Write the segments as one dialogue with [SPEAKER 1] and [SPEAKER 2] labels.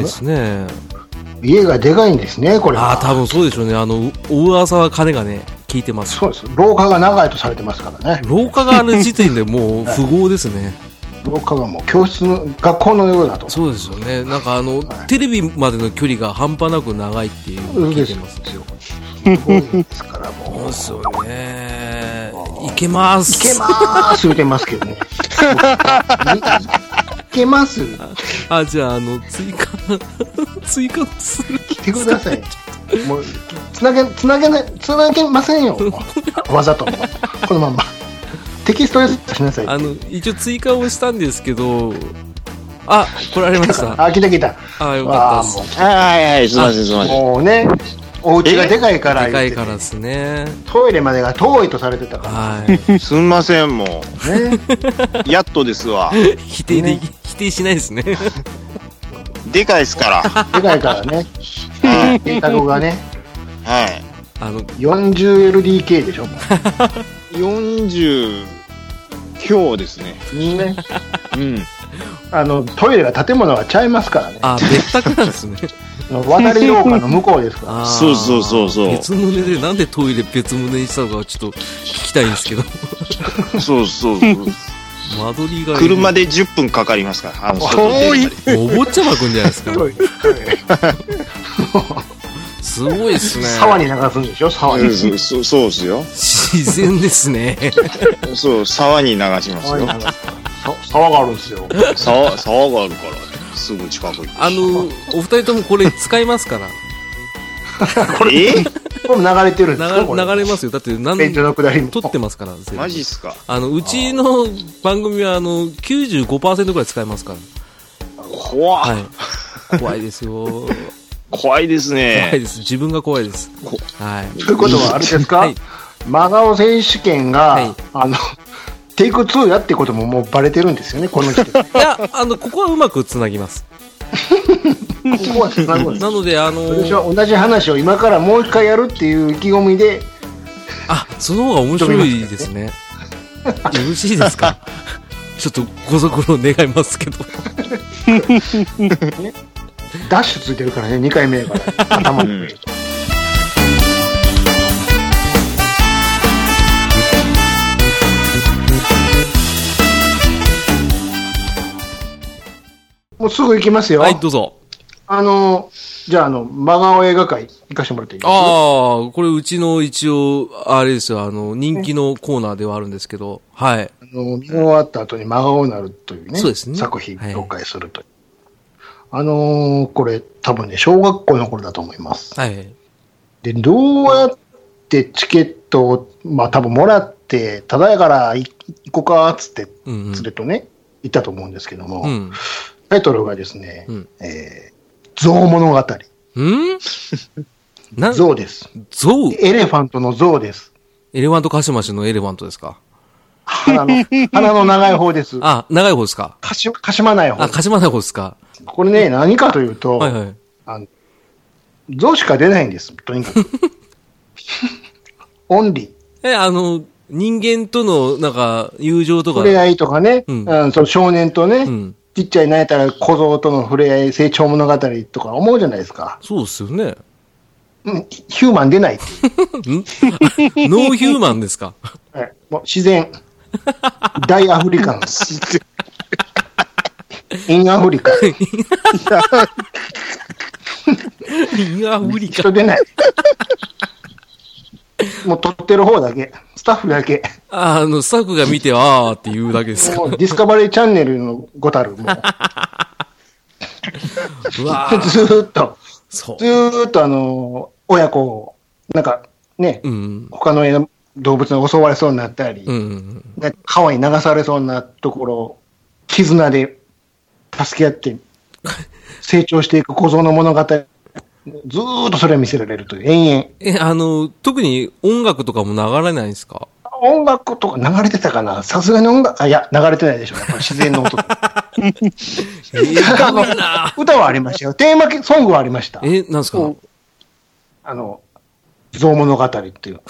[SPEAKER 1] ですね。
[SPEAKER 2] 家がでかいんですね、これ
[SPEAKER 1] あ
[SPEAKER 2] は。
[SPEAKER 1] あ、多分そうでしょうね。あの、大噂は金がね、聞いてます。
[SPEAKER 2] そうです。廊下が長いとされてますからね。
[SPEAKER 1] 廊下がある時点でもう富豪ですね。
[SPEAKER 2] 廊下がもう教室の、学校のようだと。
[SPEAKER 1] そうですよね。なんかあの、
[SPEAKER 2] はい
[SPEAKER 1] テレビまでの距離が半端なく長いっていうのを聞いてます。
[SPEAKER 2] よ。すごいですから、
[SPEAKER 1] そ
[SPEAKER 2] も
[SPEAKER 1] う
[SPEAKER 2] う。
[SPEAKER 1] で
[SPEAKER 2] い
[SPEAKER 1] すよね。いけます。
[SPEAKER 2] けまーす言うてますけどね。いいけます
[SPEAKER 1] あ、じゃあ、あの、追加、 追加する。
[SPEAKER 2] 来てください。もう、つなげ、つなげない、つなげませんよ。もうわざと。このまんま。テキストで出しなさい。
[SPEAKER 1] あの、一応追加をしたんですけど、あ、来られました。
[SPEAKER 2] あ、来た来た。
[SPEAKER 1] あ、よか
[SPEAKER 2] あ
[SPEAKER 1] った
[SPEAKER 2] ー
[SPEAKER 1] で
[SPEAKER 3] はいはい、すみません、すみますせん。
[SPEAKER 2] もうもうね、お家がでかいから
[SPEAKER 1] す。でかいか
[SPEAKER 2] 言
[SPEAKER 1] ら
[SPEAKER 2] う
[SPEAKER 1] で
[SPEAKER 2] て
[SPEAKER 1] すね。
[SPEAKER 2] トイレまでが遠いとされてたか
[SPEAKER 1] は
[SPEAKER 3] すみません、も
[SPEAKER 2] ら ね。
[SPEAKER 3] う。やっとです わ。
[SPEAKER 1] い。 否定でき、否定しないですね。
[SPEAKER 3] でかいっすから。
[SPEAKER 2] でかいからね。
[SPEAKER 3] はい。
[SPEAKER 2] 電卓がね、
[SPEAKER 3] はい。
[SPEAKER 1] あの、
[SPEAKER 2] 40LDK でしょ。も
[SPEAKER 3] 40強ですね。
[SPEAKER 2] うね、
[SPEAKER 3] うん。
[SPEAKER 2] あの、トイレが建物がちゃいますから ね。
[SPEAKER 1] あ、別宅なんですね。
[SPEAKER 2] 渡り廊下の向こうですから。
[SPEAKER 1] あー
[SPEAKER 3] そうそうそうそう
[SPEAKER 1] 別棟で、なんでトイレ別棟にしたのかちょっと聞きたいんですけど。
[SPEAKER 3] そう そうそう。
[SPEAKER 1] 間取りが。
[SPEAKER 3] 車
[SPEAKER 1] で。
[SPEAKER 3] で10分かかりますから。あの
[SPEAKER 2] 遠い
[SPEAKER 1] お坊ちゃまくんじゃないですか。
[SPEAKER 2] トイレ
[SPEAKER 1] すごいですね。
[SPEAKER 2] 沢に流すんでしょ沢に。
[SPEAKER 3] そうそうそうですよ。
[SPEAKER 1] 自然です ね。
[SPEAKER 3] そう、沢に流します
[SPEAKER 2] 沢に
[SPEAKER 3] よ
[SPEAKER 2] 流。すそ沢があるんですよ。
[SPEAKER 3] 沢、沢があるからね。すぐ近くに。
[SPEAKER 1] あの、お二人ともこれ使います から。
[SPEAKER 3] え
[SPEAKER 2] これも流れてるんですかこ
[SPEAKER 1] 流
[SPEAKER 2] れ
[SPEAKER 1] 流れますよ。だって、なん
[SPEAKER 2] 電柱の下りも。
[SPEAKER 1] 撮ってますから。全部
[SPEAKER 3] マジっすか。
[SPEAKER 1] あの、うちの番組は、あの、95%ぐらい使えますから。
[SPEAKER 3] 怖っ、
[SPEAKER 1] はい。怖いです よ。
[SPEAKER 3] 怖いです
[SPEAKER 1] 怖い
[SPEAKER 3] ね。
[SPEAKER 1] です。自分が怖いです
[SPEAKER 3] こ。
[SPEAKER 1] はい。
[SPEAKER 2] ということは、あれですか、
[SPEAKER 1] はい
[SPEAKER 2] 真顔選手権が、
[SPEAKER 1] はい
[SPEAKER 2] あの、テイク2やってことももうバレてるんですよね、こ の時点。
[SPEAKER 1] い
[SPEAKER 2] こ
[SPEAKER 1] や、あの、ここはうまくつなぎます。
[SPEAKER 2] こは繋ぐんです
[SPEAKER 1] な。ので、あの、
[SPEAKER 2] 私は同じ話を今からもう一回やるっていう意気込みで、
[SPEAKER 1] あ、その方が面白いです ね。よろしいです かちょっとご足労願いますけど。
[SPEAKER 2] ダッシュついてるからね、2回目 から。頭に。
[SPEAKER 3] うん
[SPEAKER 2] もうすぐ行きますよ。
[SPEAKER 1] はい、どうぞ。
[SPEAKER 2] あの、じゃあ、あの、真顔映画界行かしてもらっていいですか
[SPEAKER 1] ああ、これうちの一応、あれですよ、あの、人気のコーナーではあるんですけど、はい。
[SPEAKER 2] あの見終わった後に真顔になるというね、
[SPEAKER 1] そうですね
[SPEAKER 2] 作品
[SPEAKER 1] はい
[SPEAKER 2] 紹介するという。あのーこれ多分ね、小学校の頃だと思います。
[SPEAKER 1] はい。
[SPEAKER 2] で、どうやってチケットを、まあ多分もらって、ただやからい行こうか、つって、
[SPEAKER 1] うん、うん
[SPEAKER 2] 連。れとね、行ったと思うんですけども、
[SPEAKER 1] うん。
[SPEAKER 2] タイトルがですね、
[SPEAKER 1] うん
[SPEAKER 2] えー、象物語。
[SPEAKER 1] うんな、ゾ
[SPEAKER 2] 象です。
[SPEAKER 1] ウ
[SPEAKER 2] エレファントの象です。
[SPEAKER 1] エレファントカシマシのエレファントですか
[SPEAKER 2] 鼻の、 鼻の長い方です。
[SPEAKER 1] あ、長い方ですか
[SPEAKER 2] かし、かしまない方
[SPEAKER 1] あ、
[SPEAKER 2] です。
[SPEAKER 1] カシマシの方ですか
[SPEAKER 2] これね、何かというと、
[SPEAKER 1] はいはい。
[SPEAKER 2] あの、象しか出ないんです、とに かく。オンリ
[SPEAKER 1] え、あの、人間との、なんか、友情
[SPEAKER 2] ー。
[SPEAKER 1] とか
[SPEAKER 2] 触。れ合いとかね、
[SPEAKER 1] うん
[SPEAKER 2] うんその少年とね、
[SPEAKER 1] うん。
[SPEAKER 2] ちっちゃいなやたら小僧との触れ合い、成長物語とか思うじゃないですか。
[SPEAKER 1] そうですよね。
[SPEAKER 2] うん、ヒューマン出ないってい
[SPEAKER 1] ノ
[SPEAKER 2] う。
[SPEAKER 1] ーヒューマンですか
[SPEAKER 2] はいもう自然。大アフリカン。インアフリカン。
[SPEAKER 1] いや、無理か。
[SPEAKER 2] 人出ない。もう撮ってる方だけ。スタッフだけ。
[SPEAKER 1] あの、スタッフが見て、あーって言うだけですか
[SPEAKER 2] もうディスカバリーチャンネルのごたる。もう
[SPEAKER 1] うわー
[SPEAKER 2] ずーっと。
[SPEAKER 1] そう
[SPEAKER 2] ず。ーっとあの、親子を、なんかね、
[SPEAKER 1] うん。
[SPEAKER 2] 他の動物に襲われそうになったり、
[SPEAKER 1] うん。
[SPEAKER 2] なんか川に流されそうなところを、絆で助け合 って、成長していく小僧の物語、ずーっとそれを見せられるという、延
[SPEAKER 1] え、あの、特に音楽とかも流れないんですか
[SPEAKER 2] 々。音楽とか流れてたかなさすがに音楽、あ、いや、流れてないでしょう。やっぱり自然の音。
[SPEAKER 1] えー、ダメな
[SPEAKER 2] 歌はありましたよ。テーマソングはありました。
[SPEAKER 1] え、なんですか
[SPEAKER 2] うんあの、象物語っていう。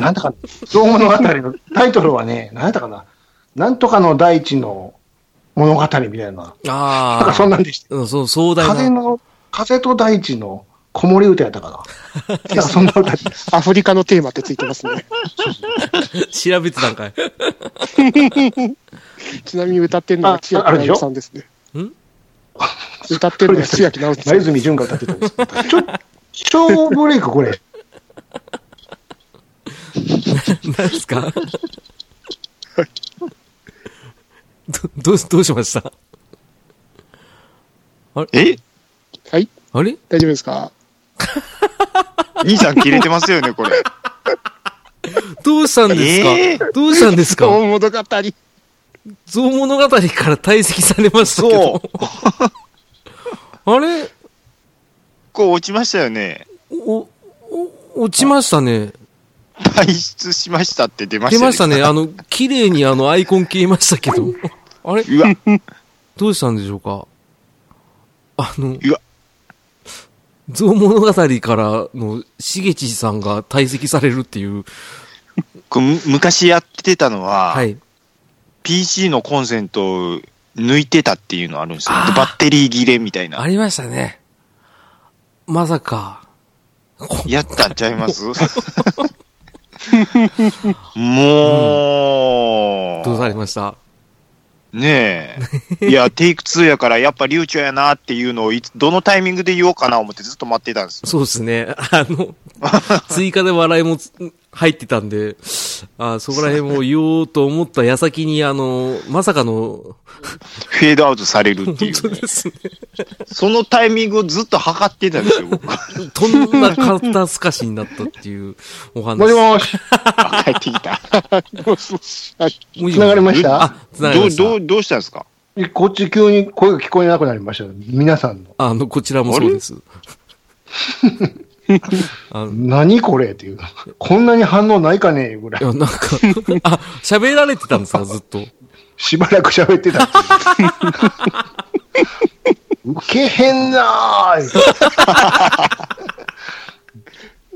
[SPEAKER 2] なんだかな象物語のタイトルはね、なんだかな。なんとかの大地の物語みたいな。
[SPEAKER 1] ああ。
[SPEAKER 2] なんかそんなんでした。
[SPEAKER 1] うん、そう、壮大
[SPEAKER 2] 風
[SPEAKER 1] な。
[SPEAKER 2] の、風と大地の子守歌やったか な。なんかそんな歌です。
[SPEAKER 4] アフリカのテーマってついてま すね。
[SPEAKER 1] 調べてたんかい。
[SPEAKER 4] ちなみに歌ってるのは千
[SPEAKER 2] ああ
[SPEAKER 4] 秋
[SPEAKER 2] るでしょ
[SPEAKER 4] 直さんですね。
[SPEAKER 1] ん
[SPEAKER 4] 歌ってるのは千秋直さ
[SPEAKER 2] 前
[SPEAKER 4] ん。
[SPEAKER 2] 泉潤が歌ってたんです。ちょ、超ブレイクこれ。
[SPEAKER 1] 何ですかど、どうし、どうしました
[SPEAKER 3] え
[SPEAKER 4] はい、
[SPEAKER 1] あれ
[SPEAKER 4] 大丈夫ですか
[SPEAKER 3] 兄さん切れてますよね、これ。
[SPEAKER 1] どうしたんですか、
[SPEAKER 3] えー
[SPEAKER 1] どうしたんですか
[SPEAKER 4] 大物語。
[SPEAKER 1] 象物語から退席されましたけど。あれ
[SPEAKER 3] こう落ちましたよね。
[SPEAKER 1] お、お、落ちましたね。
[SPEAKER 3] 退出しましたって出まし
[SPEAKER 1] 出
[SPEAKER 3] た
[SPEAKER 1] ましたね。あの、綺麗にあの、アイコン消えましたけど。あれ
[SPEAKER 3] うわ、
[SPEAKER 1] どうしたんでしょうかあの、
[SPEAKER 3] うわ。
[SPEAKER 1] 象物語からの、しげちさんが退席されるっていう。
[SPEAKER 3] こうむ昔やってたのは、
[SPEAKER 1] はい。
[SPEAKER 3] PC のコンセントを抜いてたっていうのあるんですよ
[SPEAKER 1] あー。
[SPEAKER 3] バッテリー切れみたい
[SPEAKER 1] あ
[SPEAKER 3] な。
[SPEAKER 1] りましたね。まさか。こ
[SPEAKER 3] やったんちゃいます もう、
[SPEAKER 1] どうされました
[SPEAKER 3] ね え。いや、テイク2やから、やっぱ流暢やなっていうのをいつ、どのタイミングで言おうかな思ってずっと待ってたんですよ。
[SPEAKER 1] そうですね。 あの、追加で笑いもつ入ってたんで、あそこら辺を言おうと思った矢先に、あの、まさかの、
[SPEAKER 3] フェードアウトされるって
[SPEAKER 1] 本
[SPEAKER 3] いう
[SPEAKER 1] 当
[SPEAKER 3] ね、
[SPEAKER 1] ですね。
[SPEAKER 3] そのタイミングをずっと測ってたん ですよ、僕。
[SPEAKER 1] とんだ肩透かしになったっていう お話。
[SPEAKER 2] もしもし、
[SPEAKER 3] あ帰ってきた。
[SPEAKER 4] もしもしはい
[SPEAKER 1] もし
[SPEAKER 2] 繋がりました
[SPEAKER 1] あ、つながり
[SPEAKER 3] ど
[SPEAKER 1] ま
[SPEAKER 3] う、
[SPEAKER 1] した。
[SPEAKER 3] どう、どうしたんですか
[SPEAKER 2] こっち急に声が聞こえなくなりましたよ。皆さんの。
[SPEAKER 1] あの、こちらもそうです。あのい
[SPEAKER 2] 何これっていう。こんなに反応ないかねぐらい。
[SPEAKER 1] や、なんか、 あ、喋られてたんですか、ずっと。
[SPEAKER 2] しばらく喋ってたっていう。ウケへんなーい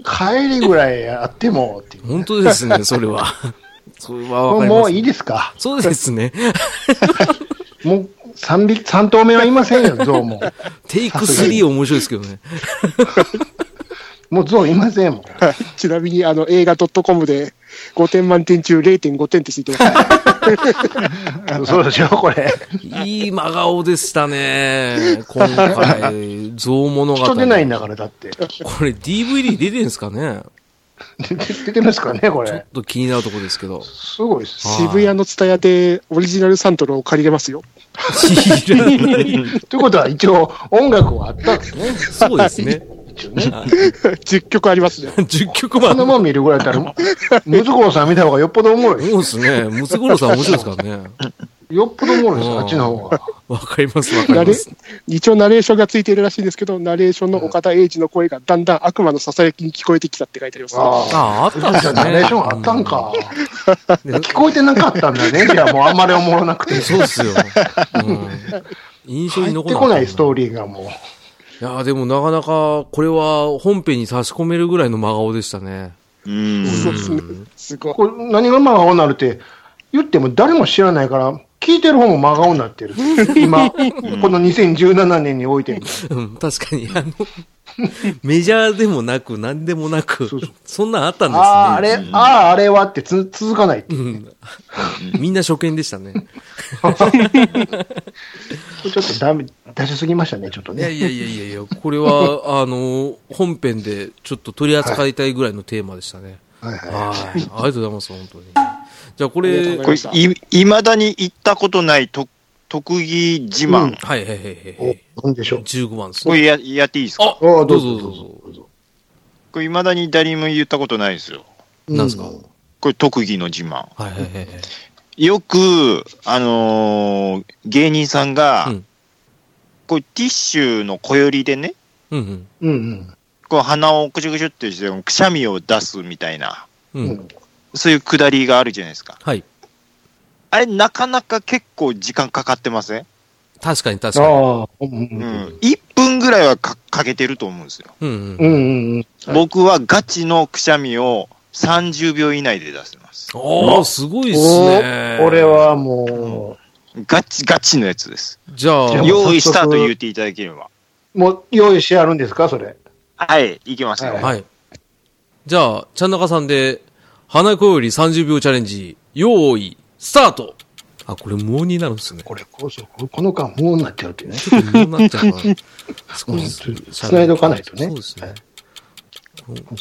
[SPEAKER 2] 帰りぐらいやってもっていう
[SPEAKER 1] 本当ですね、それは。それはわ
[SPEAKER 2] も
[SPEAKER 1] か
[SPEAKER 2] う
[SPEAKER 1] ります。
[SPEAKER 2] もういいですか。
[SPEAKER 1] そうですね。
[SPEAKER 2] もう3匹、三頭目はいません よ、ゾウも。
[SPEAKER 1] テイク3面白いですけどね。
[SPEAKER 2] もうゾウいませんもん。
[SPEAKER 4] はいちなみに、あの、映画 .com で5点満点中0.5点ってついてます。
[SPEAKER 2] あ そうでしょ、これ。
[SPEAKER 1] いい真顔でした ね。今回、象物語。
[SPEAKER 2] 人出ないんだから、だ って。
[SPEAKER 1] これ DVD 出てんすかね
[SPEAKER 2] 出て出てますかね、こ
[SPEAKER 1] ちょっ
[SPEAKER 2] れ。
[SPEAKER 1] と気になるとこですけ ど。
[SPEAKER 2] すごいです。
[SPEAKER 4] 渋谷のツタヤでオリジナルサントラを借りれますよ。
[SPEAKER 1] いらない
[SPEAKER 2] ということは、一応、音楽はあったんですね。
[SPEAKER 1] そうです ね。
[SPEAKER 2] 一応ね。
[SPEAKER 4] 10曲ありますね。
[SPEAKER 1] 10曲
[SPEAKER 2] こ
[SPEAKER 1] は
[SPEAKER 2] のまま見るぐらいだったら、ムツゴロウさん見た方がよっぽどおもろいです
[SPEAKER 1] そうですね。ムツゴロウさん面白いですからね。
[SPEAKER 2] よっぽどおもろいです
[SPEAKER 1] う
[SPEAKER 2] よ、
[SPEAKER 1] ん
[SPEAKER 2] あっちの方が。
[SPEAKER 1] わかります、わか
[SPEAKER 4] ナ
[SPEAKER 1] り
[SPEAKER 4] レ
[SPEAKER 1] ます。
[SPEAKER 4] 一応ナレーションがついてるらしいんですけど、ナレーションの岡田英二の声がだんだん悪魔のささやきに聞こえてきたって書いてあります、ね。
[SPEAKER 2] あ
[SPEAKER 1] あ、あったんで
[SPEAKER 2] あ。じゃ
[SPEAKER 1] す
[SPEAKER 2] あ、
[SPEAKER 1] ね。
[SPEAKER 2] ナレーションあったんか。聞こえてなかったんだね。じゃあ、もうあんまりおもろなくて。
[SPEAKER 1] うん。そうですよ。うん印象に
[SPEAKER 2] 入っ
[SPEAKER 1] 残
[SPEAKER 2] てこないストー
[SPEAKER 1] リー。
[SPEAKER 2] リーがも
[SPEAKER 1] いやーでもなかなか、これは本編に差し込めるぐらいの真顔でしたね。
[SPEAKER 3] うん。
[SPEAKER 4] そうですね。すご
[SPEAKER 2] う、
[SPEAKER 4] い。
[SPEAKER 2] これ何が真顔になるって、言っても誰も知らないから、聞いてる方も真顔になってる。今、この2017年においても。
[SPEAKER 1] うん、確かに、あの、メジャーでもなく、何でもなく、そんなんあったんですね。
[SPEAKER 2] ああ、あれ、ああ、あれはってつ続かないっていうう。
[SPEAKER 1] ん。みんな初見でしたね。
[SPEAKER 2] ちょっとダメ、出しすぎましたね、ちょっと
[SPEAKER 1] いや
[SPEAKER 2] ね。
[SPEAKER 1] いやいやいやいや、これ は、あの、本編でちょっと取り扱いたいぐらいのテーマでしたね。
[SPEAKER 2] はいは
[SPEAKER 1] はい。
[SPEAKER 2] い
[SPEAKER 1] ありがとうございます、本当に。じゃあこ
[SPEAKER 4] ありがと
[SPEAKER 1] れ、
[SPEAKER 4] うご
[SPEAKER 1] は
[SPEAKER 4] ざ
[SPEAKER 1] い
[SPEAKER 3] これ、い、いまだに行ったことないと特技自慢。
[SPEAKER 2] うん
[SPEAKER 1] はいはいはいは
[SPEAKER 2] お
[SPEAKER 1] い。、
[SPEAKER 2] なんでしょう。
[SPEAKER 1] 15番です
[SPEAKER 3] こ
[SPEAKER 1] ね。
[SPEAKER 3] れややっていいですか
[SPEAKER 1] あ
[SPEAKER 2] あ
[SPEAKER 1] ど
[SPEAKER 2] あ、
[SPEAKER 1] う
[SPEAKER 2] どう
[SPEAKER 1] ぞ
[SPEAKER 2] ぞ
[SPEAKER 1] ど
[SPEAKER 2] ど
[SPEAKER 1] うぞ。
[SPEAKER 2] うぞ。
[SPEAKER 3] これ、いまだに誰にも言ったことないですよ。
[SPEAKER 1] なんですか
[SPEAKER 2] う
[SPEAKER 3] これ、特技の自慢。
[SPEAKER 1] はいはいはいはい。
[SPEAKER 3] よく、あのー芸人さんが、
[SPEAKER 1] うん
[SPEAKER 3] こうティッシュの小よりでね、
[SPEAKER 1] うん
[SPEAKER 2] うんうん。
[SPEAKER 3] こう鼻をくちゅくちゅってして、くしゃみを出すみたいな、
[SPEAKER 1] うん。う。
[SPEAKER 2] うんん
[SPEAKER 3] そういうくだりがあるじゃないですか。
[SPEAKER 1] はい。
[SPEAKER 3] あれ、なかなか結構時間かかってません
[SPEAKER 1] 確かに確かに。
[SPEAKER 2] ああ、うん
[SPEAKER 3] う。
[SPEAKER 2] うんん。
[SPEAKER 3] 1分ぐらいはかかけてると思うんですよ。
[SPEAKER 1] うんう
[SPEAKER 2] う
[SPEAKER 1] ん。
[SPEAKER 2] んうんうん。はい
[SPEAKER 3] 僕はガチのくしゃみを30秒以内で出せます。
[SPEAKER 1] おー、すごいっすね。
[SPEAKER 2] これはも
[SPEAKER 3] ガチガチのやつです。
[SPEAKER 1] じゃあ、
[SPEAKER 2] じゃあ
[SPEAKER 3] 用意したと言っていただければ。
[SPEAKER 2] もう用意してあるんですか、それ。
[SPEAKER 3] はい、いきますよ。
[SPEAKER 1] はい。じゃあ、ちゃんなかさんで、花子より30秒チャレンジ、用意、スタートあ、これ無音になるんですね。
[SPEAKER 2] これこそ、この間、無音になっちゃうっていうね。
[SPEAKER 1] ちょっと無音になっちゃうから
[SPEAKER 2] う
[SPEAKER 1] 少
[SPEAKER 2] ん
[SPEAKER 1] しずつ
[SPEAKER 2] 繋いでおかないとね。
[SPEAKER 1] そうですね。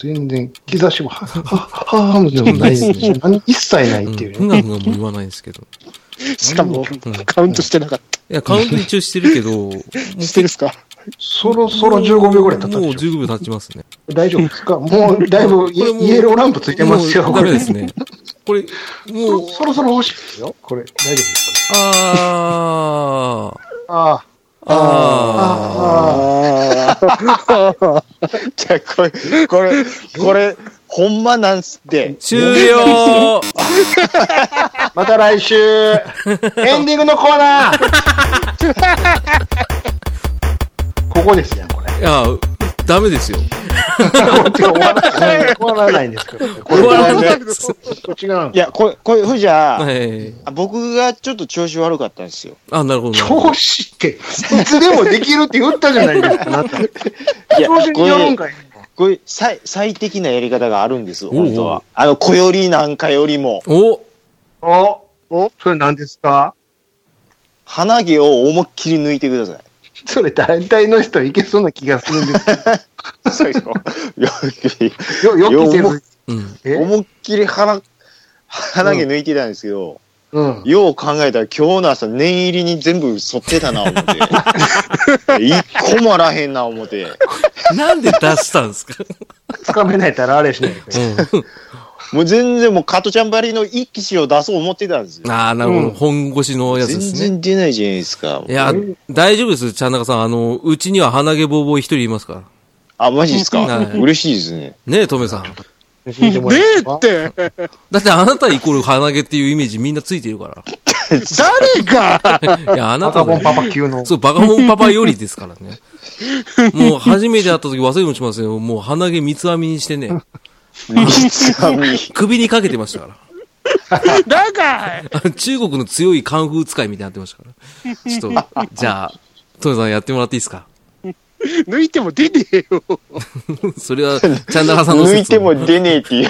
[SPEAKER 2] 全然、兆しも、は、は、は、は、もうでもないですね。何一切ないっていう
[SPEAKER 1] ふ
[SPEAKER 2] ね。
[SPEAKER 1] がふがも言わないんですけど。
[SPEAKER 4] しかも、カウントしてなかった。
[SPEAKER 1] いや、カウント一応してるけど、もう
[SPEAKER 4] してるっすか
[SPEAKER 2] そろそろ15秒ぐらい経った
[SPEAKER 1] もう
[SPEAKER 2] でしょ。
[SPEAKER 1] 15秒経ちますね。
[SPEAKER 2] 大丈夫ですかもう、だいぶ、イ
[SPEAKER 1] これもう
[SPEAKER 2] イエローランプついてますよ、
[SPEAKER 1] もう
[SPEAKER 2] こ
[SPEAKER 1] ダメで
[SPEAKER 2] れ。
[SPEAKER 1] すね。これ、
[SPEAKER 2] そ
[SPEAKER 1] もう
[SPEAKER 2] ろ、そろそろ欲しいですよ。これ、大丈夫です
[SPEAKER 1] あー、あ
[SPEAKER 2] かあ
[SPEAKER 1] ー、
[SPEAKER 2] あ、あ
[SPEAKER 3] ああ。 じゃあ、これ、これ、これ、ほんまなんすって。
[SPEAKER 1] 終了
[SPEAKER 2] あ、また来週、エンディングのコーナーここですね、これ。
[SPEAKER 1] いや、ダメですよ。
[SPEAKER 2] 終わらない、終わらないんですけど、こ
[SPEAKER 1] 終
[SPEAKER 2] れ、こ
[SPEAKER 1] わらない。
[SPEAKER 2] れ違うん
[SPEAKER 3] いや、これ、これ、ほいじゃあ、
[SPEAKER 1] はい。
[SPEAKER 3] 僕がちょっと調子悪かったんですよ。
[SPEAKER 1] あ、なるほどなるほど。
[SPEAKER 2] 調子って、いつでもできるって言ったじゃないですか、あなた。
[SPEAKER 3] いや、
[SPEAKER 2] 調子
[SPEAKER 3] こ
[SPEAKER 2] によるん
[SPEAKER 3] れ、
[SPEAKER 2] かい。
[SPEAKER 3] これ最、最適なやり方があるんです、
[SPEAKER 1] うおう
[SPEAKER 3] 本当は。あの、小よりなんかよりも、
[SPEAKER 1] お
[SPEAKER 2] お、お、それ何ですか
[SPEAKER 3] 鼻毛を思いっきり抜いてください。
[SPEAKER 2] それ大体の人いけそうな気がするんです
[SPEAKER 3] そう でしょよく
[SPEAKER 2] けど、よ、よく見てる。
[SPEAKER 1] うん。
[SPEAKER 2] え
[SPEAKER 3] 思いっきり鼻、鼻毛抜いてたんですけど、
[SPEAKER 2] うん。
[SPEAKER 3] よう考えたら今日の朝念入りに全部剃ってたな、思っ て。一個もあらへんな、思って。
[SPEAKER 1] なんで出したんですか
[SPEAKER 2] つかめないたらあれしないといけない。
[SPEAKER 3] もう全然もうカトちゃんばりの一騎士を出そう思ってたんです
[SPEAKER 1] うん。
[SPEAKER 3] よ。
[SPEAKER 1] ああ、なるほど。
[SPEAKER 2] うん
[SPEAKER 1] 本腰のやつで
[SPEAKER 3] 全
[SPEAKER 1] すね。
[SPEAKER 3] 然出ないじゃないですか。
[SPEAKER 1] いや、大丈夫です、ちゃんなかさん。あの、うちには鼻毛ボーボー一人いますから。
[SPEAKER 3] あ、マジですか
[SPEAKER 1] はい
[SPEAKER 3] 嬉しいです ね。
[SPEAKER 1] ねえ、とめさん。
[SPEAKER 2] 聞いて
[SPEAKER 4] で
[SPEAKER 2] もらえますか
[SPEAKER 4] って、
[SPEAKER 1] だってあなたイコール鼻毛っていうイメージみんなついてるか
[SPEAKER 4] 誰が
[SPEAKER 1] ら。いや、あなたの
[SPEAKER 2] バカボンパパ級の。
[SPEAKER 1] そう、バカモンパパよりですから ね。もう初めて会った時忘れもしますよ。もう鼻毛三つ編みにしてね、
[SPEAKER 3] 三つ編み。
[SPEAKER 1] 首にかけてましたから。
[SPEAKER 4] だが
[SPEAKER 1] あの 中国の強いカンフー使いみたいになってましたから。ちょっと、じゃあ、トメさんやってもらっていいですか
[SPEAKER 4] 抜いても出ねえよ。
[SPEAKER 1] それは、チャンナラさんの
[SPEAKER 3] 抜い
[SPEAKER 1] 説
[SPEAKER 3] て
[SPEAKER 1] を
[SPEAKER 3] も出ねえっていう。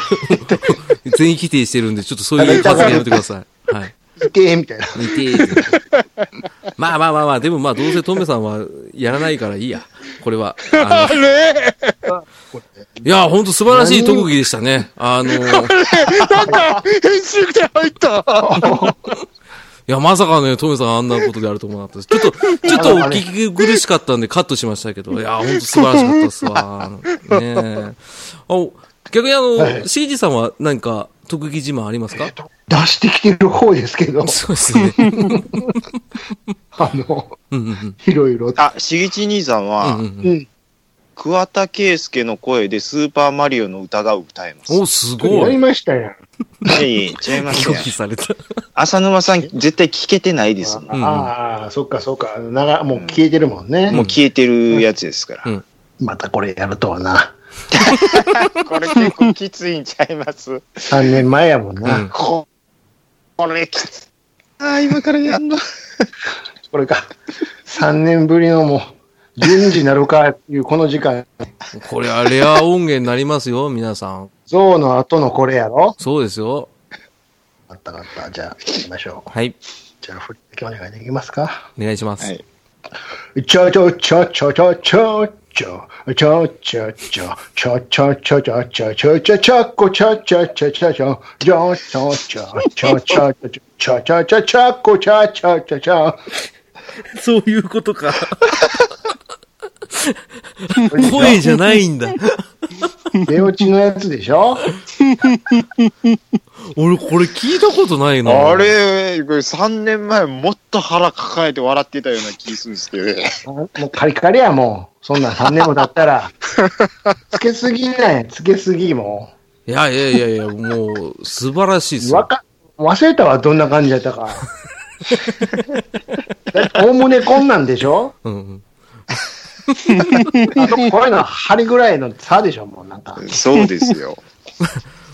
[SPEAKER 1] 全否定してるんで、ちょっとそういう発言やめてください。はい。
[SPEAKER 2] いてみたいな。
[SPEAKER 1] 似てーってまあまあまあまあ、でもまあどうせトメさんはやらないからいいや。これは。あ
[SPEAKER 4] あれ
[SPEAKER 1] のいや、ほんと素晴らしい特技でしたね。あの、い
[SPEAKER 4] なんか、編集点入った。
[SPEAKER 1] や、まさかね、トメさんあんなことであると思わなかったです。ちょっと、ちょっとお聞き苦しかったんでカットしましたけど、いや、ほんと素晴らしかったですわ。あのねえあ逆にあ
[SPEAKER 2] は
[SPEAKER 1] の、
[SPEAKER 2] い
[SPEAKER 1] シージさんは何か特技自慢ありますか
[SPEAKER 2] 出してきてる方ですけ ど、
[SPEAKER 1] そうですね。
[SPEAKER 2] あの、
[SPEAKER 1] うんうん
[SPEAKER 2] いろいろ。
[SPEAKER 3] あ、しげち兄さ
[SPEAKER 1] う
[SPEAKER 3] ん
[SPEAKER 1] んうんう
[SPEAKER 3] は、
[SPEAKER 1] ん
[SPEAKER 3] 桑田佳祐の声でスーパーマリオの歌が歌えます。
[SPEAKER 1] お、す
[SPEAKER 2] や
[SPEAKER 1] ご
[SPEAKER 2] り
[SPEAKER 1] い。
[SPEAKER 2] ましたやん。
[SPEAKER 3] はい、違います
[SPEAKER 1] 拒
[SPEAKER 3] ね。
[SPEAKER 1] 否された。
[SPEAKER 3] 浅沼さん、絶対聞けてないですもん。
[SPEAKER 1] んうん
[SPEAKER 2] ああ、そっかそっか。ながもう消えてるもんね。
[SPEAKER 3] もう消えてるやつですから。
[SPEAKER 1] うん
[SPEAKER 2] またこれやるとはな。
[SPEAKER 3] これ結構きついんちゃいます。
[SPEAKER 2] 3年前やもん
[SPEAKER 1] う
[SPEAKER 2] な。
[SPEAKER 1] ん
[SPEAKER 3] ここれきつい。ああ、今からやんの。
[SPEAKER 2] これか。3年ぶりのもう、順次なるかいうこの時間。
[SPEAKER 1] これはレア音源になりますよ、皆さん。
[SPEAKER 2] ゾウの後のこれやろ
[SPEAKER 1] そうですよ。
[SPEAKER 2] あったかった。じゃあ、行きましょう。
[SPEAKER 1] はい。
[SPEAKER 2] じゃあ、振り付けお願いできますか。
[SPEAKER 1] お願いします。
[SPEAKER 3] はい
[SPEAKER 2] ちょちょちょちょちょちょちょちょちょちょちょちょちょちょちょちょちょちょこちょちょちょちょちょちょちょちょちょちょちょちょちょちょちょこちょちょちょち ょ
[SPEAKER 1] そういうことか。 声じゃないんだ。
[SPEAKER 2] 出落ちのやつでしょ
[SPEAKER 1] 俺、これ聞いたことないな。
[SPEAKER 3] あれ、これ3年前もっと腹抱えて笑ってたような気するんですけどね。
[SPEAKER 2] もうカリカリやもう。そんなん3年も経っ たら。つけすぎない。つけすぎも
[SPEAKER 1] いやいやいやいや、もう、素晴らしいで
[SPEAKER 2] う。
[SPEAKER 1] すよ
[SPEAKER 2] わ。か、忘れたわ。どんな感じやっ たか。おおむねこんなんでしょ
[SPEAKER 1] うんうん。
[SPEAKER 2] あとこういうのは針ぐらいの差でしょもうなんか。
[SPEAKER 3] そうですよ。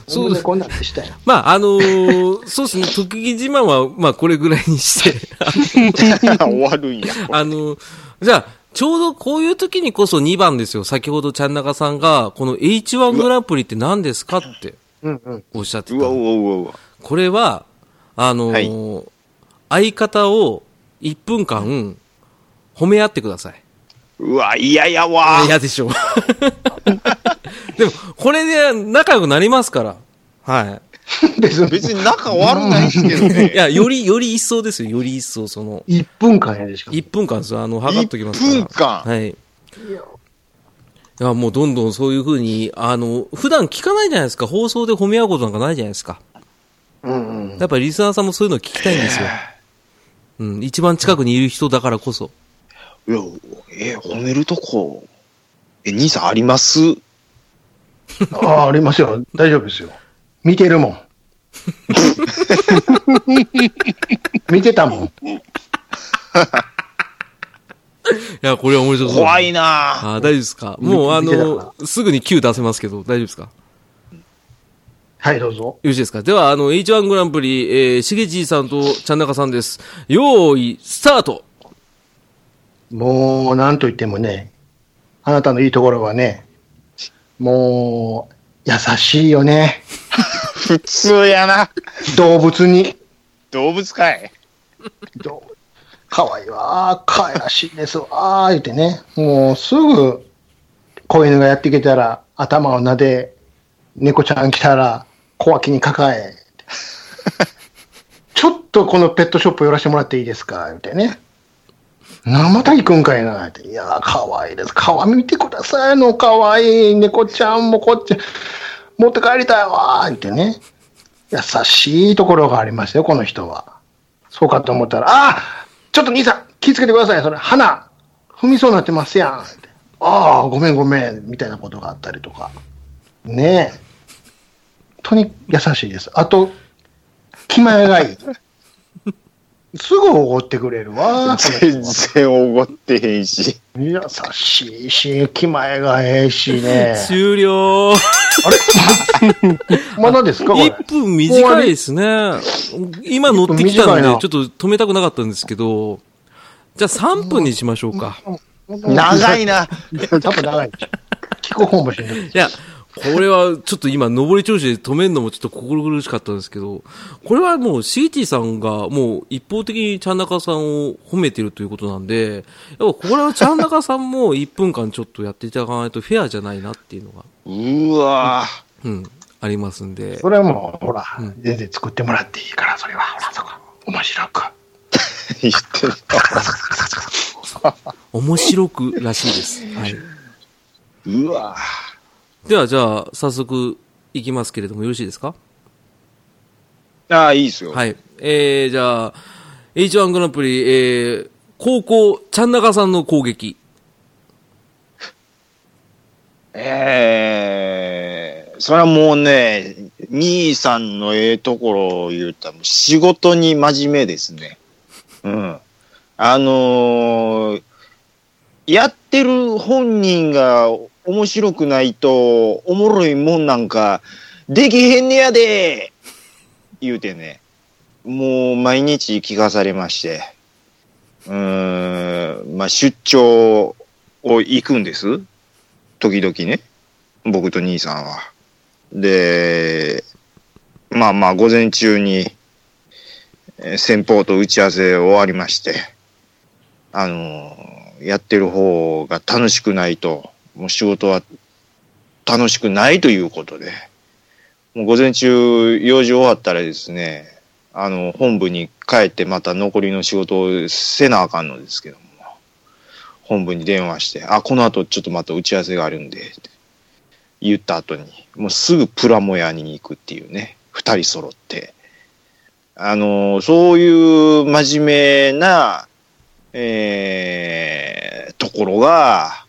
[SPEAKER 1] そう
[SPEAKER 5] でこんなんでしたよ。
[SPEAKER 1] まあ、あのーそうですね、特技自慢は、まあ、これぐらいにして、
[SPEAKER 3] 終わるんや。
[SPEAKER 1] あのーじゃあ、ちょうどこういう時にこそ2番ですよ。先ほどちゃんなかさんが、この H1 グランプリって何ですかって
[SPEAKER 5] うんうん。
[SPEAKER 1] おっしゃって
[SPEAKER 3] うわ
[SPEAKER 1] た
[SPEAKER 3] う。わうわうわ。
[SPEAKER 1] これは、あのー相方を1分間褒め合ってください。
[SPEAKER 3] うわ、嫌やわ。
[SPEAKER 1] 嫌でしょ。 でも、これで仲良くなりますから。は
[SPEAKER 5] 別に、
[SPEAKER 3] 別に仲悪ないですけ
[SPEAKER 1] い。
[SPEAKER 3] ど
[SPEAKER 1] い
[SPEAKER 3] ね。
[SPEAKER 1] や、より、より一層ですよ。より一層、その、
[SPEAKER 5] 1分間やでしかも。
[SPEAKER 1] 1分間ですよ。あの、測っときますから。
[SPEAKER 3] 1分間。
[SPEAKER 1] はい。いや、もうどんどんそういうふうに、あの、普段聞かないじゃないですか。放送で褒め合うことなんかないじゃないですか。
[SPEAKER 5] うんうん。
[SPEAKER 1] やっぱりリスナーさんもそういうの聞きたいんですよ。うん、一番近くにいる人だからこそ。
[SPEAKER 3] いや、え、褒めるとこ、え、兄さんあります
[SPEAKER 5] ああ、ありますよ。大丈夫ですよ。
[SPEAKER 2] 見て るもん。見てたもん。
[SPEAKER 1] いや、これは面白そう。
[SPEAKER 3] 怖いなぁ。
[SPEAKER 1] あー大丈夫ですかもう、あ
[SPEAKER 5] 見てたか
[SPEAKER 1] の、すぐに Q 出せますけど、大丈夫ですかよ
[SPEAKER 5] はい、どうぞ。
[SPEAKER 1] ろしいですかでは、あの、H1 グランプリ、えー、しげじいさんとちゃんなかさんです。用意、スタート。
[SPEAKER 5] もう、なんと言ってもね、
[SPEAKER 2] あなたのいいところはね、もう、優しいよね。
[SPEAKER 3] 普通やな。
[SPEAKER 2] 動物に。
[SPEAKER 3] 動物かい。
[SPEAKER 2] どうかわいいわ、かわいらしいですわ、言ってね。もうすぐ、子犬がやってきたら、頭を撫で、猫ちゃん来たら、小脇に抱え。ちょっとこのペットショップ寄らせてもらっていいですか言ってね。生田行くんかいなって。いやー、かわいいです。かわ見てくださいあの、かわいい。猫ちゃんもこっち、持って帰りたいわーってね。優しいところがありますよ、この人は。そうかと思ったら、ああちょっと兄さん、気をつけてください。それ、花、踏みそうになってますやん。ってああ、ごめんごめん、みたいなことがあったりとか。ねえ。本当に優しいです。あと、気前がいい。すぐおごってくれるわ。この人
[SPEAKER 3] 全
[SPEAKER 2] は
[SPEAKER 3] 然おごってへんし。
[SPEAKER 2] 優しいし、気前がええし ね
[SPEAKER 1] 終了
[SPEAKER 2] まだですかこれ。
[SPEAKER 1] !1 分短いですね。今乗ってきた
[SPEAKER 2] 一分短
[SPEAKER 1] んで、ちょ
[SPEAKER 2] いな
[SPEAKER 1] っと止めたくなかったんですけど、じゃあ3分にしましょうか。
[SPEAKER 3] 長いな。
[SPEAKER 2] 多分長いでしょ。聞く方もしんどい。
[SPEAKER 1] いや、これはちょっと今、上り調子で止めるのもちょっと心苦しかったんですけど、これはもう、シーティさんがもう一方的にちゃんなかさんを褒めてるということなんで、やっぱこれはちゃんなかさんも1分間ちょっとやっていただかないとフェアじゃないなっていうのが、
[SPEAKER 3] うわ
[SPEAKER 1] うん、ありますんで
[SPEAKER 2] そ。れはもう、ほら、全然作ってもらっていいから、それは、ほら、そこ、面白く。
[SPEAKER 3] ぁ。 言って
[SPEAKER 1] 面白くらしいです。はい。
[SPEAKER 3] る。うわ
[SPEAKER 1] では、じゃあ、早速、いきますけれども、よろしいですか
[SPEAKER 3] ぁ。ああ、いいですよ。
[SPEAKER 1] はい。えー、じゃあ、H1 グランプリ、えー、高校、ちゃんなかさんの攻撃。
[SPEAKER 3] ええそれはもうね、兄さんのええところを言うたら、仕事に真面目ですね。うん。あのーやってる本人が面白くないと、おもろいもんなんか、できへんねやで言うてね、もう毎日聞かされまして、うーん、まあ出張を行くんです。時々ね、僕と兄さんは。で、まあまあ、午前中に、えー先方と打ち合わせ終わりまして、あのーやってる方が楽しくないと、もう仕事は楽しくないということで、もう午前中、用事終わったらですね、あの、本部に帰ってまた残りの仕事をせなあかんのですけども、本部に電話して、あ、この後ちょっとまた打ち合わせがあるんで、って言った後に、もうすぐプラモ屋に行くっていうね、二人揃って。あの、そういう真面目な、えーところが、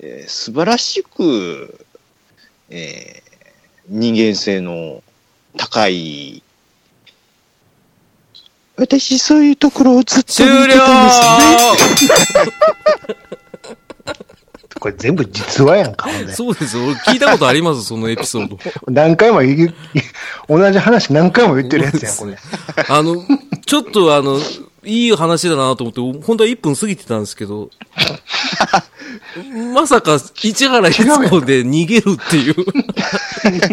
[SPEAKER 3] えー素晴らしく、えー人間性の高い、私そういうところをずっと
[SPEAKER 1] 終
[SPEAKER 3] 見
[SPEAKER 1] 了
[SPEAKER 3] てたんですね。
[SPEAKER 2] これ全部実話やんか、ほんで
[SPEAKER 1] そうですよ。俺聞いたことあります、そのエピソード。
[SPEAKER 2] 何回も言う、同じ話何回も言ってるやつやん、これ。
[SPEAKER 1] あの、ちょっとあの、いい話だなと思って、本当は1分過ぎてたんですけど、まさか市原悦子で逃げるってい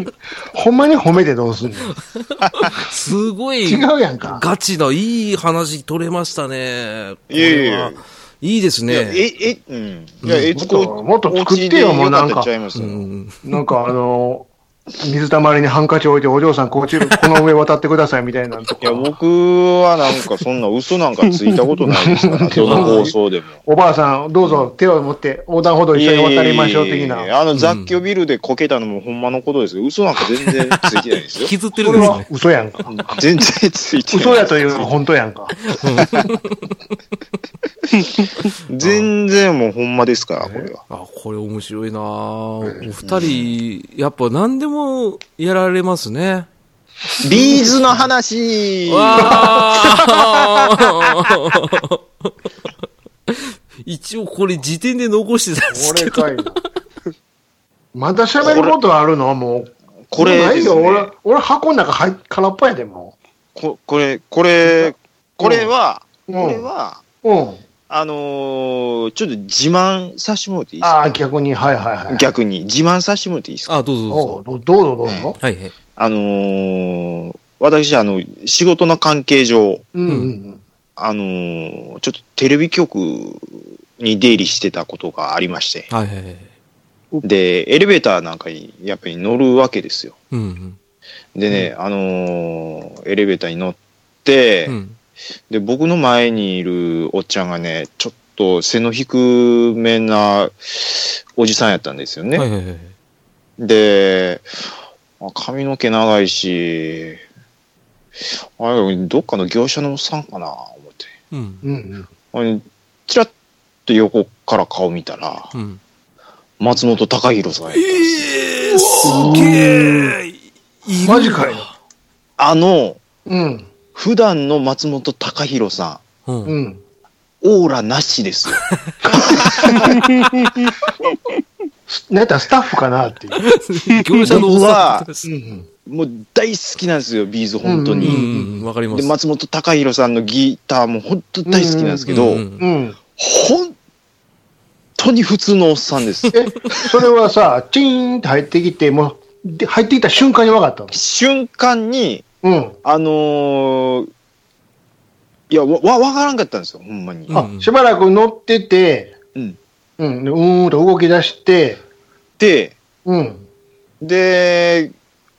[SPEAKER 1] う、
[SPEAKER 2] ほんまに褒めてどうすんの
[SPEAKER 1] すごい
[SPEAKER 2] 違うやんか。
[SPEAKER 1] ガチのいい話取れましたね。
[SPEAKER 3] いやいやい
[SPEAKER 1] こ
[SPEAKER 3] や
[SPEAKER 1] れはいいです
[SPEAKER 3] いや、
[SPEAKER 1] ね。
[SPEAKER 3] え、え、うん。いや、え
[SPEAKER 2] も
[SPEAKER 3] つ
[SPEAKER 2] っともっと作ってよもうなんか
[SPEAKER 3] ちゃいます
[SPEAKER 1] う
[SPEAKER 3] よ
[SPEAKER 1] ん、
[SPEAKER 2] なんかあの、水たまりにハンカチ置いてお嬢さんこっち、この上渡ってくださいみたいなんと
[SPEAKER 3] い
[SPEAKER 2] か
[SPEAKER 3] や、。僕はなんかそんな嘘なんかついたことないですから、どの放送でも。
[SPEAKER 2] おばあさん、どうぞ手を持って横断歩道 一緒に渡りましょう的
[SPEAKER 3] いやいやい
[SPEAKER 2] な。
[SPEAKER 3] やあの雑居ビルでこけたのもほんまのことですけど、嘘なんか全然ついてないです よ
[SPEAKER 1] 引。きずってる
[SPEAKER 2] こ
[SPEAKER 1] ん
[SPEAKER 2] れ
[SPEAKER 1] です
[SPEAKER 2] は
[SPEAKER 1] ね。
[SPEAKER 2] 嘘やんか。
[SPEAKER 3] 全然ついてない。
[SPEAKER 2] 嘘やというか本当やんか。
[SPEAKER 3] 全然もうほんまですから、これは。
[SPEAKER 1] あ、これ面白いなぁお二人、やっぱ何でもやられますね。
[SPEAKER 3] ビーズの話
[SPEAKER 1] わー一応これ時点で残してたんですけ
[SPEAKER 2] 俺
[SPEAKER 1] ど。
[SPEAKER 2] かいな。まだ喋ることあるのもう。
[SPEAKER 3] これ
[SPEAKER 2] ない
[SPEAKER 3] です
[SPEAKER 2] よ。
[SPEAKER 3] ね
[SPEAKER 2] 俺、俺箱の中入っ空っぽやで、も
[SPEAKER 3] ここれ、これ、これは、
[SPEAKER 2] う。
[SPEAKER 3] こ
[SPEAKER 2] う
[SPEAKER 3] れ
[SPEAKER 2] ん。
[SPEAKER 3] は、
[SPEAKER 2] うん。
[SPEAKER 3] あのーちょっと自慢させてもらっていいです
[SPEAKER 2] あ
[SPEAKER 3] か
[SPEAKER 2] あ、逆に、はいはいはい。
[SPEAKER 3] 逆に、自慢させてもらっていいですか
[SPEAKER 1] あ、どうぞどう
[SPEAKER 2] お
[SPEAKER 1] ぞ。
[SPEAKER 2] うどどうぞどうぞ。
[SPEAKER 1] はいはい。
[SPEAKER 3] あのー私、あの、仕事の関係上、
[SPEAKER 2] うんうん
[SPEAKER 3] あのーちょっとテレビ局に出入りしてたことがありまして、
[SPEAKER 1] はいはいはい。
[SPEAKER 3] で、エレベーターなんかにやっぱり乗るわけですよ。
[SPEAKER 1] うんうん。
[SPEAKER 3] でね、あのーエレベーターに乗って、
[SPEAKER 1] うん。
[SPEAKER 3] で、僕の前にいるおっちゃんがね、ちょっと背の低めなおじさんやったんですよね。
[SPEAKER 1] はいはいはい。
[SPEAKER 3] で、あ髪の毛長いし、あれ、どっかの業者のおっさんかな、思って
[SPEAKER 1] うん。
[SPEAKER 2] うんうん。
[SPEAKER 3] あれ。ちらっと横から顔見たら、
[SPEAKER 1] うん。
[SPEAKER 3] 松本隆弘さんやっ
[SPEAKER 1] え
[SPEAKER 3] たんですよ
[SPEAKER 1] えすげえいるわ
[SPEAKER 2] マジかよ
[SPEAKER 3] あの、
[SPEAKER 2] うん
[SPEAKER 3] 普段の松本隆弘さ
[SPEAKER 1] うん。
[SPEAKER 2] うん。
[SPEAKER 3] ん、オーラなしですよ。
[SPEAKER 2] なんやったらスタッフかなっていう。
[SPEAKER 1] 業者のおっさんです。
[SPEAKER 2] うん
[SPEAKER 3] もう大好きなんですよ、ビーズ、本当
[SPEAKER 1] う
[SPEAKER 3] に。
[SPEAKER 1] ん、わかります。
[SPEAKER 3] で、松本隆弘さんのギターも本当大好きなんですけ
[SPEAKER 1] う
[SPEAKER 3] ど、
[SPEAKER 1] ん
[SPEAKER 2] うん。うん。
[SPEAKER 3] 本当に普通のおっさんです。
[SPEAKER 2] え、それはさ、チーンって入ってきて、もう、で入ってきた瞬間に分かったの。
[SPEAKER 3] 瞬間に、
[SPEAKER 2] うん。
[SPEAKER 3] あのーいや、わ、わわからんかったんですよ、ほんまに。
[SPEAKER 1] うん
[SPEAKER 2] あ、しばらく乗ってて、
[SPEAKER 3] うん
[SPEAKER 2] うん。でうーんと動き出して、
[SPEAKER 3] で、
[SPEAKER 2] うん。
[SPEAKER 3] で、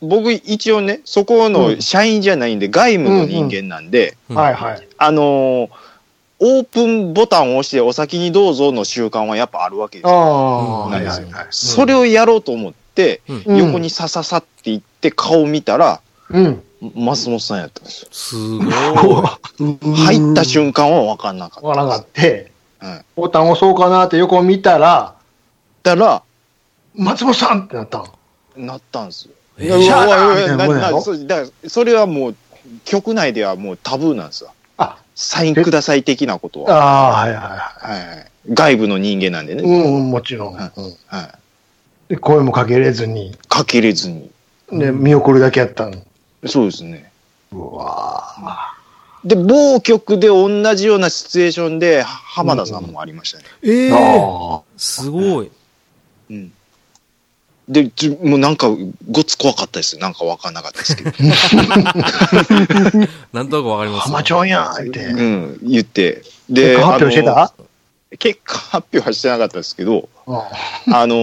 [SPEAKER 3] 僕一応ね、そこの社員じゃないんで、外務の人間なんで、
[SPEAKER 1] うん
[SPEAKER 2] はいはい。
[SPEAKER 3] あのーオープンボタンを押してお先にどうぞの習慣はやっぱあるわけです
[SPEAKER 2] あ
[SPEAKER 3] よ。
[SPEAKER 2] あ、
[SPEAKER 1] うん
[SPEAKER 2] はいはいはい。
[SPEAKER 3] それをやろうと思って、
[SPEAKER 2] うん
[SPEAKER 3] 横にさささって行って顔見たら、
[SPEAKER 2] うん。
[SPEAKER 3] 松本さんやったんですよ。
[SPEAKER 1] すごい。
[SPEAKER 3] 入った瞬間は分かんなかった。
[SPEAKER 2] 分からなかって、
[SPEAKER 3] うん
[SPEAKER 2] ボタン押そうかなって横見たら、
[SPEAKER 3] たら、
[SPEAKER 2] 松本さんってなったの。
[SPEAKER 3] なったんですよ。
[SPEAKER 1] え
[SPEAKER 3] いや
[SPEAKER 2] じゃあ
[SPEAKER 3] うわうわうわ
[SPEAKER 2] みたいな
[SPEAKER 3] な
[SPEAKER 2] もんやろ
[SPEAKER 3] なそうだからそれはもう、局内ではもうタブーなんですよ。
[SPEAKER 2] あ、
[SPEAKER 3] サインください的なこと
[SPEAKER 2] あ
[SPEAKER 3] は。
[SPEAKER 2] あ、はいはいは
[SPEAKER 3] はいはい、外部の人間なんで
[SPEAKER 2] い。
[SPEAKER 3] ね。
[SPEAKER 2] うんうん、もちろん。
[SPEAKER 3] は
[SPEAKER 2] うん
[SPEAKER 3] は
[SPEAKER 2] で声もかけれずに、
[SPEAKER 3] い、かけれずに。
[SPEAKER 2] で、見送るだけやったの。
[SPEAKER 3] そうですね。
[SPEAKER 2] うわ
[SPEAKER 3] で、某局で同じようなシチュエーションで、浜田さんもありましたね。
[SPEAKER 1] え
[SPEAKER 2] ー
[SPEAKER 1] え
[SPEAKER 2] あ
[SPEAKER 1] すごい。
[SPEAKER 3] うん。で、ちょもうなんか、ごっつ怖かったです。なんかわかんなかったですけど。
[SPEAKER 1] なんとなくわかり
[SPEAKER 2] ー。
[SPEAKER 1] ます。
[SPEAKER 2] 浜ちょんやんって。
[SPEAKER 3] うん、言って。で、
[SPEAKER 2] 結果発表して
[SPEAKER 3] あ
[SPEAKER 2] た
[SPEAKER 3] の結果発表はしてなかったですけど、
[SPEAKER 2] う
[SPEAKER 3] あの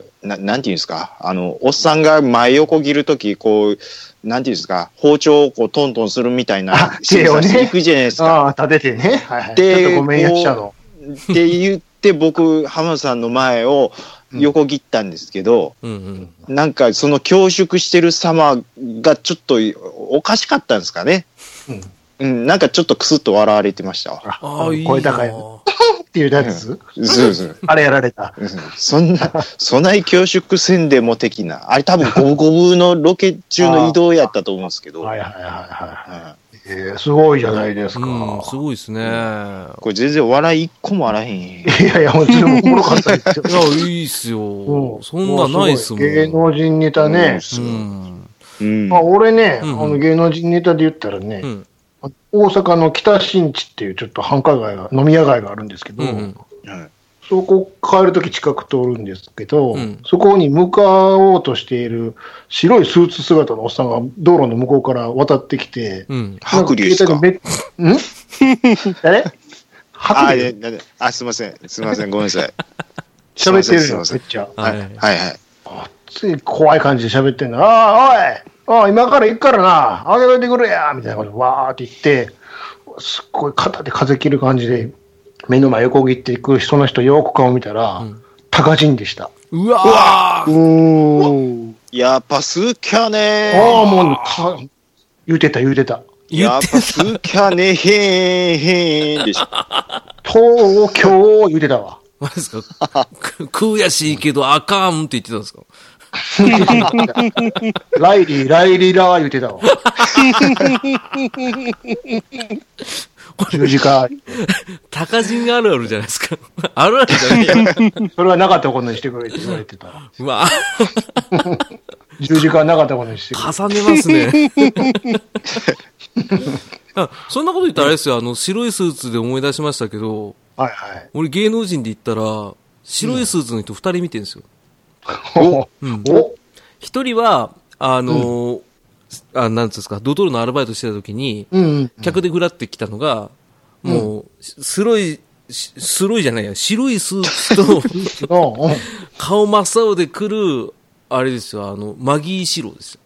[SPEAKER 3] ーな、なんていうんですか、あの、おっさんが前横切るとき、こう、なんていうんですか、包丁をこうトントンするみたいな
[SPEAKER 2] あ、手をね
[SPEAKER 3] していくじゃないです
[SPEAKER 2] ん。
[SPEAKER 3] か。
[SPEAKER 2] ああ、立ててね。はいはい。
[SPEAKER 3] で
[SPEAKER 2] ちょっとごめんやっちゃうの。
[SPEAKER 3] って言って、僕、浜田さんの前を横切ったんですけど、
[SPEAKER 1] うんうん。
[SPEAKER 3] なんかその恐縮してる様がちょっとおかしかったんですかね。
[SPEAKER 2] うん。っ
[SPEAKER 3] うん、なんかちょっとクスッと笑われてましたわ。
[SPEAKER 1] ああ、いいな。
[SPEAKER 2] 声高いていうやつ
[SPEAKER 3] そうそう。
[SPEAKER 2] あれやられた。
[SPEAKER 3] うんそんな、そない恐縮せんでも的な。あれ多分五分五分のロケ中の移動やったと思うんですけど。
[SPEAKER 2] はいはいはいは
[SPEAKER 3] はい
[SPEAKER 2] えー、すごいじゃないですか。
[SPEAKER 1] うん、すごいですね。いや、
[SPEAKER 3] これ全然笑い一個もあらへん。
[SPEAKER 2] いやいや、本当におもろかったですよ。
[SPEAKER 1] いいっすよ
[SPEAKER 2] う。
[SPEAKER 1] そんなないっすもん。
[SPEAKER 2] うすごい芸能人ネタね。
[SPEAKER 1] う
[SPEAKER 3] うん
[SPEAKER 1] ん。
[SPEAKER 3] うん
[SPEAKER 2] まあ、俺ね、
[SPEAKER 1] うんうん
[SPEAKER 2] あの芸能人ネタで言ったらね、
[SPEAKER 1] うん。
[SPEAKER 2] 大阪の北新地っていうちょっと繁華街が、飲み屋街があるんですけど、
[SPEAKER 1] うんうん
[SPEAKER 3] はい
[SPEAKER 2] そこ帰るとき近く通るんですけど、
[SPEAKER 1] うん
[SPEAKER 2] そこに向かおうとしている白いスーツ姿のおっさんが道路の向こうから渡ってきて、
[SPEAKER 1] うん。
[SPEAKER 3] 白龍ですか
[SPEAKER 2] なん携帯でめん 誰
[SPEAKER 3] あ
[SPEAKER 2] 白
[SPEAKER 3] いや
[SPEAKER 2] 龍
[SPEAKER 3] いやいやあ、すいません。すいません。ごめんなさい。
[SPEAKER 2] 喋ってる
[SPEAKER 3] すい
[SPEAKER 2] よ
[SPEAKER 3] ま、せ
[SPEAKER 2] め
[SPEAKER 3] ん
[SPEAKER 2] っちゃ。
[SPEAKER 3] はい
[SPEAKER 1] はい
[SPEAKER 3] はいはい。
[SPEAKER 2] つい怖い感じで喋ってんの。ああ、おい、おい、今から行くからな、あげといてくれや、みたいなことでわーって言って、すっごい肩で風切る感じで、目の前横切っていく、その人よく顔見たら、
[SPEAKER 1] ん
[SPEAKER 2] タカジンでした。
[SPEAKER 1] うわー
[SPEAKER 4] お
[SPEAKER 3] やっぱすきゃねー。
[SPEAKER 2] ああ、もうた、言うてた、言うてた。
[SPEAKER 1] 言
[SPEAKER 3] や
[SPEAKER 1] っ
[SPEAKER 3] ってぱすきゃねへーへーでし ょ。
[SPEAKER 2] 東京、言うてたわ。
[SPEAKER 1] マジですか悔しいけどあかんって言ってたんですか
[SPEAKER 2] ライリー、ライリーラー言うてたわ。十字架。
[SPEAKER 1] 高人あるあるじゃないですか。あるあるじゃないや。
[SPEAKER 2] それはなかったことにしてくれって言われてた。
[SPEAKER 1] うわ、
[SPEAKER 2] 十字架はなかったことにしてくれ。
[SPEAKER 1] 重ねますね。 あそんなこと言ったらあれですよ、あの、白いスーツで思い出しましたけど、
[SPEAKER 2] はいはい。
[SPEAKER 1] 俺芸能人で言ったら、白いスーツの人二人見てるんですよ。
[SPEAKER 2] お、
[SPEAKER 1] ん
[SPEAKER 2] お、
[SPEAKER 1] 一人は、あのーあ、なんつうんですか、ドトールのアルバイトしてた時に、
[SPEAKER 2] うん。
[SPEAKER 1] 客でぐらってきたのが、もう、白い、し白いじゃないや、白いスーツと、
[SPEAKER 2] お、うん
[SPEAKER 1] 顔真っ青で来る、あれですよ、あの、マギーシローですよ。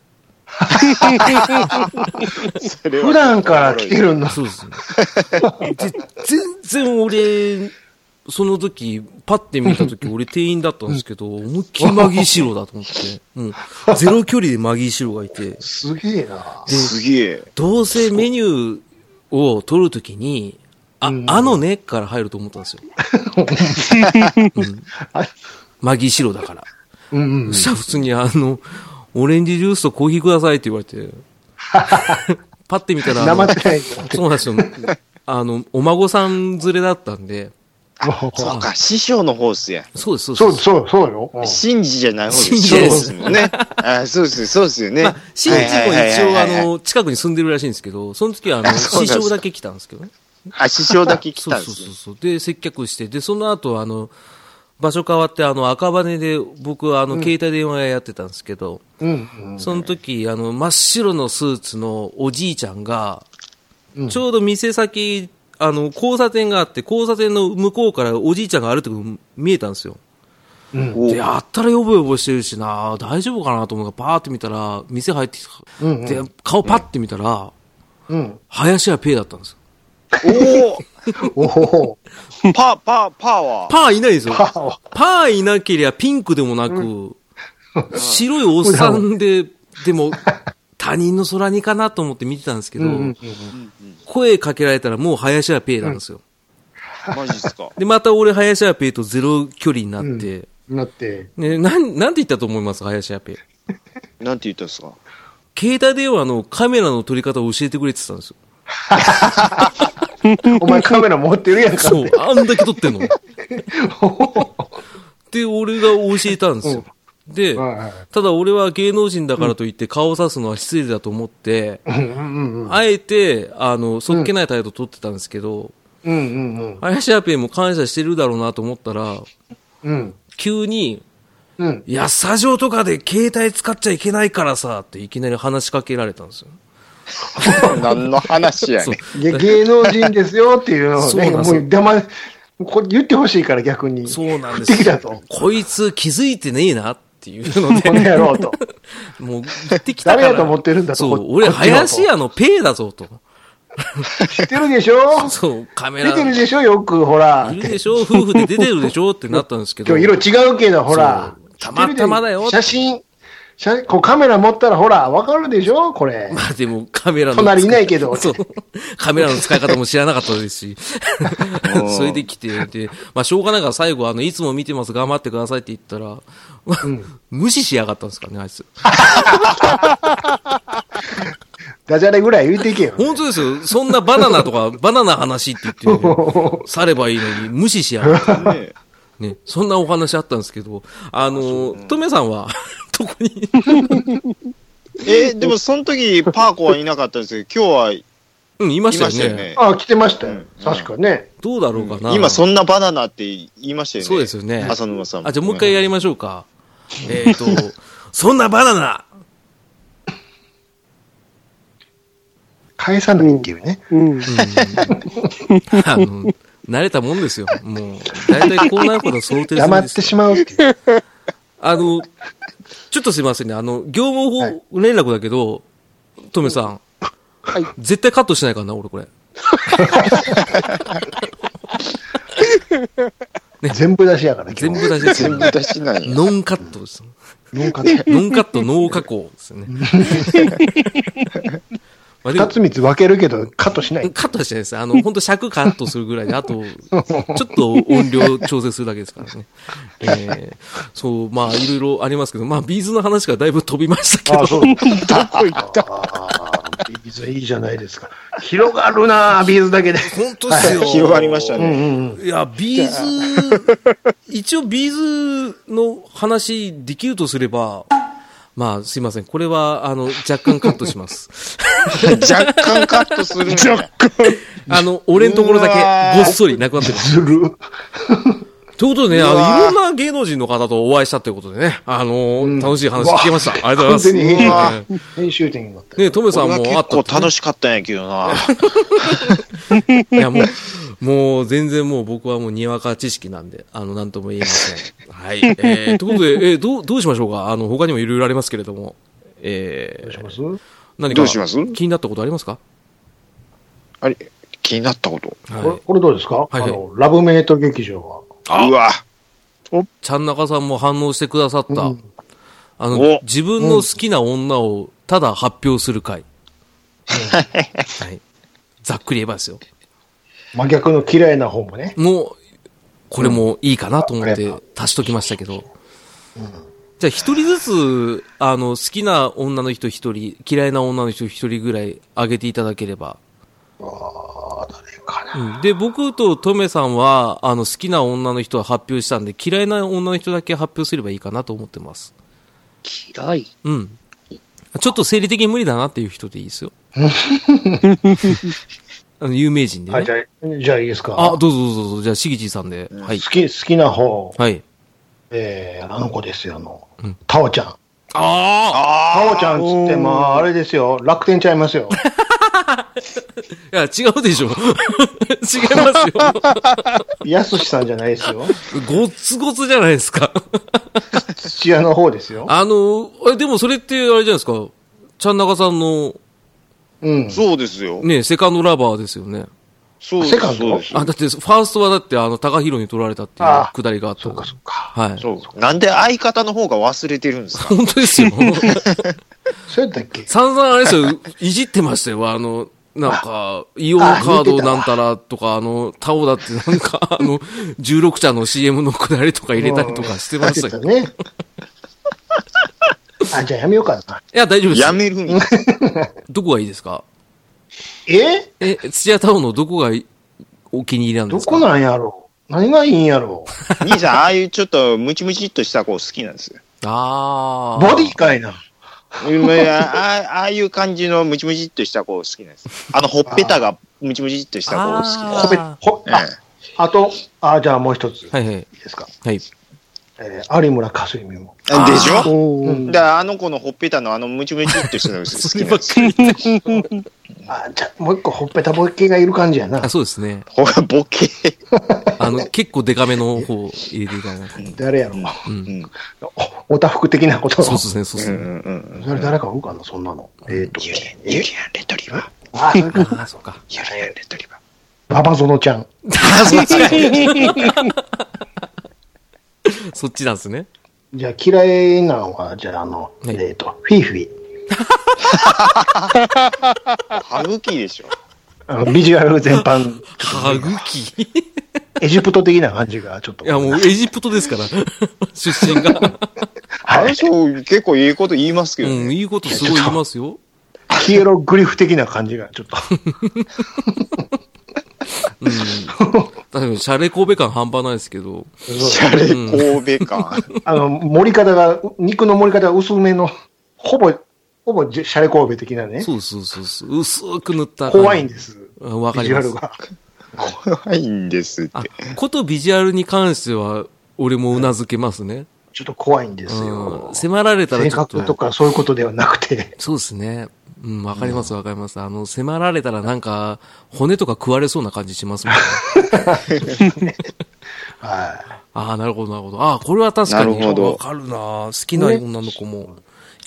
[SPEAKER 2] 普段から来てるんだ。
[SPEAKER 1] そうですね。 で全然俺、その時、パッて見た時、俺店員だったんですけど、思いっきりマギーシローだと思 って、うん。ゼロ距離でマギーシローがいて、
[SPEAKER 2] すげえな。
[SPEAKER 3] すげえ。
[SPEAKER 1] どうせメニューを取るときに、あ、あのねから入ると思ったんですよ。うんマギーシローだから。
[SPEAKER 2] うんうん
[SPEAKER 1] そ。したら普通にあの、オレンジジュースとコーヒーくださいって言われ て、パッて見たら、あの
[SPEAKER 2] 生じゃないんだ
[SPEAKER 1] そうなんですよ。あの、お孫さん連れだったんで、
[SPEAKER 3] そうか、師匠の方っすや。
[SPEAKER 1] そうです、そ
[SPEAKER 2] そうう、
[SPEAKER 1] です。
[SPEAKER 2] そう、そうよ。うん
[SPEAKER 3] 真治じゃない方
[SPEAKER 1] 神事です
[SPEAKER 3] そうもんね。 あそうです、そうですよね。
[SPEAKER 1] まあ、新地も一応、
[SPEAKER 3] はいはいは
[SPEAKER 1] あ
[SPEAKER 3] いはい
[SPEAKER 1] の、近くに住んでるらしいんですけど、その時は、あの、
[SPEAKER 3] あそうなん
[SPEAKER 1] 師
[SPEAKER 3] ですか
[SPEAKER 1] 匠だけ来たんですけどね。
[SPEAKER 3] あ、師匠だけ来
[SPEAKER 1] そう
[SPEAKER 3] たんで
[SPEAKER 1] そう
[SPEAKER 3] す
[SPEAKER 1] そう
[SPEAKER 3] ね。
[SPEAKER 1] そう。で、接客して、で、その後、あの、場所変わって、あの、赤羽で僕は、あの、携帯電話屋やってたんですけど、
[SPEAKER 2] うん。
[SPEAKER 1] その時、あの、真っ白のスーツのおじいちゃんが、ちょうど店先、あの、交差点があって、交差点の向こうからおじいちゃんが歩いてくるの見えたんですよ。
[SPEAKER 3] お
[SPEAKER 1] で、やったらよぼよぼしてるしな、大丈夫かなと思うから、パーって見たら、店入ってきた。で、顔パって見たら、
[SPEAKER 2] うん。
[SPEAKER 1] 林家ペイだったんですよ。
[SPEAKER 2] おお。
[SPEAKER 3] おパー、パー、パーは。
[SPEAKER 1] パーいないですよ。
[SPEAKER 2] パワ
[SPEAKER 1] パーいなけりゃピンクでもなく、白いおっさんで、でも、他人の空にかなと思って見てたんですけど、声かけられたらもう林家ペイなんですよ。
[SPEAKER 3] マジっすか。
[SPEAKER 1] で、また俺林家ペイとゼロ距離になって、
[SPEAKER 2] ー。なって。
[SPEAKER 1] ね、なん、なんて言ったと思います林家ペイ。
[SPEAKER 3] なんて言ったんですか。
[SPEAKER 1] 携帯電話のカメラの撮り方を教えてくれてたんですよ。
[SPEAKER 2] お前カメラ持ってるやんか。
[SPEAKER 1] そう、あんだけ撮ってんの。で、俺が教えたんですよ。で、
[SPEAKER 2] はいはい
[SPEAKER 1] ただ俺は芸能人だからといって顔を指すのは失礼だと思って、
[SPEAKER 2] うんうんうん。
[SPEAKER 1] あえて、あの、そっけない態度取ってたんですけど、
[SPEAKER 2] うんうんうん。
[SPEAKER 1] 林家ペイも感謝してるだろうなと思ったら、
[SPEAKER 2] うん。
[SPEAKER 1] 急に、
[SPEAKER 2] うん。
[SPEAKER 1] いや、スタジオとかで携帯使っちゃいけないからさ、っていきなり話しかけられたんですよ。
[SPEAKER 3] 何の話や
[SPEAKER 1] そう
[SPEAKER 3] ね。
[SPEAKER 2] げ芸能人ですよっていうのを
[SPEAKER 1] そう
[SPEAKER 2] ね、
[SPEAKER 1] なん
[SPEAKER 2] も
[SPEAKER 1] ですよ
[SPEAKER 2] う黙れこれ言ってほしいから逆に。
[SPEAKER 1] そうなんで
[SPEAKER 2] 食って
[SPEAKER 1] す
[SPEAKER 2] きた
[SPEAKER 1] よ
[SPEAKER 2] と。
[SPEAKER 1] こいつ気づいてねえなっていうの
[SPEAKER 2] この
[SPEAKER 1] で、
[SPEAKER 2] 野 郎と。
[SPEAKER 1] もう言ってきたから。
[SPEAKER 2] 誰やと思ってるんだと。
[SPEAKER 1] そう
[SPEAKER 2] こ、
[SPEAKER 1] 俺、
[SPEAKER 2] こっちのと
[SPEAKER 1] 林家のペイだぞと。
[SPEAKER 2] 知ってるでしょ
[SPEAKER 1] そう、カメ
[SPEAKER 2] 出
[SPEAKER 1] ラ。
[SPEAKER 2] てる
[SPEAKER 1] い
[SPEAKER 2] でしょよく、ほら。
[SPEAKER 1] るでしょ夫婦で出てるでしょってなったんですけど。
[SPEAKER 2] 今日色違うけど、ほら
[SPEAKER 1] そう。たまたまだよ
[SPEAKER 2] 知ってるで写真、写こうカメラ持ったらほら、わかるでしょこれ。
[SPEAKER 1] まあでもカメラの。
[SPEAKER 2] 隣いないけど
[SPEAKER 1] そう。カメラの使い方も知らなかったですし。それで来て、で、まあしょうがないから最後、あの、いつも見てます、頑張ってくださいって言ったら、無視しやがったんですかね、あいつ。
[SPEAKER 2] ダジャレぐらい言うていけよ。
[SPEAKER 1] 本当ですよ。そんなバナナと か、バナナ話って言ってるのにさればいいのに、無視しやがって
[SPEAKER 3] ね
[SPEAKER 1] ね、そんなお話あったんですけど、あの、トメさんは、 どこに、
[SPEAKER 3] え、でもその時、パーコはいなかったんですけど、今日はい
[SPEAKER 1] うん、いましたよ
[SPEAKER 3] ました
[SPEAKER 1] ね。
[SPEAKER 3] よね。
[SPEAKER 2] あ、来てました
[SPEAKER 3] う
[SPEAKER 2] よ
[SPEAKER 3] ん。
[SPEAKER 2] 確かね。
[SPEAKER 1] どうだろうかな。
[SPEAKER 3] 今そんなバナナって言いましたよね。
[SPEAKER 1] そうですよね
[SPEAKER 3] 浅沼さん。
[SPEAKER 1] あ、じゃあもう一回やりましょうか。えっと、 そんなバナナ
[SPEAKER 2] 返さないっていうね。
[SPEAKER 4] うん。
[SPEAKER 1] あの、慣れたもんですよ。もう、大体こうなることは想定するんですよ
[SPEAKER 2] 黙ってしまうっていう。
[SPEAKER 1] あの、ちょっとすいませんね。あの、業務法連絡だけど、トメさん。
[SPEAKER 4] い
[SPEAKER 1] 絶対カットしないからな、俺これ。
[SPEAKER 2] 全部出しやから、
[SPEAKER 1] 全
[SPEAKER 2] 今
[SPEAKER 1] 部
[SPEAKER 2] 日。
[SPEAKER 1] 大事ですよ
[SPEAKER 3] 全。部出し ない。
[SPEAKER 1] ノンカットです。
[SPEAKER 2] ノンカで。
[SPEAKER 1] ノンカット、ノー加工ですよね。まあで
[SPEAKER 2] 二
[SPEAKER 1] も
[SPEAKER 2] つ三つ分けるけど、カットしない。
[SPEAKER 1] カットはしてないです。あ の、本当尺カットするぐらいで、あと、ちょっと音量調整するだけです からね。えーそう、まあ、いろいろありますけど、まあ、ビーズの話がだいぶ飛びましたけど、
[SPEAKER 2] そう。ビ
[SPEAKER 4] どこ行った
[SPEAKER 2] ーズいいじゃないですか。広がるなぁビーズだけで。
[SPEAKER 1] 本当ですよ。
[SPEAKER 3] 広がりました
[SPEAKER 2] うんう
[SPEAKER 3] ね。
[SPEAKER 2] んうん。
[SPEAKER 1] いや、ビーズ、一応ビーズの話できるとすれば、まあ、すいません。これは、あの、若干カットし ます。
[SPEAKER 3] 若干カットするね。
[SPEAKER 1] あの、俺のところだ
[SPEAKER 3] うわ
[SPEAKER 1] け、
[SPEAKER 3] ー
[SPEAKER 1] ごっそりなくなってます。
[SPEAKER 2] ずる。
[SPEAKER 1] ということでね、あ
[SPEAKER 3] うわー
[SPEAKER 1] の、いろんな芸能人の方とお会いしたということでね、あのー楽しい話聞けました。ありがとうございます。
[SPEAKER 2] うわ
[SPEAKER 1] ね
[SPEAKER 2] 編集点になった。
[SPEAKER 1] ね、トメさ
[SPEAKER 3] 俺
[SPEAKER 1] んも
[SPEAKER 3] は
[SPEAKER 1] 会った
[SPEAKER 3] 結構楽しかったんやけどな。
[SPEAKER 1] いや、もう、もう全然もう僕はもうにわか知識なんで、あの、なんとも言えません。はい。えー、ということで、えー、どう、どうしましょうかあの、他にもいろいろありますけれども、え
[SPEAKER 2] どうし
[SPEAKER 1] ー、
[SPEAKER 2] ます
[SPEAKER 1] 何か、
[SPEAKER 3] どうします
[SPEAKER 1] 気になったことありますか
[SPEAKER 3] あれ、気になったこと。
[SPEAKER 1] は
[SPEAKER 2] これ
[SPEAKER 1] い。
[SPEAKER 2] これどうですか
[SPEAKER 1] い
[SPEAKER 2] あ
[SPEAKER 1] はい
[SPEAKER 2] の、ラブメイト劇場は。
[SPEAKER 3] うわ。
[SPEAKER 1] ちゃんなかさんも反応してくださった、あの
[SPEAKER 3] お、
[SPEAKER 1] 自分の好きな女をただ発表する会。はい。ざっくり言えばですよ。
[SPEAKER 2] 真逆の嫌いな方もね。
[SPEAKER 1] もう、これもいいかなと思っ
[SPEAKER 2] う
[SPEAKER 1] て足しときましたけど。じゃあ一人ずつ、あの、好きな女の人一人、嫌いな女の人一人ぐらい上げていただければ。
[SPEAKER 2] あー誰かな。
[SPEAKER 1] うんで、僕とトメさんは、あの、好きな女の人は発表したんで、嫌いな女の人だけ発表すればいいかなと思ってます。
[SPEAKER 4] 嫌い。
[SPEAKER 1] うん。ちょっと生理的に無理だなっていう人でいいですよ。あの、有名人で
[SPEAKER 2] はい、じ
[SPEAKER 1] ね。
[SPEAKER 2] ゃあ、じゃあいいですか。
[SPEAKER 1] あ、どうぞどうぞどうぞ。じゃあ、しぎちさんで。はい
[SPEAKER 2] 好。き、好きな方、
[SPEAKER 1] はい。
[SPEAKER 2] えー、あの子ですよ、あの、タオちゃん。
[SPEAKER 1] ああ
[SPEAKER 2] タオちゃんっつって、まあ、あれですよ、楽天ちゃい ますよ。
[SPEAKER 1] いや、違うでしょ。違い ま
[SPEAKER 2] やすしさんじゃないですよ。
[SPEAKER 1] すよ。ごっつごつじゃないですか。
[SPEAKER 2] 土屋の方ですよ。
[SPEAKER 1] あの、えでもそれってあれじゃないですか。ちゃんなかさんの、
[SPEAKER 2] うん。
[SPEAKER 3] そうですよ。
[SPEAKER 1] ね、セカンドラバーですよね。
[SPEAKER 3] そうです
[SPEAKER 2] セカンド
[SPEAKER 3] そうです
[SPEAKER 1] あ、だって、ファーストはだって、あの、高弘に取られたっていう
[SPEAKER 2] ああ
[SPEAKER 1] くだりがあった。
[SPEAKER 2] そうか、そうか。
[SPEAKER 1] はい。
[SPEAKER 3] そう。なんで相方の方が忘れてるんですか
[SPEAKER 1] 本当ですよ。
[SPEAKER 2] そうやったっけ
[SPEAKER 1] 散々あれですよ、いじってましたよ。あの、なんか、イオンカードなんたらとか、あの、タオだってなんか、 あの、16茶の CM のくだりとか入れたりとかしてましたけど。い
[SPEAKER 2] ね。あ、じゃあやめようかな。
[SPEAKER 1] や、大丈夫です。
[SPEAKER 3] やめるんや。
[SPEAKER 1] どこがいいですか
[SPEAKER 2] え
[SPEAKER 1] え、土屋太鳳のどこがいお気に入りなんで
[SPEAKER 2] ど
[SPEAKER 1] すか
[SPEAKER 2] こなんやろう何がいいんやろう
[SPEAKER 3] 兄さん、ああいうちょっとムチムチっとした子好きなんですよ。
[SPEAKER 1] ああ。
[SPEAKER 2] ボディかいな。
[SPEAKER 3] うんまあああああいう感じのムチムチっとした子好きなんです。あのほっぺたがムチムチっとした子好きなん
[SPEAKER 1] あ
[SPEAKER 2] ほ
[SPEAKER 3] で
[SPEAKER 2] べ、ほ、あ
[SPEAKER 3] す。え、
[SPEAKER 2] あと、あ、じゃあもう一つ。、
[SPEAKER 1] はいいはい。
[SPEAKER 2] いですか。
[SPEAKER 1] はい。
[SPEAKER 2] えー、有村架純も。
[SPEAKER 3] えでしょ
[SPEAKER 4] おー
[SPEAKER 3] だからあの子のほっぺたのあのムチムチっとしたのが好
[SPEAKER 1] そ
[SPEAKER 3] き
[SPEAKER 1] れ
[SPEAKER 3] なん
[SPEAKER 1] ばっ
[SPEAKER 3] です
[SPEAKER 1] かり。
[SPEAKER 2] あ、じゃあもう一個ほっぺたぼっけがいる感じやな
[SPEAKER 1] あ、。そうですね。
[SPEAKER 3] ほら、ボケ。
[SPEAKER 1] あの、結構デカめの方入れていかないと。
[SPEAKER 2] 誰やろう
[SPEAKER 3] うん
[SPEAKER 2] お、おたふく的なこと。
[SPEAKER 1] そうですね、そうで
[SPEAKER 3] う
[SPEAKER 1] す
[SPEAKER 3] ん
[SPEAKER 1] ね。
[SPEAKER 3] うんうん。
[SPEAKER 2] 誰誰かおるかな、そんなの。えっと、
[SPEAKER 3] ユリアン、ユリアンレトリバー。
[SPEAKER 2] あ、それか。
[SPEAKER 1] ああ、そうか。
[SPEAKER 3] ユリアンレトリバー。
[SPEAKER 2] ババゾノちゃん。
[SPEAKER 1] そっちなんですね。
[SPEAKER 2] じゃあ嫌いなのは、じゃああの、
[SPEAKER 1] い
[SPEAKER 2] えっと、フィーフィー。
[SPEAKER 3] 歯茎でしょ。
[SPEAKER 2] あのビジュアル全般、
[SPEAKER 1] 歯茎い
[SPEAKER 2] エジプト的な感じがちょっと。
[SPEAKER 1] や、もうエジプトです から。出身が。
[SPEAKER 3] あ
[SPEAKER 2] は
[SPEAKER 3] の
[SPEAKER 2] い。
[SPEAKER 3] 人結構いいこと言いますけ
[SPEAKER 1] う
[SPEAKER 3] どね。
[SPEAKER 1] ん、いいことすごい言いますよ。
[SPEAKER 2] ヒエログリフ的な感じが、ちょっと。
[SPEAKER 1] うん。確かに、シャレ神戸感半端ないですけど。
[SPEAKER 3] シャレ神戸感。
[SPEAKER 2] あの、盛り方が、う肉の盛り方が薄めの、ほぼ、ほぼじシャレ神戸的なね。
[SPEAKER 1] そうそうそうそう。薄く塗った。
[SPEAKER 2] 怖いんです。
[SPEAKER 1] あ。わか
[SPEAKER 2] ビ
[SPEAKER 1] り
[SPEAKER 2] ジュア
[SPEAKER 1] ま
[SPEAKER 2] ル
[SPEAKER 1] す。
[SPEAKER 2] が。
[SPEAKER 3] 怖いんですって
[SPEAKER 1] あ。、ことビジュアルに関しては、俺もうなずけますね。
[SPEAKER 2] ちょっと怖いんです
[SPEAKER 1] う
[SPEAKER 2] よ
[SPEAKER 1] ん。。迫られたら
[SPEAKER 2] 性
[SPEAKER 1] ちょっ
[SPEAKER 2] 格と
[SPEAKER 1] と。
[SPEAKER 2] かそういうことではなくて。
[SPEAKER 1] そうですね。うん、わかりますわかります。あの、迫られたらなんか、骨とか食われそうな感じしますもん、ね。
[SPEAKER 2] は
[SPEAKER 1] ああ、なるほど、なるほど。ああ、これは確かに
[SPEAKER 3] なるほど
[SPEAKER 1] わかるな。好きな女の子も、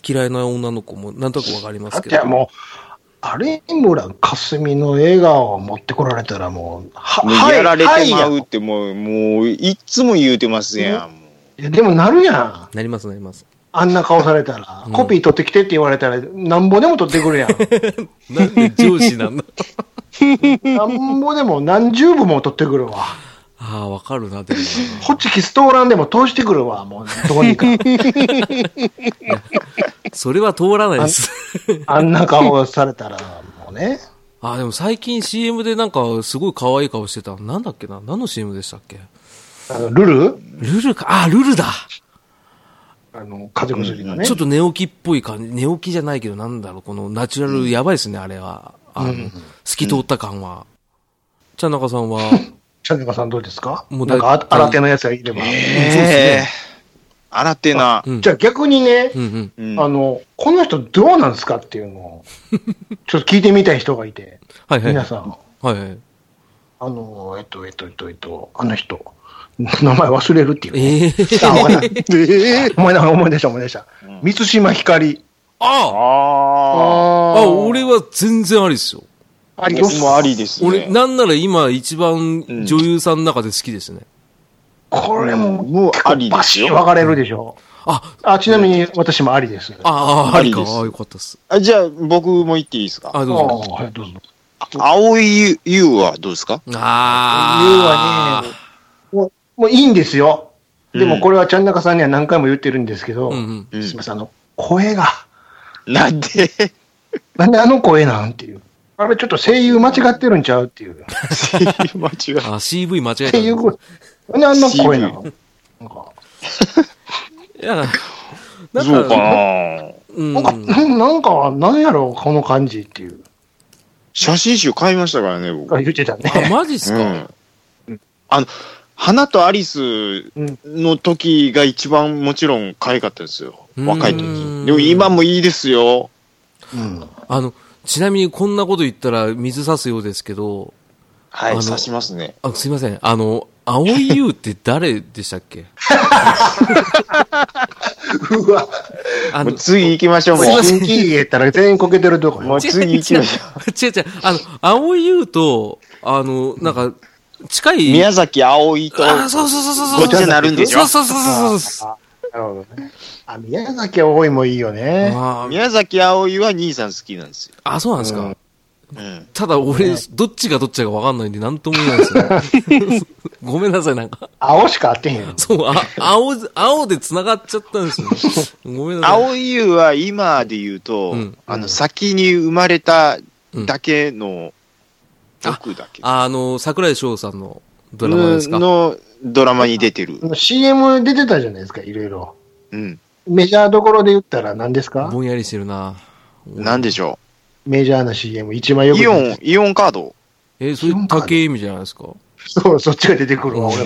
[SPEAKER 1] 嫌いな女の子も、なんとなくわかりま
[SPEAKER 2] い。だ
[SPEAKER 1] す
[SPEAKER 2] っ
[SPEAKER 1] けど
[SPEAKER 2] て。もう、有村架純の笑顔を持ってこられたらもう、は
[SPEAKER 3] もうやられてま
[SPEAKER 2] は
[SPEAKER 3] う
[SPEAKER 2] い
[SPEAKER 3] ってもう、もう、いっつも言うてますやん。も
[SPEAKER 2] いやでもなるやん。
[SPEAKER 1] なります、なります。
[SPEAKER 2] あんな顔されたら
[SPEAKER 1] うん。
[SPEAKER 2] コピー取ってきてって言われたら、なんぼでも取ってく るやん。
[SPEAKER 1] なんで上司なんだ。
[SPEAKER 2] なんぼでも何十部も取ってくるわ。
[SPEAKER 1] ああ、わかるな、でもな。
[SPEAKER 2] ホチキス通らんでも通してくるわ。もう、ど うにか。
[SPEAKER 1] それは通らないです。
[SPEAKER 2] あんな顔されたら、もうね。
[SPEAKER 1] ああ、でも最近 CM でなんか、すごい可愛い顔してた。なんだっけな何の CM でしたっけ
[SPEAKER 2] あのルル
[SPEAKER 1] ルルか、ああ、ルルだ、
[SPEAKER 2] あの、風邪薬のね。
[SPEAKER 1] ちょっと寝起きっぽい感じ。寝起きじゃないけど、なんだろう、このナチュラル、やばいですね、あれは。あの、透き通った感は。茶中さんは、
[SPEAKER 2] チャンネルさんどうですか
[SPEAKER 1] もうだ
[SPEAKER 2] なんかあ新手のやつがいれば。
[SPEAKER 3] ええ。新手な。
[SPEAKER 1] うん
[SPEAKER 2] じゃあ逆にね、
[SPEAKER 1] うんうん。
[SPEAKER 3] うん
[SPEAKER 2] あの、この人どうなんですかっていうのを、ちょっと聞いてみたい人がいて、
[SPEAKER 1] はいはい。
[SPEAKER 2] 皆さん、
[SPEAKER 1] はいはい。
[SPEAKER 2] あの、えっと、えっと、えっと、えっと、あの人、名前忘れるっていうね。
[SPEAKER 1] ええ
[SPEAKER 2] あ、わかんない。思い出した、思い出した、思い出した。満島ひかり。
[SPEAKER 1] あ
[SPEAKER 3] あ
[SPEAKER 1] ああ、俺は全然ありですよ。
[SPEAKER 3] あ。
[SPEAKER 2] あり
[SPEAKER 3] もうありです
[SPEAKER 1] 俺、
[SPEAKER 3] ね。
[SPEAKER 1] なんなら今一番
[SPEAKER 3] うん
[SPEAKER 1] 女優さんの中で好きですね。
[SPEAKER 2] これも、
[SPEAKER 3] もうあり
[SPEAKER 2] バ
[SPEAKER 3] で
[SPEAKER 2] シ
[SPEAKER 3] す
[SPEAKER 2] ッ
[SPEAKER 3] よ。
[SPEAKER 2] 分かれるでしょ。
[SPEAKER 1] あ、
[SPEAKER 2] あ、ちなみに私もありです。
[SPEAKER 1] ああ、あ
[SPEAKER 3] あ
[SPEAKER 1] り
[SPEAKER 3] り
[SPEAKER 1] か。
[SPEAKER 3] です
[SPEAKER 1] ああ、よかったっす。
[SPEAKER 3] あじゃあ、僕も言っていいですか。
[SPEAKER 1] あどう
[SPEAKER 2] あ
[SPEAKER 1] ぞ。
[SPEAKER 2] はい、どうぞ。
[SPEAKER 3] 青い優はどうですか
[SPEAKER 1] ああ。
[SPEAKER 2] もういいんですよ。で
[SPEAKER 3] う
[SPEAKER 2] も
[SPEAKER 3] ん
[SPEAKER 2] これはちゃん中さんには何回も言ってるんですけど、
[SPEAKER 1] うんうん。
[SPEAKER 3] うん
[SPEAKER 2] すみません、あの、声が、
[SPEAKER 3] なんで
[SPEAKER 2] なんであの声なんっていう。あれちょっと声優間違ってるんちゃうっていう。
[SPEAKER 3] 間違
[SPEAKER 1] あ、CV 間違えた。
[SPEAKER 2] 声優声。なんであんな声なのなんか、
[SPEAKER 1] いや、
[SPEAKER 3] え
[SPEAKER 1] なん
[SPEAKER 3] そうか
[SPEAKER 1] か、
[SPEAKER 3] な
[SPEAKER 1] うん。
[SPEAKER 2] なんか、なんなんかなんやろ、この感じっていう。
[SPEAKER 3] 写真集買いましたからね、僕。
[SPEAKER 2] が言ってたね。
[SPEAKER 1] あ、マジっす
[SPEAKER 3] う
[SPEAKER 1] か
[SPEAKER 3] んあの、花とアリスの時が一番もちろん可愛かったですよ。
[SPEAKER 1] うん
[SPEAKER 3] 若い時。でも今もいいですよ。
[SPEAKER 2] うん。
[SPEAKER 1] あの、ちなみにこんなこと言ったら水差すようですけど、
[SPEAKER 3] は
[SPEAKER 1] あの
[SPEAKER 3] い、刺しますね。
[SPEAKER 1] あ、すいません。あの、青い優って誰でしたっけ
[SPEAKER 2] うわ、
[SPEAKER 1] あ
[SPEAKER 3] も
[SPEAKER 1] の
[SPEAKER 3] う、次行きましょう、も
[SPEAKER 1] すいま
[SPEAKER 3] う。
[SPEAKER 2] 新規言ったら全員こけてるとこ
[SPEAKER 3] もう
[SPEAKER 2] よ。
[SPEAKER 3] 次行きましょ
[SPEAKER 1] 違う違う、あの、青い優と、あの、なんか、近
[SPEAKER 3] う。
[SPEAKER 1] い。
[SPEAKER 3] 宮崎葵と、
[SPEAKER 1] あ、そうそうそうそうそう。
[SPEAKER 3] ごっちゃになるんでしょ
[SPEAKER 1] そうそうそうそう。
[SPEAKER 2] なるほどね。あ、宮崎多いもいいよね。
[SPEAKER 1] あー
[SPEAKER 3] 宮崎葵は兄さん好きなんですよ。
[SPEAKER 1] あ、そうなんです
[SPEAKER 2] う
[SPEAKER 1] か
[SPEAKER 2] ん。
[SPEAKER 3] うん。
[SPEAKER 1] ただ俺、どっちがどっちだかわかんないんで、なんとも言えない ですよ。ごめんなさい、なんか。
[SPEAKER 2] 青しか合ってへんよ。
[SPEAKER 1] そう、あ、青、青で繋がっちゃったんですよ。ごめんなさい。
[SPEAKER 3] 青い優は今で言うと、
[SPEAKER 1] うん
[SPEAKER 3] あの、先に生まれただけの、僕だけ。
[SPEAKER 1] あの、桜井翔さんのドラマですか。
[SPEAKER 3] のドラマに出てる。
[SPEAKER 2] CM 出てたじゃないですか、いろいろ。
[SPEAKER 3] うん。
[SPEAKER 2] メジャーどころで言ったら何ですか
[SPEAKER 1] ぼんやりしてるな。
[SPEAKER 3] なんでしょ
[SPEAKER 2] メジャーな CM、一番よ
[SPEAKER 3] う。
[SPEAKER 2] く出
[SPEAKER 3] イ
[SPEAKER 2] て
[SPEAKER 3] オ
[SPEAKER 2] る
[SPEAKER 3] ン、イオンカード。
[SPEAKER 1] え、それ
[SPEAKER 2] 基本、か
[SPEAKER 1] 竹意味じゃないですか。
[SPEAKER 2] そう、そっちが出てくるわ、俺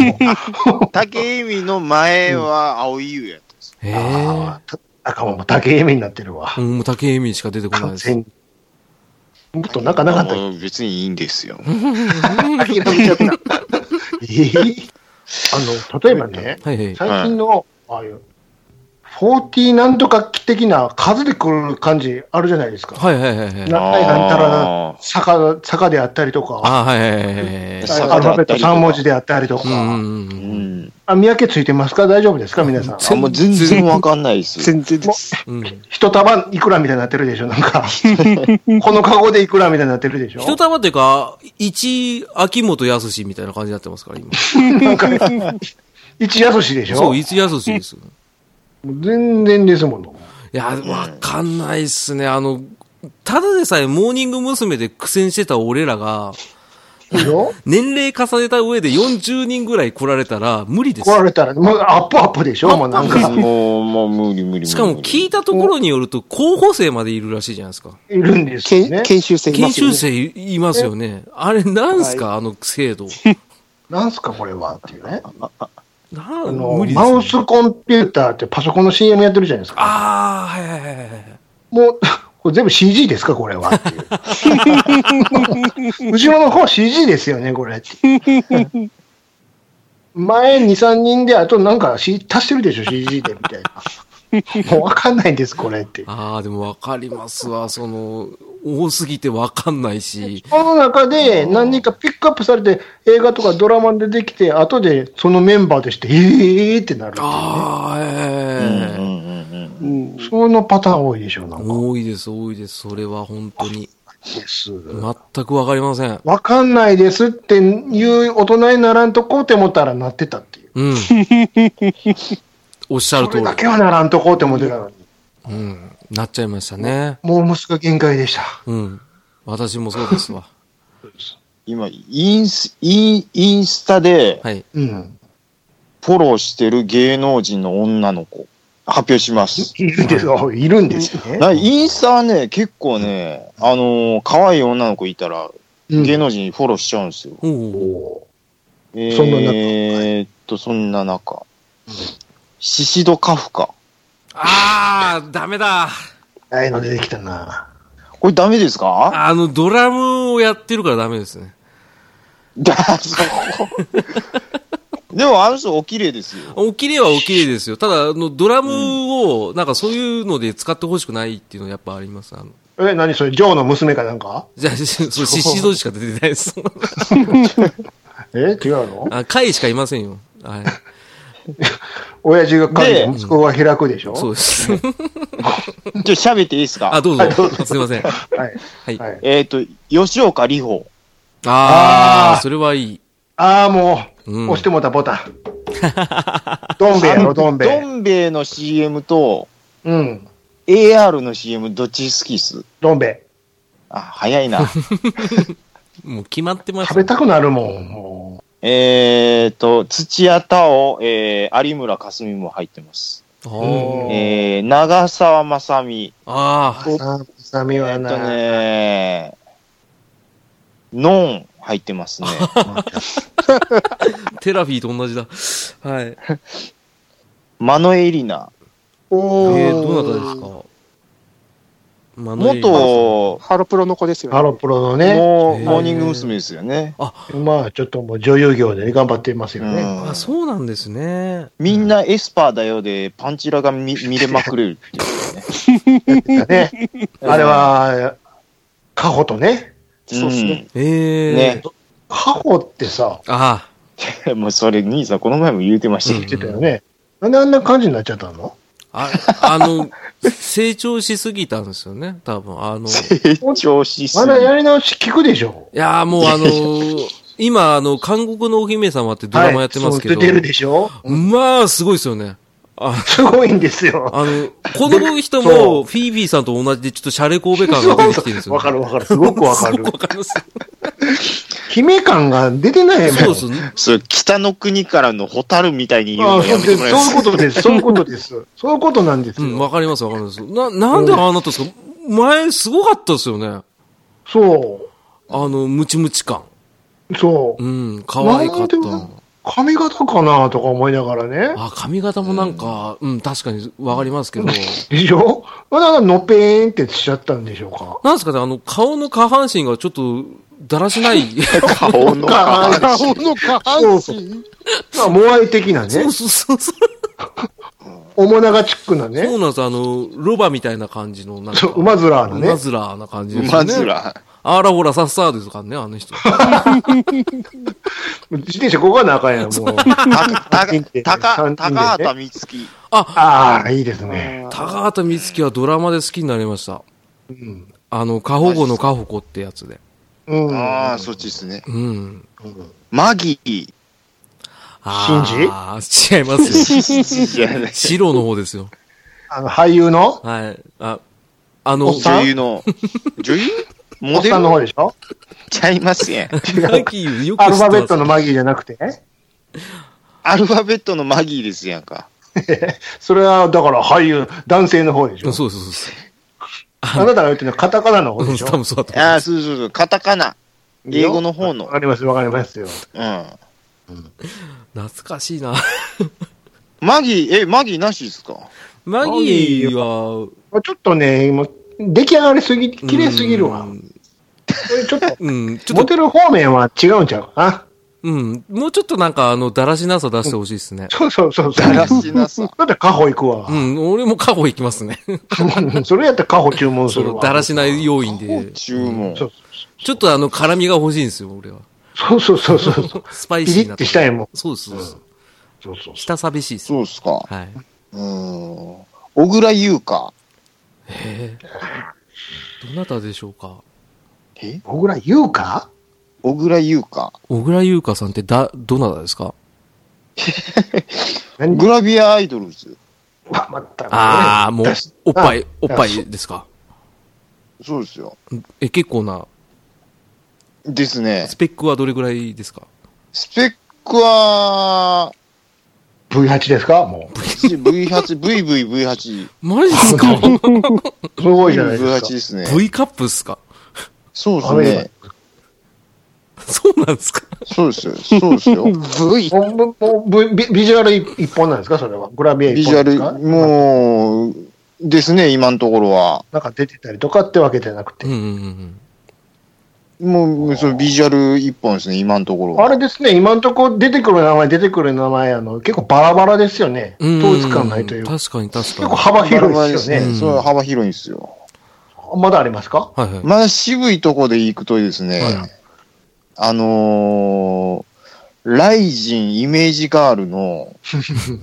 [SPEAKER 2] も。
[SPEAKER 3] 竹井美の前は青井優やったんですよ。
[SPEAKER 1] え
[SPEAKER 2] あーた赤も竹エミになってるわ
[SPEAKER 1] え。。もう竹意味しか出てこない
[SPEAKER 2] 完
[SPEAKER 1] です。
[SPEAKER 2] 全に。もっとなんかなかったっ
[SPEAKER 3] もう別にいいんですよ。
[SPEAKER 2] け諦めちゃった。 えーあの、例えばね、
[SPEAKER 1] はいはい。
[SPEAKER 2] 最近の、ああいう、40なんとか的な数でくる感じあるじゃないですか。
[SPEAKER 1] はいはいはいはい。
[SPEAKER 2] 何回なんたら
[SPEAKER 3] あ
[SPEAKER 2] な、坂、坂であったりとか、
[SPEAKER 1] あ、はいはいはいはいはい。
[SPEAKER 2] アルファベット3文字であったりと
[SPEAKER 1] うんう
[SPEAKER 2] か、
[SPEAKER 1] んう。
[SPEAKER 3] うんん。
[SPEAKER 2] あ、見分けついてますか大丈夫ですか皆さん。
[SPEAKER 3] あ、もう全然わかんないです。
[SPEAKER 4] 全然です。
[SPEAKER 1] うん
[SPEAKER 2] 一束いくらみたいになってるでしょなん か、このカゴでいくらみたいになってるでしょ
[SPEAKER 1] 一玉っていうか、一、秋元康みたいな感じになってますから、今。
[SPEAKER 2] 一安しでしょ
[SPEAKER 1] そう、一康です。い
[SPEAKER 2] 全然ですもの。
[SPEAKER 1] や、わかんないっすね。あの、ただでさえモーニング娘。で苦戦してた俺らが、
[SPEAKER 2] いいよ。
[SPEAKER 1] 年齢重ねた上で40人ぐらい来られたら無理です
[SPEAKER 2] 来。られたら、もうアップアップでしょもうなんか、
[SPEAKER 3] もう、もう無理無理無理。
[SPEAKER 1] しかも聞いたところによると、候補生までいるらしいじゃないですか。
[SPEAKER 2] いるんですよ
[SPEAKER 4] 研
[SPEAKER 2] ね。
[SPEAKER 4] 研修生いま
[SPEAKER 1] 研
[SPEAKER 4] すよ
[SPEAKER 1] 修
[SPEAKER 4] ね。
[SPEAKER 1] 生いいますよね。あれなんすか、あの制度。
[SPEAKER 2] なんすかこれはっていうね。
[SPEAKER 1] な
[SPEAKER 2] あの、
[SPEAKER 1] 無理です、
[SPEAKER 2] マ
[SPEAKER 1] ね。
[SPEAKER 2] ウスコンピューターってパソコンの CM やってるじゃないですか。
[SPEAKER 1] ああ、はいはいはいはい。
[SPEAKER 2] もう、これ全部 CG ですかこれはって いう。後ろの方 CG ですよねこれって。前2、3人で、あとなんか C 足してるでしょ CG でみたいな。もうわかんないんですこれって。
[SPEAKER 1] ああ、でもわかりますわ。その、多すぎてわかんないし。
[SPEAKER 2] この中で何人かピックアップされて映画とかドラマでできて、後でそのメンバーでして、えーってなるっていうね。
[SPEAKER 1] ああ、ええ
[SPEAKER 3] うんうんうんうん。
[SPEAKER 4] うん
[SPEAKER 2] そのパターン多いでしょう、なんか。
[SPEAKER 1] 多いです、多いです。それは本当に。
[SPEAKER 2] です。
[SPEAKER 1] 全くわかりません。
[SPEAKER 2] わかんないですっていう大人にならんとこうって思ったらなってたっていう。
[SPEAKER 1] うん。おっしゃる
[SPEAKER 2] そ
[SPEAKER 1] 通
[SPEAKER 2] れ
[SPEAKER 1] り
[SPEAKER 2] だ。けはならんとこうって思ってたのに。
[SPEAKER 1] うん。なっちゃいましたね。
[SPEAKER 2] もう息子が限界でした。
[SPEAKER 1] うん。私もそうです わ。
[SPEAKER 3] 今、インス、イン、インスタで
[SPEAKER 1] はい。
[SPEAKER 2] うん。
[SPEAKER 3] フォローしてる芸能人の女の子、発表します。
[SPEAKER 2] いるんですよ。いるんですね。
[SPEAKER 3] なインスタはね、結構ね、あのー可愛い女の子いたら、
[SPEAKER 2] うん
[SPEAKER 3] 芸能人フォローしちゃうんですよ。
[SPEAKER 1] おお。
[SPEAKER 2] お
[SPEAKER 3] え
[SPEAKER 2] そんな中
[SPEAKER 3] ーっと、そんな中、シシドカフカ。
[SPEAKER 1] ああ、ダメだ。
[SPEAKER 2] ーああいうの出てきたな。
[SPEAKER 3] これダメです か
[SPEAKER 1] あの、ドラムをやってるからダメですね。
[SPEAKER 3] だ、そう。でも、あの人お綺麗ですよ。
[SPEAKER 1] おきれいはおきれいですよ。ただ、あの、ドラムを、なんかそういうので使ってほしくないっていうのはやっぱあります。あの、
[SPEAKER 2] え、何それ、ジョーの娘かなんか
[SPEAKER 1] じゃあ、しそう、獅子堂しか出てないです。
[SPEAKER 2] え違うの
[SPEAKER 1] あ、会しかいませんよ。はい。
[SPEAKER 2] 親父が噛んで
[SPEAKER 3] で
[SPEAKER 2] 息子が開くでしょ
[SPEAKER 1] そう です。
[SPEAKER 3] ちょ、喋っていいですか
[SPEAKER 1] あ、どう
[SPEAKER 2] はいどう
[SPEAKER 1] ぞ。
[SPEAKER 2] ぞ
[SPEAKER 1] すいません。あ
[SPEAKER 2] はい。
[SPEAKER 1] はい
[SPEAKER 2] はい。
[SPEAKER 3] えーっと、吉岡里帆。
[SPEAKER 1] あ
[SPEAKER 2] あー
[SPEAKER 1] ー、それはいい。
[SPEAKER 2] ああ、もう、
[SPEAKER 1] うん
[SPEAKER 2] 押してもうたボタ ン。どん兵衛やろ、どん兵
[SPEAKER 3] ど
[SPEAKER 2] 衛。
[SPEAKER 3] ん兵衛の CM と、
[SPEAKER 2] うん。
[SPEAKER 3] AR の CM どっち好きっす
[SPEAKER 2] どん兵衛。
[SPEAKER 3] あ、早 いな。
[SPEAKER 1] もう決まってました。
[SPEAKER 2] 食べたくなるもん、も
[SPEAKER 3] えーっと、土屋太鳳、えー、有村架純も入ってます。
[SPEAKER 1] あ
[SPEAKER 2] うん
[SPEAKER 1] ー
[SPEAKER 3] えー、長澤まさみ。
[SPEAKER 1] あー。
[SPEAKER 2] う。ささみ
[SPEAKER 3] え
[SPEAKER 2] は
[SPEAKER 3] ーっ
[SPEAKER 2] な
[SPEAKER 3] と、ねノン入ってます ね。
[SPEAKER 1] テラフィーと同じだ。はい。
[SPEAKER 3] マノエリナ。
[SPEAKER 4] おー
[SPEAKER 1] えー、どなたですかマノエリ
[SPEAKER 3] 元、
[SPEAKER 4] ハロプロの子ですよね。
[SPEAKER 2] ハロプロのね、
[SPEAKER 3] もう
[SPEAKER 1] へー
[SPEAKER 3] モーニング娘。ですよね。
[SPEAKER 2] まあちょっともう女優業で頑張ってますよ
[SPEAKER 3] う
[SPEAKER 2] ね。
[SPEAKER 3] ん
[SPEAKER 1] あ、そうなんですね。
[SPEAKER 3] みんなエスパーだよで、パンチラが見見れまくれるってい
[SPEAKER 2] だ
[SPEAKER 3] うね。
[SPEAKER 2] ね。あれは、カホとね。
[SPEAKER 4] そうですね。
[SPEAKER 1] ええー。
[SPEAKER 3] ね。
[SPEAKER 2] カホってさ、
[SPEAKER 1] あ
[SPEAKER 3] うん。 もうそれ、兄さん、この前も言うてました
[SPEAKER 2] 言
[SPEAKER 3] け
[SPEAKER 2] ってたよね。なんであんな感じになっちゃったの
[SPEAKER 1] あ、あの、成長しすぎたんですよね、多分。あの、い
[SPEAKER 3] ど、 調子す
[SPEAKER 2] まだやり直し聞くでしょ。
[SPEAKER 1] やーもうあの、今、あの、韓国のお姫様ってドラマやってますけど、
[SPEAKER 2] はいそう出てるでしょ
[SPEAKER 1] まあ、すごいですよね。あ
[SPEAKER 2] すごいんですよ。
[SPEAKER 1] あの、この人
[SPEAKER 2] そう
[SPEAKER 1] も、フィービーさんと同じで、ちょっとシャレ神戸感が出てきてるんですよ、ね。
[SPEAKER 2] わかるわかる。すごくわかる
[SPEAKER 1] わ。かります。
[SPEAKER 2] 姫感が出てないもん。
[SPEAKER 1] そうですね。
[SPEAKER 3] そう、北の国からの蛍みたいに言う
[SPEAKER 2] ああ
[SPEAKER 3] の
[SPEAKER 2] そ
[SPEAKER 3] や
[SPEAKER 2] う
[SPEAKER 3] め
[SPEAKER 2] で
[SPEAKER 3] て
[SPEAKER 2] す
[SPEAKER 3] も
[SPEAKER 2] そうい
[SPEAKER 3] らえます
[SPEAKER 2] うことです。そういうことです。そういうことなんです
[SPEAKER 1] う
[SPEAKER 2] よ。
[SPEAKER 1] ん、わかります、わかります。な、なんでああなったんですか前、すごかったですよね。あ
[SPEAKER 2] そ
[SPEAKER 1] の、ムチムチ感。
[SPEAKER 2] う。そうう。
[SPEAKER 1] ん、可愛かっ
[SPEAKER 2] なん
[SPEAKER 1] た
[SPEAKER 2] で。髪型かなとか思いながらね。
[SPEAKER 1] あ、髪型もなんか、うん、確かにわかりますけど。
[SPEAKER 2] でしょまだのぺーんってしちゃったんでしょうか。
[SPEAKER 1] なんですかね、あの、顔の下半身がちょっと、だらしない。
[SPEAKER 3] 顔の
[SPEAKER 2] 顔
[SPEAKER 3] 顔。
[SPEAKER 4] 顔の下半
[SPEAKER 2] そうそ
[SPEAKER 4] 身
[SPEAKER 2] まあ、モアイ的なね
[SPEAKER 1] そう、そうそうそう。
[SPEAKER 2] おもながチックな
[SPEAKER 1] そう
[SPEAKER 2] ね、
[SPEAKER 1] なんですあの、ロバみたいな感じの、なんか。
[SPEAKER 2] そう馬面のね
[SPEAKER 1] 馬面な感じですよ
[SPEAKER 3] ま
[SPEAKER 1] ね。
[SPEAKER 3] ずら。
[SPEAKER 1] あらほらさっさーですからね、 あの人。
[SPEAKER 2] 自転車ここが仲やん、もう。
[SPEAKER 3] た
[SPEAKER 2] 三人で
[SPEAKER 3] た
[SPEAKER 2] 三人でね
[SPEAKER 3] か高畑美月。
[SPEAKER 1] あ、
[SPEAKER 2] ああ、いいですね。
[SPEAKER 1] 高畑美月はドラマで好きになりました。あの、過保護の過保護ってやつで。
[SPEAKER 2] うん。
[SPEAKER 3] ああ、そっちですね。
[SPEAKER 1] うん。
[SPEAKER 3] マギー。
[SPEAKER 1] あー違い ますよ。
[SPEAKER 3] いや
[SPEAKER 1] 白の方ですよ。
[SPEAKER 2] あの、俳優の
[SPEAKER 1] はい。あ、あの、
[SPEAKER 2] おっさん
[SPEAKER 3] 女優の、女優
[SPEAKER 2] お
[SPEAKER 3] モ
[SPEAKER 2] っ
[SPEAKER 3] デル
[SPEAKER 2] さんの方でしょ
[SPEAKER 3] ちゃいますやん。
[SPEAKER 1] マギーよく知
[SPEAKER 2] アル
[SPEAKER 1] っ
[SPEAKER 2] ファベ
[SPEAKER 1] て
[SPEAKER 2] ッ
[SPEAKER 1] ます
[SPEAKER 2] トのマギーじゃなくて
[SPEAKER 3] アルファベットのマギーですやんか。
[SPEAKER 2] それは、だから俳優、男性の方でし
[SPEAKER 1] う
[SPEAKER 2] ょ
[SPEAKER 1] んそうそうそうそう。
[SPEAKER 2] あなたが言ってるのはカタカナの方
[SPEAKER 1] うん
[SPEAKER 2] でしょ
[SPEAKER 1] 多分そうだと思い
[SPEAKER 3] あ
[SPEAKER 1] ま
[SPEAKER 3] あ、
[SPEAKER 1] す。
[SPEAKER 3] そうそうそう、カタカナ。英語の方の
[SPEAKER 2] わかります、わかりますよ。
[SPEAKER 3] うん。
[SPEAKER 1] 懐かしいな。
[SPEAKER 3] マギー、え、マギーなしですか
[SPEAKER 1] マギーは、
[SPEAKER 2] ちょっとね、もう、出来上がりすぎ、綺麗すぎるわ
[SPEAKER 1] う。ん
[SPEAKER 2] これちょっと、
[SPEAKER 1] うん、ちょ
[SPEAKER 2] モ
[SPEAKER 1] っと、
[SPEAKER 2] デル方面は違うんちゃうか
[SPEAKER 1] うん、もうちょっとなんか、あの、だらしなさ出してほしいですね
[SPEAKER 2] な。そうそうそうそう。
[SPEAKER 3] だらしなさ。
[SPEAKER 2] だってカホ行くわ
[SPEAKER 1] う。ん、俺もカホ行きますね。
[SPEAKER 2] それやったらカホ注文す
[SPEAKER 1] そ
[SPEAKER 2] る
[SPEAKER 1] の
[SPEAKER 2] わ。
[SPEAKER 1] だらしない要因
[SPEAKER 3] もう
[SPEAKER 1] で。
[SPEAKER 3] 注文。
[SPEAKER 2] そう
[SPEAKER 1] ちょっとあの、辛みが欲しいんですよ、俺は。
[SPEAKER 2] そうそうそうそうそう。
[SPEAKER 1] スパイ
[SPEAKER 2] ピ
[SPEAKER 1] シ
[SPEAKER 2] リ
[SPEAKER 1] ーな。
[SPEAKER 2] ッてしたいもん。
[SPEAKER 1] そうですそうです。
[SPEAKER 2] そうそうそ
[SPEAKER 1] 舌寂しいです。
[SPEAKER 3] そうですか。
[SPEAKER 1] はい。
[SPEAKER 3] うーん。小倉優香。
[SPEAKER 1] えー、どなたでしょうか
[SPEAKER 3] え
[SPEAKER 2] う。小倉優香
[SPEAKER 3] 小倉優香。
[SPEAKER 1] 小倉優香さんってだ、どなたですか
[SPEAKER 2] 何
[SPEAKER 3] グラビアアイドルズ。
[SPEAKER 2] わまったくね
[SPEAKER 1] ああ、もう
[SPEAKER 2] だし、
[SPEAKER 1] おっぱい、おっぱ
[SPEAKER 2] だ
[SPEAKER 1] いですか
[SPEAKER 3] そうですよ。
[SPEAKER 1] え、結構な、
[SPEAKER 3] ですね
[SPEAKER 1] ス。ペックはどれぐらいですか
[SPEAKER 3] スペックは、
[SPEAKER 2] V8 ですかも
[SPEAKER 3] V8、VVV8。
[SPEAKER 1] マジですか
[SPEAKER 2] う。 すごいじゃないですか
[SPEAKER 3] VV8。ですね。
[SPEAKER 1] ?V カップっすか
[SPEAKER 3] そうです
[SPEAKER 2] アメリ
[SPEAKER 3] ね
[SPEAKER 2] カ。
[SPEAKER 1] そうなんですか
[SPEAKER 3] そうですよ。そうで すよ。V。
[SPEAKER 2] もうもうもうビビジュアル一本なんですかそれは。グラビア
[SPEAKER 3] ビ
[SPEAKER 2] 一
[SPEAKER 3] ジュア
[SPEAKER 2] 本です
[SPEAKER 3] ル
[SPEAKER 2] か、
[SPEAKER 3] もう、ですね、今のところは。
[SPEAKER 2] なんか出てたりとかってわけじゃなく
[SPEAKER 1] うん
[SPEAKER 2] て。
[SPEAKER 1] うんうん
[SPEAKER 3] もう、そのビジュアル一本ですね、今のところは。
[SPEAKER 2] あれですね、今んとこ出てくる名前、出てくる名前、あの、結構バラバラですよね。
[SPEAKER 1] うん。
[SPEAKER 2] 統一感ないというか。
[SPEAKER 1] 確かに確
[SPEAKER 2] 結構
[SPEAKER 1] か
[SPEAKER 2] 幅
[SPEAKER 3] バラバ
[SPEAKER 2] 広
[SPEAKER 3] ラ
[SPEAKER 2] い
[SPEAKER 3] で
[SPEAKER 2] です
[SPEAKER 3] す
[SPEAKER 2] よ
[SPEAKER 3] ね。
[SPEAKER 2] ね。
[SPEAKER 1] うん
[SPEAKER 3] そう、幅広いんですよ。
[SPEAKER 2] まだありますか
[SPEAKER 1] に。はいはい。
[SPEAKER 3] まだ渋いとこで行くとですね、
[SPEAKER 1] はい
[SPEAKER 3] あのー、ライジンイメージガールの、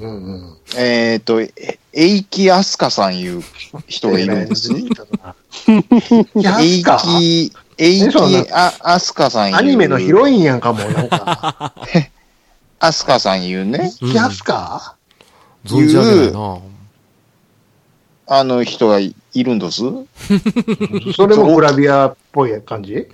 [SPEAKER 2] うんうん。
[SPEAKER 3] えっ、と、えエイキアスカさんいう人がいるんで すね。
[SPEAKER 2] や
[SPEAKER 3] エイ
[SPEAKER 2] か。
[SPEAKER 3] キ、エイ
[SPEAKER 2] えそうな
[SPEAKER 3] キアアスカさんいう。
[SPEAKER 2] アニメのヒロインやんかも、なん か。
[SPEAKER 3] アスカさんいうね、
[SPEAKER 2] キャスカ
[SPEAKER 1] 存じ上げないな
[SPEAKER 3] あの人がいいるんです。
[SPEAKER 2] それもグラビアっぽい感じ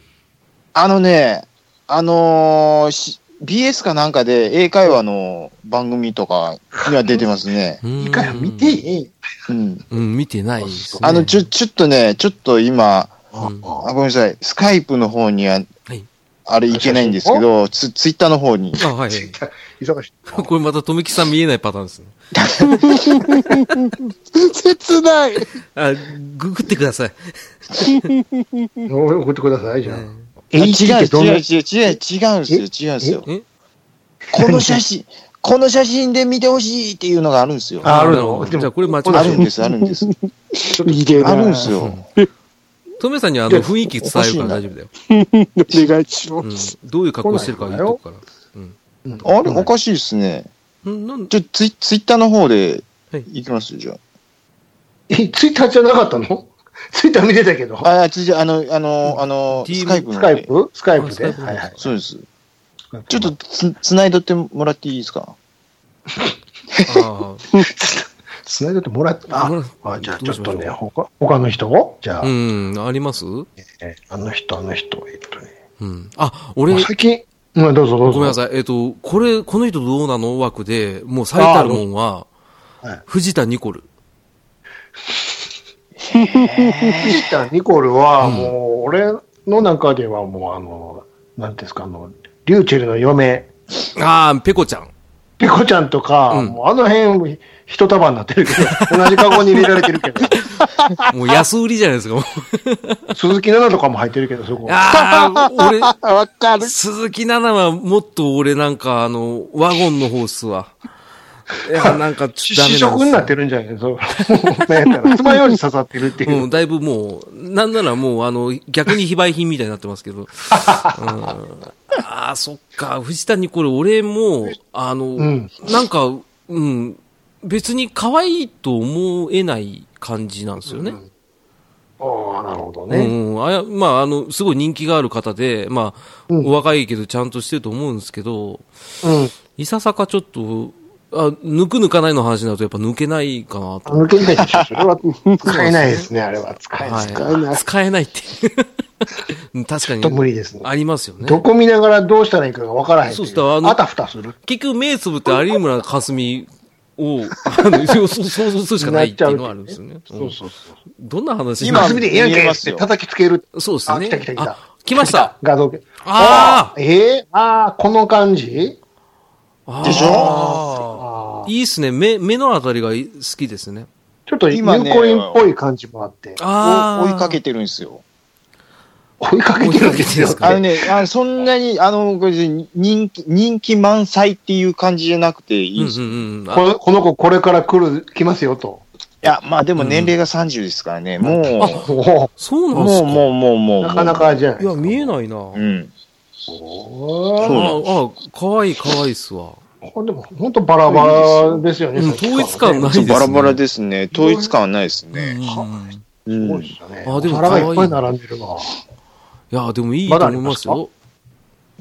[SPEAKER 3] あのね、あのーし BS かなんかで英会話の番組とかには出てますね。
[SPEAKER 1] うん。
[SPEAKER 2] いいから見ていい
[SPEAKER 3] うん。
[SPEAKER 1] うん、見てないですね。
[SPEAKER 3] あの、ちょ、ちょっとね、ちょっと今、
[SPEAKER 1] うん
[SPEAKER 3] あごめんなさい、スカイプの方には、
[SPEAKER 1] はい
[SPEAKER 3] あれいけないんですけど、ツツイッターの方に。
[SPEAKER 1] あ、はい。
[SPEAKER 2] 忙しい。
[SPEAKER 1] これまた、とめきさん見えないパターンですね。
[SPEAKER 4] 切ない。
[SPEAKER 1] あ、ググってください。
[SPEAKER 2] 送ってください、じゃあ。
[SPEAKER 3] あ違う
[SPEAKER 2] H ってどん
[SPEAKER 3] 違う
[SPEAKER 2] な
[SPEAKER 3] 違う違う違うんですよ、違うんですよ。
[SPEAKER 1] ええ
[SPEAKER 3] この写真、この写真で見てほしいっていうのがあるんですよ。あ
[SPEAKER 2] あある
[SPEAKER 1] なほ
[SPEAKER 2] の
[SPEAKER 1] どじゃあ、これ待ちま
[SPEAKER 3] あ
[SPEAKER 1] しょ
[SPEAKER 3] るんです、あるんです。
[SPEAKER 4] いいな。
[SPEAKER 3] あるんですよ。
[SPEAKER 1] う。とめさんにあの、雰囲気伝えるから大丈夫だよ。
[SPEAKER 4] お願いしま
[SPEAKER 1] うん
[SPEAKER 4] す。。
[SPEAKER 1] どういう格好してるか言っとくから。うん。
[SPEAKER 3] あれ、おかしいですね。
[SPEAKER 1] うん なん
[SPEAKER 3] ちょ、ツイツイッターの方で
[SPEAKER 1] はい
[SPEAKER 3] 行きますよ、じゃ
[SPEAKER 2] え、ツイッターじゃなかったのツイッター見てたけど。
[SPEAKER 3] あ。あ、ついあの、あの、あの、
[SPEAKER 1] Team
[SPEAKER 3] スカイプの
[SPEAKER 2] ス
[SPEAKER 3] 方
[SPEAKER 2] カ
[SPEAKER 3] で
[SPEAKER 2] イプスカイプ
[SPEAKER 1] あス
[SPEAKER 2] で。
[SPEAKER 1] カイプ
[SPEAKER 2] はいはい。
[SPEAKER 3] そうです。ちょっとつ、つないどってもらっていいですか
[SPEAKER 1] あ
[SPEAKER 2] つないでてもらって、
[SPEAKER 1] も
[SPEAKER 2] あ
[SPEAKER 1] ら、
[SPEAKER 2] あじゃあち
[SPEAKER 1] どう
[SPEAKER 2] ょっ
[SPEAKER 1] しましょ
[SPEAKER 2] と
[SPEAKER 1] う
[SPEAKER 2] ね、他他の人をじゃ
[SPEAKER 1] あ。う
[SPEAKER 2] あ、
[SPEAKER 1] ん、ありますう
[SPEAKER 2] えあの人、あの人、えっとね。
[SPEAKER 1] ん。あ、俺、
[SPEAKER 2] 最近、うん、どうぞど
[SPEAKER 1] ご
[SPEAKER 2] うぞ。
[SPEAKER 1] めんなさい。えっと、これ、この人どうなの枠で、もう最たるもんは
[SPEAKER 2] はい、
[SPEAKER 1] 藤田ニコル。
[SPEAKER 2] 藤田ニコルは、もう、俺の中ではもう、あの、なんていうんですか、あの、リューチェルの嫁、
[SPEAKER 1] ああ、ペコちゃん。
[SPEAKER 2] ペコちゃんとか、
[SPEAKER 1] うん
[SPEAKER 2] もうあの辺、一束になってるけ ど、同じカゴに入れられてるけど、
[SPEAKER 1] もう安売りじゃないですか、 もう。
[SPEAKER 2] 鈴木奈々とかも入ってるけど、そこ。
[SPEAKER 1] ああ、俺、
[SPEAKER 4] あ、 わかる。
[SPEAKER 1] 鈴木奈々はもっと俺なんか、あの、ワゴンのホースは。いや、なんか、
[SPEAKER 2] 試食になってるんじゃないそう。もうなんやったら爪楊枝刺さってるっていう。
[SPEAKER 1] うん、だいぶもう、なんならもう、あの、逆に非売品みたいになってますけど。うん、ああ、そっか、藤谷これ、俺も、あの、
[SPEAKER 2] ん
[SPEAKER 1] なんか、うん、別に可愛いと思えない感じなんですよね。
[SPEAKER 2] ああ、なるほど
[SPEAKER 1] う
[SPEAKER 2] ね。
[SPEAKER 1] ん、あやまあ、あの、すごい人気がある方で、まあ、お若いけどちゃんとしてると思うんですけど、
[SPEAKER 2] うん。
[SPEAKER 1] いささかちょっと、あ、抜く抜かないの話になるとやっぱ抜けないかなと。
[SPEAKER 2] 抜けないでしょ。それ は使えないですね、あれは。使えない。ち
[SPEAKER 4] 使え
[SPEAKER 1] は
[SPEAKER 4] ない
[SPEAKER 1] い。使えないって。うん 確か
[SPEAKER 2] ょっと無
[SPEAKER 1] に。
[SPEAKER 2] 理ですね。
[SPEAKER 1] ありますよね。
[SPEAKER 2] どこ見ながらどうしたらいいかが分からへんとい。
[SPEAKER 1] そうしたらあの
[SPEAKER 2] あたふたする。
[SPEAKER 1] 結局目つぶって有村架純を、 あの、そうそう想像するしかないっていうのはあるんですよね。
[SPEAKER 2] そうそうそう。
[SPEAKER 1] うんどんな話
[SPEAKER 3] 今
[SPEAKER 2] 今、すみでええやん
[SPEAKER 3] 見え
[SPEAKER 2] け
[SPEAKER 3] ま
[SPEAKER 2] っ
[SPEAKER 3] す
[SPEAKER 2] て
[SPEAKER 3] よ
[SPEAKER 2] 叩きつける。
[SPEAKER 1] そうです
[SPEAKER 2] あ来た来
[SPEAKER 1] ね
[SPEAKER 2] た。来た
[SPEAKER 1] あ、来ました。
[SPEAKER 2] 画像系。
[SPEAKER 1] あ
[SPEAKER 2] ーえー、あー、この感じ
[SPEAKER 1] あ
[SPEAKER 3] でし
[SPEAKER 1] ょ
[SPEAKER 2] あー
[SPEAKER 1] いいっすね。目、目のあたりが好きですね。
[SPEAKER 2] ちょっと有
[SPEAKER 3] 今ね
[SPEAKER 2] 効員っぽい感じもあって。
[SPEAKER 1] ああ。
[SPEAKER 3] 追いかけてるんですよ。
[SPEAKER 2] 追いかけてるんですよ
[SPEAKER 1] 追いかけてるんです。か
[SPEAKER 3] あのね、あのそんなに、あの、これ人気、人気満載っていう感じじゃなくていい
[SPEAKER 1] うんん
[SPEAKER 3] です
[SPEAKER 1] う
[SPEAKER 3] よ。
[SPEAKER 1] んうん。あ
[SPEAKER 2] このこの子これから来る、来ますよと。
[SPEAKER 3] いや、まあでも年齢が30ですからね、も
[SPEAKER 2] お
[SPEAKER 3] う、
[SPEAKER 2] ー
[SPEAKER 1] そうなんです
[SPEAKER 3] もう、
[SPEAKER 1] か
[SPEAKER 3] もう、もう、もう。
[SPEAKER 2] なかなかじゃない
[SPEAKER 1] いや、見えないな。あ
[SPEAKER 3] うん。
[SPEAKER 2] おー
[SPEAKER 1] あ、かわいいかわいいっすわ。
[SPEAKER 2] これでも本当バラバラですよね。
[SPEAKER 1] うん
[SPEAKER 2] さっきか
[SPEAKER 1] 統
[SPEAKER 2] ら
[SPEAKER 1] 一感ないですね
[SPEAKER 3] バラバラですね。統一感はないです
[SPEAKER 1] うんう
[SPEAKER 3] ね。
[SPEAKER 1] んい
[SPEAKER 3] うん
[SPEAKER 2] 多いですよね。
[SPEAKER 1] あでも
[SPEAKER 2] 腹がいっぱい
[SPEAKER 1] 可
[SPEAKER 2] 並んで るわ。
[SPEAKER 1] や、でもいいと思います
[SPEAKER 2] まだ
[SPEAKER 1] よ。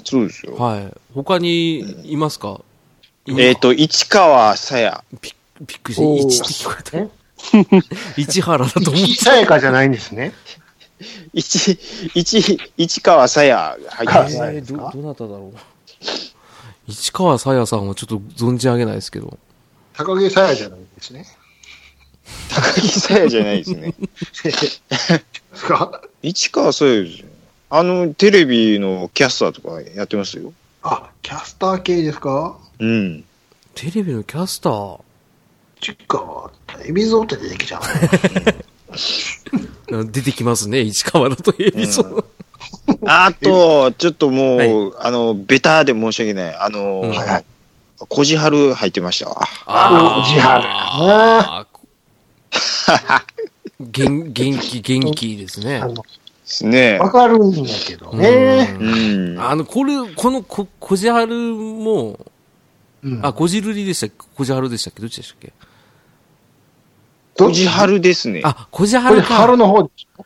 [SPEAKER 3] そうですよ。
[SPEAKER 1] はい。他にいますか
[SPEAKER 3] えっ、と、市川さや。
[SPEAKER 1] びっびっくりした。1って聞こえた。 市原だと思っ
[SPEAKER 2] さやかじゃないんですね。
[SPEAKER 3] 市、市、市川さやが入っ
[SPEAKER 1] た。
[SPEAKER 2] 川
[SPEAKER 3] てます
[SPEAKER 2] さ。や
[SPEAKER 1] えーど、どなただろう。市川さやさんはちょっと存じ上げないですけど。
[SPEAKER 2] 高木さやじゃないんですね。
[SPEAKER 3] 高木さやじゃないですね。
[SPEAKER 2] ですか
[SPEAKER 3] 市川さやですよあの、テレビのキャスターとかやってますよ。
[SPEAKER 2] あ、キャスター系ですか
[SPEAKER 3] うん。
[SPEAKER 1] テレビのキャスター。
[SPEAKER 2] ちっか、エビゾーって出てきちゃう。
[SPEAKER 1] 出てきますね、市川だとエビソー
[SPEAKER 3] あと、ちょっともう、
[SPEAKER 1] はい
[SPEAKER 3] あの、ベターで申し訳ない。あの、
[SPEAKER 1] うん
[SPEAKER 2] はいはい。
[SPEAKER 3] 小路春入ってましたわ。
[SPEAKER 2] あー、自販。
[SPEAKER 1] あーこ元元気、元気ですね
[SPEAKER 2] あ。の
[SPEAKER 3] ですね。
[SPEAKER 2] わかるんだけどね。
[SPEAKER 1] う
[SPEAKER 3] うんん。
[SPEAKER 1] あの、これ、このこ、こじはるも、
[SPEAKER 2] うん
[SPEAKER 1] あ、こじるりでしたっけこじはるでしたっけどっちでしたっけ
[SPEAKER 3] 小路春ですね。
[SPEAKER 1] あ、こじは
[SPEAKER 2] こ
[SPEAKER 1] る
[SPEAKER 2] れ
[SPEAKER 1] か
[SPEAKER 2] 春。の方でしょ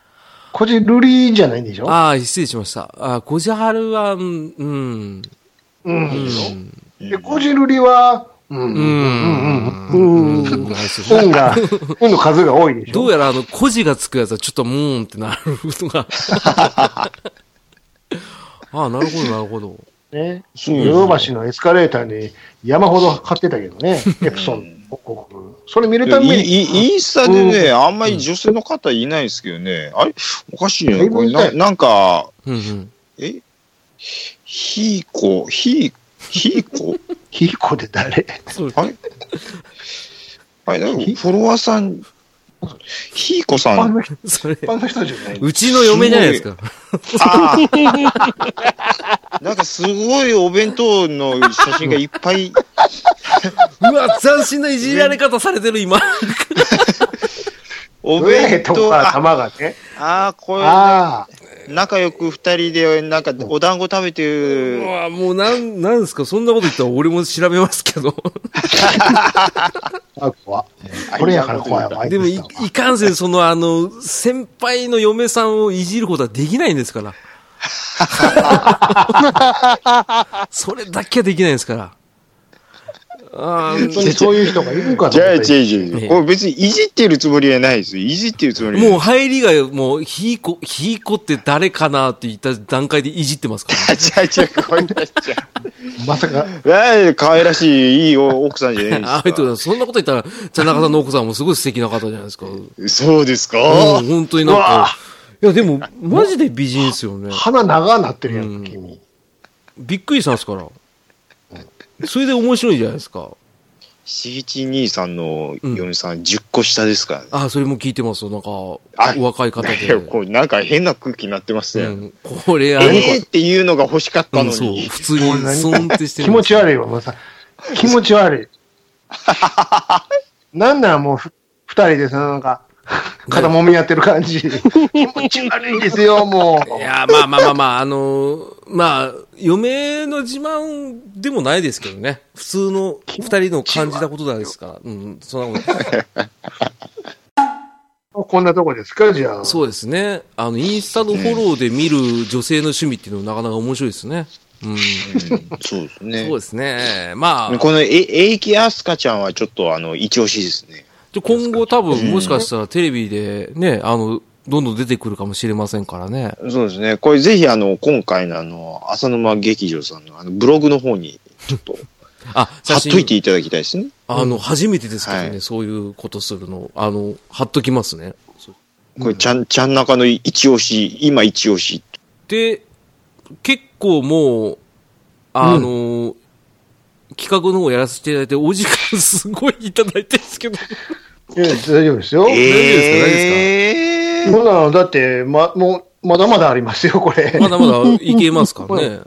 [SPEAKER 2] こじるりじゃないんでしょ
[SPEAKER 1] ああ、失礼しました。あーこじはるは、うん、うん、
[SPEAKER 2] う。
[SPEAKER 1] うんん、
[SPEAKER 2] で、こじるりは、うん。
[SPEAKER 1] う
[SPEAKER 2] う
[SPEAKER 1] ん、
[SPEAKER 2] ん。う。
[SPEAKER 1] うん
[SPEAKER 2] う
[SPEAKER 1] ん。
[SPEAKER 2] んうん。
[SPEAKER 1] ですよね
[SPEAKER 2] 運が、運の数が多いでしょ
[SPEAKER 1] どうやら、あの、こじがつくやつは、ちょっと、もーんってなるのが。ああ、なるほど、なるほど。
[SPEAKER 2] ね。
[SPEAKER 3] そうですね
[SPEAKER 2] ヨドバシのエスカレーターに山ほど買ってたけどね。エプソン広告。それ見るた
[SPEAKER 3] い
[SPEAKER 2] め
[SPEAKER 3] い
[SPEAKER 2] に、
[SPEAKER 3] インスタでね、あんまり女性の方いないですけどね。あれおかしい
[SPEAKER 2] だ
[SPEAKER 3] よ
[SPEAKER 2] い
[SPEAKER 3] ね。
[SPEAKER 2] ぶ
[SPEAKER 3] これ
[SPEAKER 2] 痛
[SPEAKER 3] な、
[SPEAKER 2] い
[SPEAKER 3] なんか、
[SPEAKER 1] うん、うん。
[SPEAKER 3] えひいこ、ひい、ひいこ
[SPEAKER 2] ヒーコで誰
[SPEAKER 1] そう
[SPEAKER 3] あれあれ、なんかフォロワーさん、ひいこさ
[SPEAKER 2] 一般
[SPEAKER 3] ん。
[SPEAKER 2] の人
[SPEAKER 1] それ
[SPEAKER 2] 一、般の人じゃない。
[SPEAKER 1] うちの嫁じゃないですか。
[SPEAKER 3] ああ。なんかすごいお弁当の写真がいっぱい、
[SPEAKER 1] うわ、斬新ないじられ方されてる、今。
[SPEAKER 3] お
[SPEAKER 2] お弁
[SPEAKER 3] 弁
[SPEAKER 2] 当
[SPEAKER 3] 当、
[SPEAKER 2] か
[SPEAKER 3] あ
[SPEAKER 2] 玉がね。
[SPEAKER 3] あー、これ、
[SPEAKER 2] ああ。
[SPEAKER 3] 仲良く二人で、なんかお団子食べて
[SPEAKER 1] う
[SPEAKER 3] る。
[SPEAKER 1] わ、もう、なん、なんですか、そんなこと言ったら俺も調べますけど。
[SPEAKER 2] あ、怖これやから怖いわ。
[SPEAKER 1] でもい、いかんせん、その、あの、先輩の嫁さんをいじることはできないんですから。それだけはできないですから。あー
[SPEAKER 2] 本当にそういう人がいるかと
[SPEAKER 3] じ
[SPEAKER 2] 思
[SPEAKER 3] ゃあ、
[SPEAKER 2] っ
[SPEAKER 3] 違
[SPEAKER 2] て。
[SPEAKER 3] う違う違うこれ別にいじってるつもりはないですよ。いじってるつもりはない
[SPEAKER 1] もう入りが、もう、ひいこ、ひいこって誰かなって言った段階でいじってますから。
[SPEAKER 3] 違う違う、こういうのじゃ。
[SPEAKER 2] まさか、
[SPEAKER 3] ええ、可愛らしい、いいお奥さんじゃないですか。
[SPEAKER 1] あありがとうございます。そんなこと言ったら、田中さんの奥さんもすごい素敵な方じゃないですか。うん、
[SPEAKER 3] そうですか、
[SPEAKER 1] 本当になん
[SPEAKER 2] うわ
[SPEAKER 1] か。いや、でも、マジで美人ですよね。
[SPEAKER 2] 鼻長なってるやん、君。
[SPEAKER 1] びっくりしたんですから。それで面白いじゃないですか。
[SPEAKER 3] しぎち兄さんの嫁さん、10個下ですからね。
[SPEAKER 1] あ、それも聞いてますよ。なんか、お
[SPEAKER 3] あ
[SPEAKER 1] 若い方
[SPEAKER 3] い
[SPEAKER 1] で。
[SPEAKER 3] やこうなんか変な空気になってます
[SPEAKER 1] う
[SPEAKER 3] ね。
[SPEAKER 1] ん、これ、あの、
[SPEAKER 3] ええーっていうのが欲しかった
[SPEAKER 1] う
[SPEAKER 3] の
[SPEAKER 1] ん、そう、
[SPEAKER 3] に。
[SPEAKER 1] 普通に、そんってしてる。
[SPEAKER 2] 気持ち悪いわ、まさ気持ち悪い。なんならもう、ふ二人でさ、なんか、肩もみ合ってる感じ。気持ち悪いですよ、も
[SPEAKER 1] いや、まあまあまあまあ、あの、まあ、嫁の自慢でもないですけどね。普通の二人の感じたことなんですから。うん、そんなこと。
[SPEAKER 2] う。こんなとこですか、じゃあ。
[SPEAKER 1] そうですね。あの、インスタのフォローで見る女性の趣味っていうのもなかなか面白いですね。うん。
[SPEAKER 3] そうですね
[SPEAKER 1] そう。ですね。まあ、
[SPEAKER 3] このえ、エイキアスカちゃんはちょっとあの、一押しですね。
[SPEAKER 1] で今後多分もしかしたらテレビでね、あの、どんどん出てくるかもしれませんからね。
[SPEAKER 3] そうですね。これぜひあの、今回のあの、浅沼劇場さんのあの、ブログの方に、ちょっと、
[SPEAKER 1] あ、
[SPEAKER 3] 貼
[SPEAKER 1] 写
[SPEAKER 3] っとい
[SPEAKER 1] 真
[SPEAKER 3] て、いただきたいですね。
[SPEAKER 1] あの、初めてですけどね、
[SPEAKER 3] はい
[SPEAKER 1] そういうことするの。あの、貼っときますね。
[SPEAKER 3] これ、ちゃん、ちゃん中の一押し、今一押し。
[SPEAKER 1] で、結構もう、あのー企画の方やらせていただいて、お時間すごいいただいてるんですけど。
[SPEAKER 2] いや、大丈夫ですよ。
[SPEAKER 3] えー
[SPEAKER 2] ほな、だって、ま、もう、まだまだありますよ、これ。
[SPEAKER 1] まだまだいけますから ね。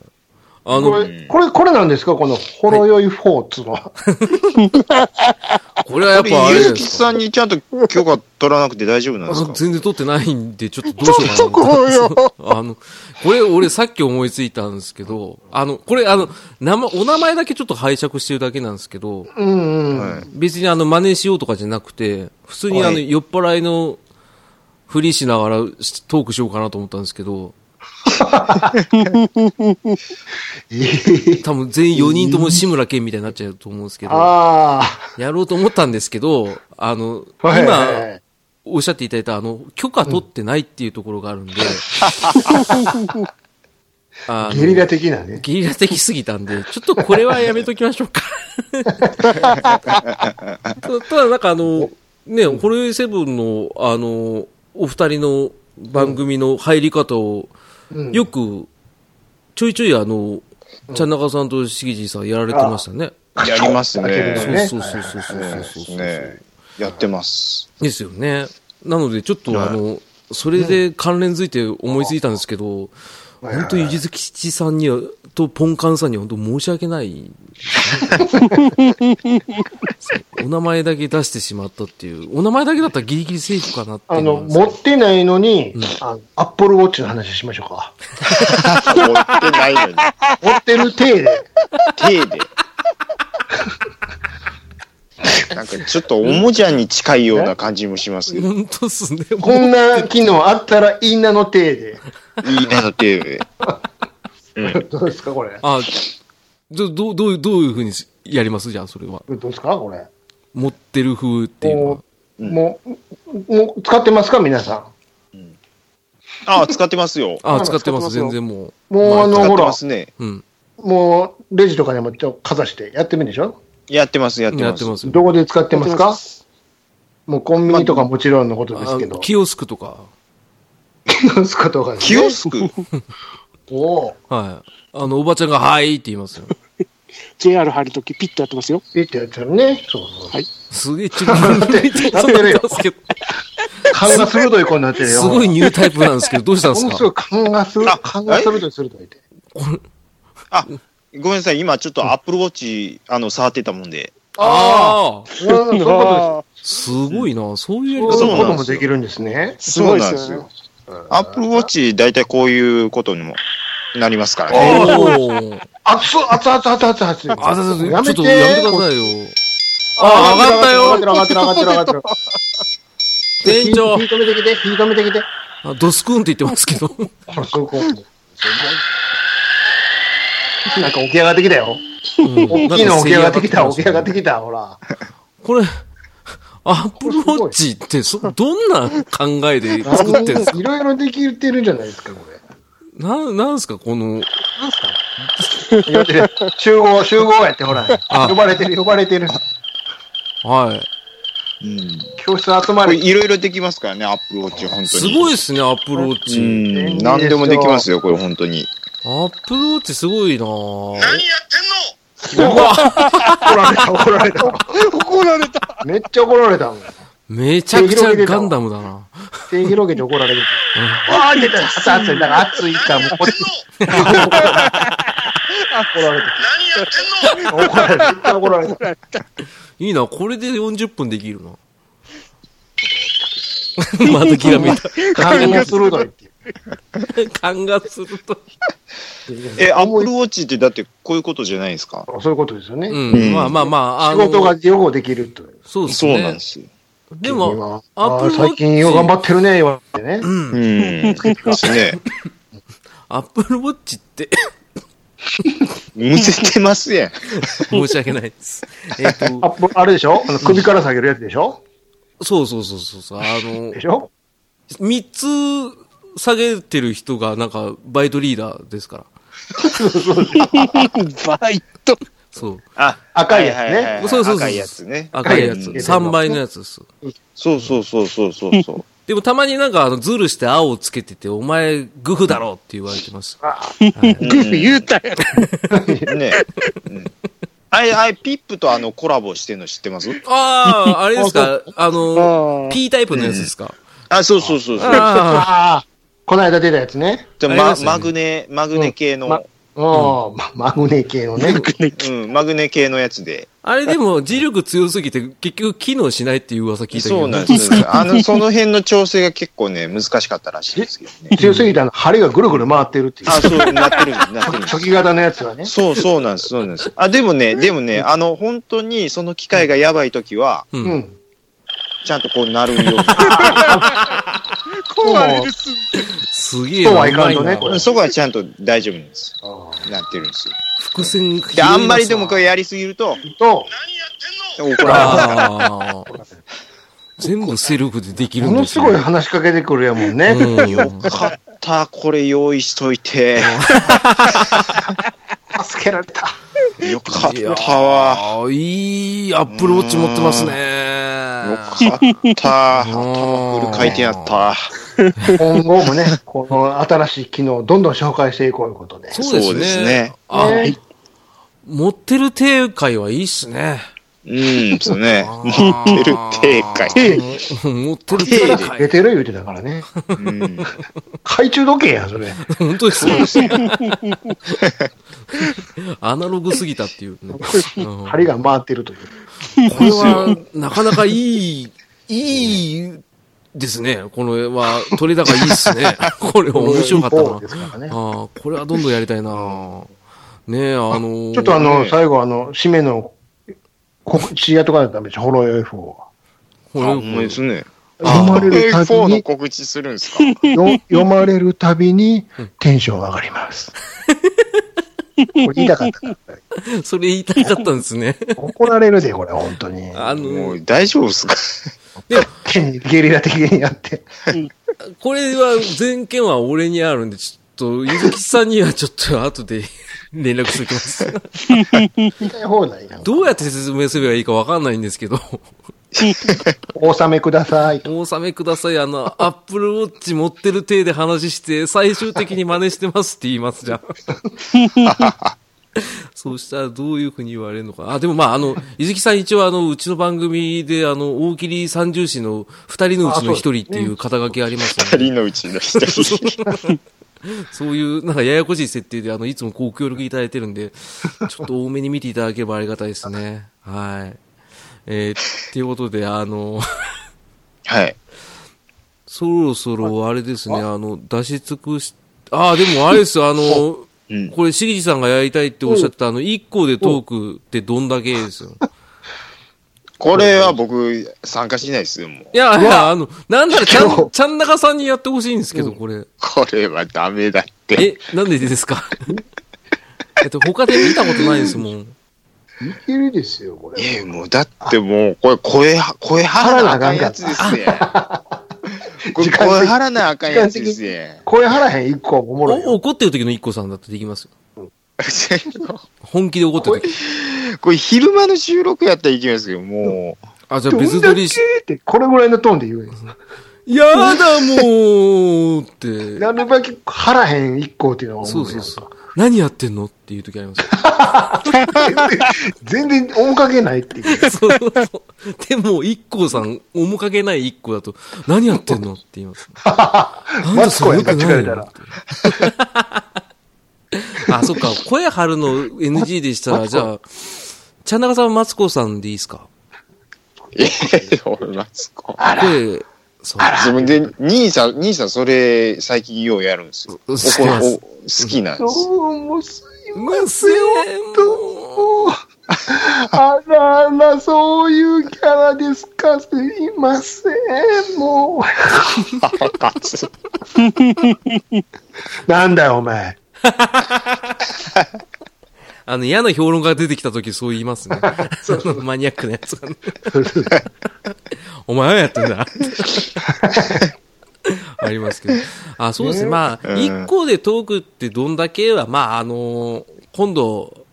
[SPEAKER 1] あ
[SPEAKER 2] こ
[SPEAKER 1] の、
[SPEAKER 2] れ、これ、これなんですかこの、ほろ酔いフォーツの。
[SPEAKER 1] これはや
[SPEAKER 3] や
[SPEAKER 1] っ
[SPEAKER 3] っ
[SPEAKER 1] ぱ
[SPEAKER 3] ぱ
[SPEAKER 1] あれじゃな
[SPEAKER 3] ゆ
[SPEAKER 1] いうで
[SPEAKER 3] き
[SPEAKER 1] すか
[SPEAKER 3] さんにちゃんと許可取らなくて 大丈夫なんです
[SPEAKER 1] あ
[SPEAKER 3] か
[SPEAKER 1] 全然撮ってないんで、ちょっとどうしようかな。
[SPEAKER 4] そこよ。
[SPEAKER 1] あの、これ、俺さっき思いついたんですけど、あの、これ、あの、名前、お名前だけちょっと拝借してるだけなんですけど、
[SPEAKER 2] うんうん。
[SPEAKER 3] はい
[SPEAKER 1] 別にあの、真似しようとかじゃなくて、普通にあの、
[SPEAKER 3] はい
[SPEAKER 1] 酔っ払いの、ふりしながらしトークしようかなと思ったんですけど、多分全員4人とも志村けんみたいになっちゃうと思うんですけど、
[SPEAKER 2] ああ。
[SPEAKER 1] やろうと思ったんですけど、あの、
[SPEAKER 2] はい
[SPEAKER 1] 今、おっしゃっていただいた、あの、許可取ってないっていうところがあ るんで、あの
[SPEAKER 2] ゲリラ的なね。
[SPEAKER 1] ゲリラ的すぎたんで、ちょっとこれはやめときましょ うか。たただ、なんかあの、ね、ホロウェイセブンの、あの、お二人の番組の入り方を、
[SPEAKER 2] うん
[SPEAKER 1] よく、ちょいちょいあの、ちゃんなかさんとしぎじさんやられてましたね。
[SPEAKER 3] やります
[SPEAKER 2] あ
[SPEAKER 1] そう
[SPEAKER 2] ー
[SPEAKER 1] そうそうそうそうそうそうそう。
[SPEAKER 3] ねやってます。
[SPEAKER 1] ですよね。なので、ちょっと、
[SPEAKER 3] はい
[SPEAKER 1] あの、それで関連づいて思いついたんですけど、本当にゆずきちさんには、とポンカンさんには本当申し訳ない。そうお名前だけ出してしまったっていう。お名前だけだったらギリギリセーフかなってい
[SPEAKER 2] あ
[SPEAKER 1] う
[SPEAKER 2] の、
[SPEAKER 1] は
[SPEAKER 2] 持ってないのに、あのアップルウォッチの話しましょうか。
[SPEAKER 3] 持ってないのに。
[SPEAKER 2] 持ってる体で。
[SPEAKER 3] 手 で。なんかちょっとおもちゃに近いような感じもしますけど。
[SPEAKER 1] 本当っすね。も
[SPEAKER 2] こんな機能あったらいいなの体で。
[SPEAKER 3] いいねの手で。
[SPEAKER 2] どうですか、これ。
[SPEAKER 1] あ、ど、どう、どう、どういうふうにやりますじゃあ、それは。
[SPEAKER 2] どうですか、これ。
[SPEAKER 1] 持ってる風っていうのは
[SPEAKER 2] も。う、もう、もう使ってますか、皆さ
[SPEAKER 3] ああ、使ってますよ。
[SPEAKER 1] あ、
[SPEAKER 2] あ
[SPEAKER 1] 使ってま
[SPEAKER 2] 使
[SPEAKER 1] す、
[SPEAKER 2] って
[SPEAKER 1] 全
[SPEAKER 2] ますよ
[SPEAKER 1] 然も
[SPEAKER 2] ん。もう、
[SPEAKER 1] ま
[SPEAKER 2] あの、
[SPEAKER 3] 使って
[SPEAKER 2] ほ
[SPEAKER 3] ま
[SPEAKER 2] ら、
[SPEAKER 3] すね。
[SPEAKER 1] う。うん。
[SPEAKER 2] もう、レジとかでもちょっとかざしてやってみるんでしょ
[SPEAKER 3] やってます、やって
[SPEAKER 1] や
[SPEAKER 3] ま
[SPEAKER 1] っ
[SPEAKER 3] す
[SPEAKER 1] て。ますよ。
[SPEAKER 2] どこで使ってますかもうコンビニとかもちろんのことですけ
[SPEAKER 1] あ
[SPEAKER 2] ど。
[SPEAKER 1] キオスクとか。
[SPEAKER 2] キオスクとかです
[SPEAKER 3] キ
[SPEAKER 2] ね
[SPEAKER 3] オスク
[SPEAKER 2] おお。
[SPEAKER 1] はい。あの、おばちゃんが、はいって言いますよ。
[SPEAKER 4] JR 入るときピッとやってますよ。
[SPEAKER 2] ピッてやってるね。そうそ う。
[SPEAKER 4] はい
[SPEAKER 1] すげえ自分 で言って ますけど、
[SPEAKER 2] 勘が鋭い子になってるよ。
[SPEAKER 1] すごいニュータイプなんですけど、どうしたんで
[SPEAKER 2] も
[SPEAKER 1] す
[SPEAKER 2] のすご
[SPEAKER 1] か
[SPEAKER 2] い勘が鋭い、勘が鋭い鋭いで。
[SPEAKER 3] あ、ごめんなさい。今ちょっとアップルウォッチ、あの、触ってたもんで。
[SPEAKER 1] ああ
[SPEAKER 2] うんそういうこ
[SPEAKER 4] あー
[SPEAKER 1] すごいな。そういう
[SPEAKER 2] と
[SPEAKER 1] や
[SPEAKER 2] です。
[SPEAKER 1] り
[SPEAKER 2] そう
[SPEAKER 1] 方も
[SPEAKER 2] いうこともできるんですね。
[SPEAKER 4] すごいです
[SPEAKER 3] そう
[SPEAKER 4] よ
[SPEAKER 3] な
[SPEAKER 4] ね
[SPEAKER 3] ん。アップルウォッチ、だいたいこういうことにもなりますからね。
[SPEAKER 1] おー
[SPEAKER 2] 熱っ、熱っ、熱っ、熱っ、熱っ、熱っ。
[SPEAKER 1] あ、ちょっと
[SPEAKER 2] や
[SPEAKER 1] や
[SPEAKER 2] め
[SPEAKER 1] めて
[SPEAKER 2] てー
[SPEAKER 1] くださいよ。ああ、上がった
[SPEAKER 2] 上
[SPEAKER 1] よ
[SPEAKER 2] がってる、上がってる、上がってる、上がってる。
[SPEAKER 1] 店長
[SPEAKER 2] 火火止めてきて、火止めてきて。
[SPEAKER 1] あドスクーンって言ってますけ ど。
[SPEAKER 2] ほら、そういう子。なんか起き上がってきたよ。大きいの起き上がってきた、起き上がってきた、ほら。
[SPEAKER 1] これ、アップルウォッチって、そどんな考えで作ってるんですか
[SPEAKER 2] いろいろできてるじゃないですか、これ。
[SPEAKER 1] な、なんですかこの、
[SPEAKER 2] 呼んでる集合、集合やって、ほら。
[SPEAKER 1] あ
[SPEAKER 2] 呼ばれてる、呼ばれてる。
[SPEAKER 1] はい。
[SPEAKER 3] うん
[SPEAKER 2] 教室集ま
[SPEAKER 3] これ
[SPEAKER 2] る。
[SPEAKER 3] いろいろできますからね、アップルウォッチは本当に。
[SPEAKER 1] すごいで
[SPEAKER 3] い
[SPEAKER 1] すね、アップルウォッ
[SPEAKER 3] う
[SPEAKER 1] チ。
[SPEAKER 3] ん。何でもできますよ、これ本当に。
[SPEAKER 1] アップルウォッチすごいなぁ。
[SPEAKER 2] 怒られた、怒られた。
[SPEAKER 4] 怒られた。
[SPEAKER 2] めっちゃ怒られたもん。
[SPEAKER 1] めちゃくちゃガンダムだな。
[SPEAKER 2] 手広げて怒られる。わーって言ったら、熱い熱い。だから熱いから、もうこっち。怒られた。何やってんの怒られた。怒られた。
[SPEAKER 1] いいな、これで40分できるな。またきらめいた。
[SPEAKER 2] 勘が鋭いっていう。
[SPEAKER 1] 感がすると。
[SPEAKER 3] え、アップルウォッチってだってこういうことじゃないですか。
[SPEAKER 2] そういうことですよね。
[SPEAKER 1] うん。
[SPEAKER 3] うん
[SPEAKER 1] まあまあまあ、あ
[SPEAKER 2] 仕
[SPEAKER 1] の
[SPEAKER 2] 事が。両方できるという。
[SPEAKER 1] そうです
[SPEAKER 3] そうなん
[SPEAKER 1] ね
[SPEAKER 3] で。すよ。
[SPEAKER 1] で
[SPEAKER 2] 君は
[SPEAKER 1] も、
[SPEAKER 2] あ
[SPEAKER 1] ア
[SPEAKER 2] ー
[SPEAKER 1] ップル
[SPEAKER 2] 最近よう頑張ってるね、言われてね。
[SPEAKER 3] うん。ですね。
[SPEAKER 1] アップルウォッチって、
[SPEAKER 3] むせてますやん。
[SPEAKER 1] 申し訳ないです。えっ、
[SPEAKER 2] あ、ぼあれでしょあの首から下げるやつでしょ
[SPEAKER 1] と、そうそうそうそうそう、あの
[SPEAKER 2] で、しょ
[SPEAKER 1] 三つ下げてる人がなんかバイトリーダーですから。
[SPEAKER 4] バイト。
[SPEAKER 1] そう。
[SPEAKER 3] あ、
[SPEAKER 2] 赤いやつね
[SPEAKER 3] ははは
[SPEAKER 1] そうそうそう
[SPEAKER 3] 赤いやつね。
[SPEAKER 1] 赤いやつ。
[SPEAKER 2] 赤いやつ
[SPEAKER 1] 3倍のやつです。
[SPEAKER 3] そうそうそうそうそうそう。
[SPEAKER 1] でもたまになんかあのズルして青をつけてて、お前グフだろって言われてます。
[SPEAKER 4] グー言うたやろ。
[SPEAKER 3] ねうんあい、あい、ピップとあのコラボしてんの知ってます
[SPEAKER 1] あ あ、あれですかあ
[SPEAKER 4] あ
[SPEAKER 1] の、
[SPEAKER 4] ー
[SPEAKER 1] P タイプのやつですか、
[SPEAKER 3] あ、そうそうそうそう。
[SPEAKER 1] あ
[SPEAKER 2] ああ、この間出たやつね。
[SPEAKER 3] じゃあ
[SPEAKER 1] あり
[SPEAKER 3] ま
[SPEAKER 1] ますよね
[SPEAKER 3] マグネ、マグネ系
[SPEAKER 2] ま
[SPEAKER 3] の、
[SPEAKER 2] うん、まマグネ系のね。
[SPEAKER 3] うん、マグネ系のやつで。
[SPEAKER 1] あ、あれでも磁力強すぎて結局機能しないっていう噂聞いたけど。
[SPEAKER 3] そうなんですよ。あの、その辺の調整が結構ね、難しかったらしいですけど ね。
[SPEAKER 2] 強すぎてあの、針がぐるぐる回ってるっていう
[SPEAKER 3] あ、。そう、なってるんです、なってるんです
[SPEAKER 2] 初期型のやつはね。
[SPEAKER 3] そうそうなんです、そうなんです。あ、でもね、でもね、あの、本当にその機械がやばいときは、
[SPEAKER 1] う。
[SPEAKER 2] うんん。
[SPEAKER 3] ちゃんとこうなるように。
[SPEAKER 4] 壊れるす。
[SPEAKER 1] すげえな。
[SPEAKER 2] そうはいかんとね
[SPEAKER 1] うま
[SPEAKER 2] こ
[SPEAKER 1] な
[SPEAKER 2] れ
[SPEAKER 3] そこはちゃんと大丈夫なんです。なってるんですよ。
[SPEAKER 1] 伏線
[SPEAKER 3] で、あんまりでもこれやりすぎると、
[SPEAKER 2] と、
[SPEAKER 3] 怒られる
[SPEAKER 1] あー全部セルフでできる
[SPEAKER 2] も
[SPEAKER 1] ん
[SPEAKER 2] の
[SPEAKER 1] です
[SPEAKER 2] す
[SPEAKER 1] よ
[SPEAKER 2] ごい話しかけてくるやもんね。
[SPEAKER 1] うん
[SPEAKER 3] よかった、これ用意しといて。
[SPEAKER 2] 助けられた。
[SPEAKER 3] よかっ
[SPEAKER 1] いや
[SPEAKER 3] たわ。
[SPEAKER 1] ーいいアップルウォッチ持ってますね。
[SPEAKER 3] よかった。フル回転やった。
[SPEAKER 2] 今後もね、この新しい機能をどんどん紹介していこういうことで。
[SPEAKER 1] そうです
[SPEAKER 3] そう
[SPEAKER 1] ね。
[SPEAKER 3] ですね
[SPEAKER 1] あ、
[SPEAKER 2] ね
[SPEAKER 1] 持ってる定会はいいっすね。
[SPEAKER 3] うん、そ うね。
[SPEAKER 1] 持
[SPEAKER 3] ってる定会
[SPEAKER 1] 持ってる定
[SPEAKER 2] 出
[SPEAKER 1] 会。
[SPEAKER 2] てる言うてたからね。
[SPEAKER 3] うん
[SPEAKER 2] 懐中時計や、それ。
[SPEAKER 1] 本当ですね。アナログすぎたっていうね。うん
[SPEAKER 2] 針が回ってるという。
[SPEAKER 1] これは、なかなかいい、いいですね。これは、取れ高いいっすね。これは面白かった
[SPEAKER 2] そう
[SPEAKER 1] な
[SPEAKER 2] で。すからね。
[SPEAKER 1] ああ、これはどんどんやりたいな。ねえ、あのー
[SPEAKER 2] ちょっとあの、
[SPEAKER 3] ね
[SPEAKER 2] 最後あの、締めの告知やっとかないとダメでしょ、ホロ UFO は。
[SPEAKER 1] これ
[SPEAKER 3] あ、ほんまですね。
[SPEAKER 1] あ
[SPEAKER 2] 読まれるた
[SPEAKER 3] A4
[SPEAKER 2] び
[SPEAKER 3] の
[SPEAKER 2] に、
[SPEAKER 3] 告知するんですか
[SPEAKER 2] よ読ま れるたびにテンション上がります。これ言いたかったから。
[SPEAKER 1] それ言いたかったんですね。
[SPEAKER 2] 怒られるで、これ、本当に。
[SPEAKER 1] あの
[SPEAKER 3] も
[SPEAKER 1] ー
[SPEAKER 3] う大丈夫ですか
[SPEAKER 2] 変にゲリラ的にやって。
[SPEAKER 1] これは、全権は俺にあるんで、ちょっと、ゆずきさんにはちょっと後で 連絡しておきます。
[SPEAKER 2] 言いたい放題なの。
[SPEAKER 1] どうやって説明すればいいかわかんないんですけど、
[SPEAKER 2] お納めください。
[SPEAKER 1] お納めください。あの、アップルウォッチ持ってる体で話して、最終的に真似してますって言いますじゃん。そうしたらどういうふうに言われるのか。あ、でもまあ、あの、ゆずきさん一応あの、うちの番組で、あの、大喜利三重士の二人のうちの一人っていう肩書きありますよね。
[SPEAKER 3] 二人のうちの一人。
[SPEAKER 1] そういう、なんかややこしい設定で、あの、いつもご協力いただいてるんで、ちょっと多めに見ていただければありがたいですね。はい。えー、っていうことで、あの、
[SPEAKER 3] はい。
[SPEAKER 1] そろそろあれですね、あの、出し尽くし、ああ、でもあれですよ、あの、
[SPEAKER 3] うん
[SPEAKER 1] これ、しぎじさんがやりたいっておっしゃってた、あの、一個でトークってどんだけですよ。
[SPEAKER 3] これは僕、参加しないですよ、もう。
[SPEAKER 1] いやいや、あの、なんなら、ちゃ
[SPEAKER 2] 今
[SPEAKER 1] ん、
[SPEAKER 2] 日
[SPEAKER 1] ちゃんなかさんにやってほしいんですけど、これ。
[SPEAKER 3] これはダメだって。
[SPEAKER 1] え、なんでですか えっと、他で見たことないですもん。
[SPEAKER 2] いけるですよ、これ。
[SPEAKER 3] え、もう、だってもう、これ、声は、声張らなあかんやつですやん。これ、
[SPEAKER 2] 時間的
[SPEAKER 3] 声張らなあかんやつですやん。
[SPEAKER 2] 声張らへん一個はおもろい
[SPEAKER 1] お
[SPEAKER 2] よ。
[SPEAKER 1] 怒ってる時の一個さんだってできますよ。本気で怒ってる時。
[SPEAKER 3] これ、昼間の収録やったらいけますけど、もう、
[SPEAKER 1] あ、じゃあ
[SPEAKER 2] どん
[SPEAKER 1] 別
[SPEAKER 2] だ
[SPEAKER 1] 撮
[SPEAKER 2] け
[SPEAKER 1] り
[SPEAKER 2] っ
[SPEAKER 1] し、
[SPEAKER 2] て、これぐらいのトーンで言うよ
[SPEAKER 1] やだもうって。
[SPEAKER 2] なるべく張らへん一個っていうのがお
[SPEAKER 1] そう
[SPEAKER 2] もろい
[SPEAKER 1] そ
[SPEAKER 2] やん
[SPEAKER 1] う
[SPEAKER 2] か
[SPEAKER 1] そう。何やってんのっていう時あり ますよ。
[SPEAKER 2] 全然面影ないっていう。
[SPEAKER 1] そうそうそう。でも、一個さん、面影ない一個だと、何やってんのって言います。なん
[SPEAKER 2] マツコやんか、
[SPEAKER 1] そ
[SPEAKER 2] 聞
[SPEAKER 1] れ
[SPEAKER 2] か
[SPEAKER 1] 良
[SPEAKER 2] れ
[SPEAKER 1] くな
[SPEAKER 2] た
[SPEAKER 1] いよ
[SPEAKER 2] ら。
[SPEAKER 1] あ、そっか。声張るの NG でしたら、じゃあ、ちゃんなかさんはマツコさんでいいですか
[SPEAKER 3] ええ、俺、マツコ。
[SPEAKER 1] で、そう。
[SPEAKER 3] 自分で、兄さん、兄さん、それ、最近ようやるんですよ。
[SPEAKER 1] う
[SPEAKER 3] お
[SPEAKER 1] ん知ってます
[SPEAKER 3] お好きなん
[SPEAKER 2] ど
[SPEAKER 3] です。
[SPEAKER 2] うもすいま
[SPEAKER 1] むせ
[SPEAKER 2] どうあらあら、そういうキャラですか、すいません、も
[SPEAKER 3] 腹立つ
[SPEAKER 2] う。なんだよ、お前。
[SPEAKER 1] あの、嫌な評論家が出てきた時そう言います ね。あの マニアックなやつがね。お前はやってんだ。 ありますけど。あ、そうですね。まあ、
[SPEAKER 3] うん
[SPEAKER 1] 一個でトークってどんだけは、まあ、あの今度、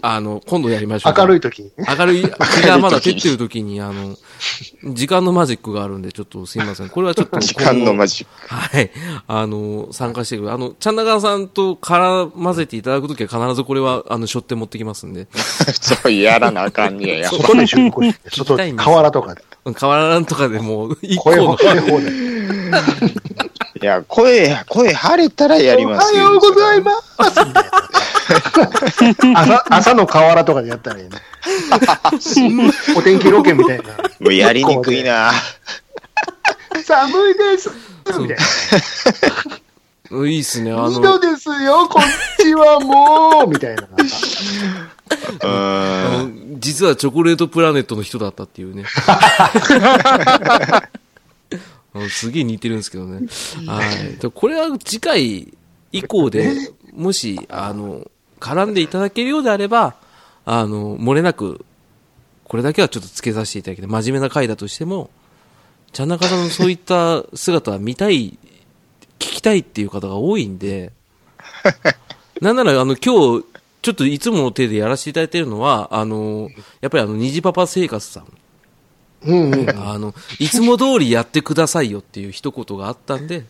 [SPEAKER 1] あの、今度やりましょう。
[SPEAKER 2] 明るい時に。
[SPEAKER 1] 明るい、日がまだ照ってる時に、あの、時間のマジックがあるんで、ちょっとすいません。これはちょっと今後。
[SPEAKER 3] 時間のマジック。
[SPEAKER 1] はい。あの、参加してくる。あの、チャンナガーさんと絡ませていただくときは必ずこれは、あの、しょって持ってきますんで。
[SPEAKER 3] そう、やらなあかんねや。やっぱ
[SPEAKER 2] 外で収録して、外
[SPEAKER 1] 聞きたいん
[SPEAKER 2] で、
[SPEAKER 1] です
[SPEAKER 2] 河原とかで。
[SPEAKER 1] 河原とかでもう、一個
[SPEAKER 2] 声
[SPEAKER 1] の
[SPEAKER 2] を、。声放題。
[SPEAKER 3] いや、声、声晴れたらやりますよ。おはようございます。
[SPEAKER 2] 朝、 朝の河原とかでやった らいいね。お天気ロケみたいな。
[SPEAKER 3] もうやりにくい な。
[SPEAKER 2] 寒いです。
[SPEAKER 1] そう
[SPEAKER 2] みたい
[SPEAKER 1] うんいいっすね。あ
[SPEAKER 2] な。
[SPEAKER 1] の
[SPEAKER 2] 二、度ですよ、 こっちはもう、みたいな。
[SPEAKER 3] う
[SPEAKER 1] あ
[SPEAKER 3] ーん。
[SPEAKER 1] の実はチョコレートプラネットの人だったっていうね。あのすげえ似てるんですけどね。はい。でこれは次回以降で、もし、あの、絡んでいただけるようであれば、あの、漏れなく、これだけはちょっと付けさせていただきたい。真面目な回だとしても、ちゃん中さんのそういった姿は見たい、聞きたいっていう方が多いんで、なんなら、あの、今日、ちょっといつもの手でやらせていただいてるのは、あの、やっぱりあの、虹パパ生活さん。
[SPEAKER 2] うんうん。
[SPEAKER 1] あの、いつも通りやってくださいよっていう一言があったんで、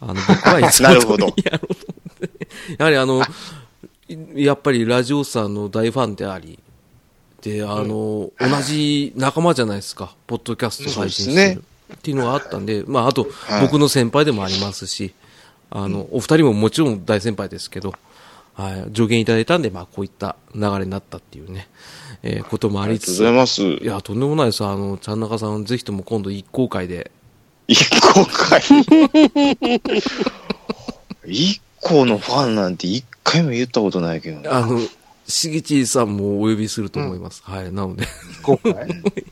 [SPEAKER 1] あの、僕はいつも
[SPEAKER 3] なる
[SPEAKER 1] 通
[SPEAKER 3] ほど
[SPEAKER 1] りやろうと思って。やはりあの、いやっぱりラジオさんの大ファンであり、で、あの、同じ仲間じゃないですか、ポッドキャスト配信してる、
[SPEAKER 3] そうですね
[SPEAKER 1] っていうのがあったんで、まあ、あと、僕の先輩でもありますし、あの、お二人ももちろん大先輩ですけど、はい、助言いただいたんで、まあ、こういった流れになったっていうね、えーこともあ
[SPEAKER 3] あり
[SPEAKER 1] り
[SPEAKER 3] がと
[SPEAKER 1] つ
[SPEAKER 3] う
[SPEAKER 1] つ
[SPEAKER 3] ご、ざいます。
[SPEAKER 1] いや、とんでもないです。あの、ちゃんなかさん、ぜひとも今度一公開で。
[SPEAKER 3] 一個かい。 一個のファンなんて一回も言ったことないけどね。
[SPEAKER 1] あの、しげちさんもお呼びすると思います。はい。なので、
[SPEAKER 2] 今回。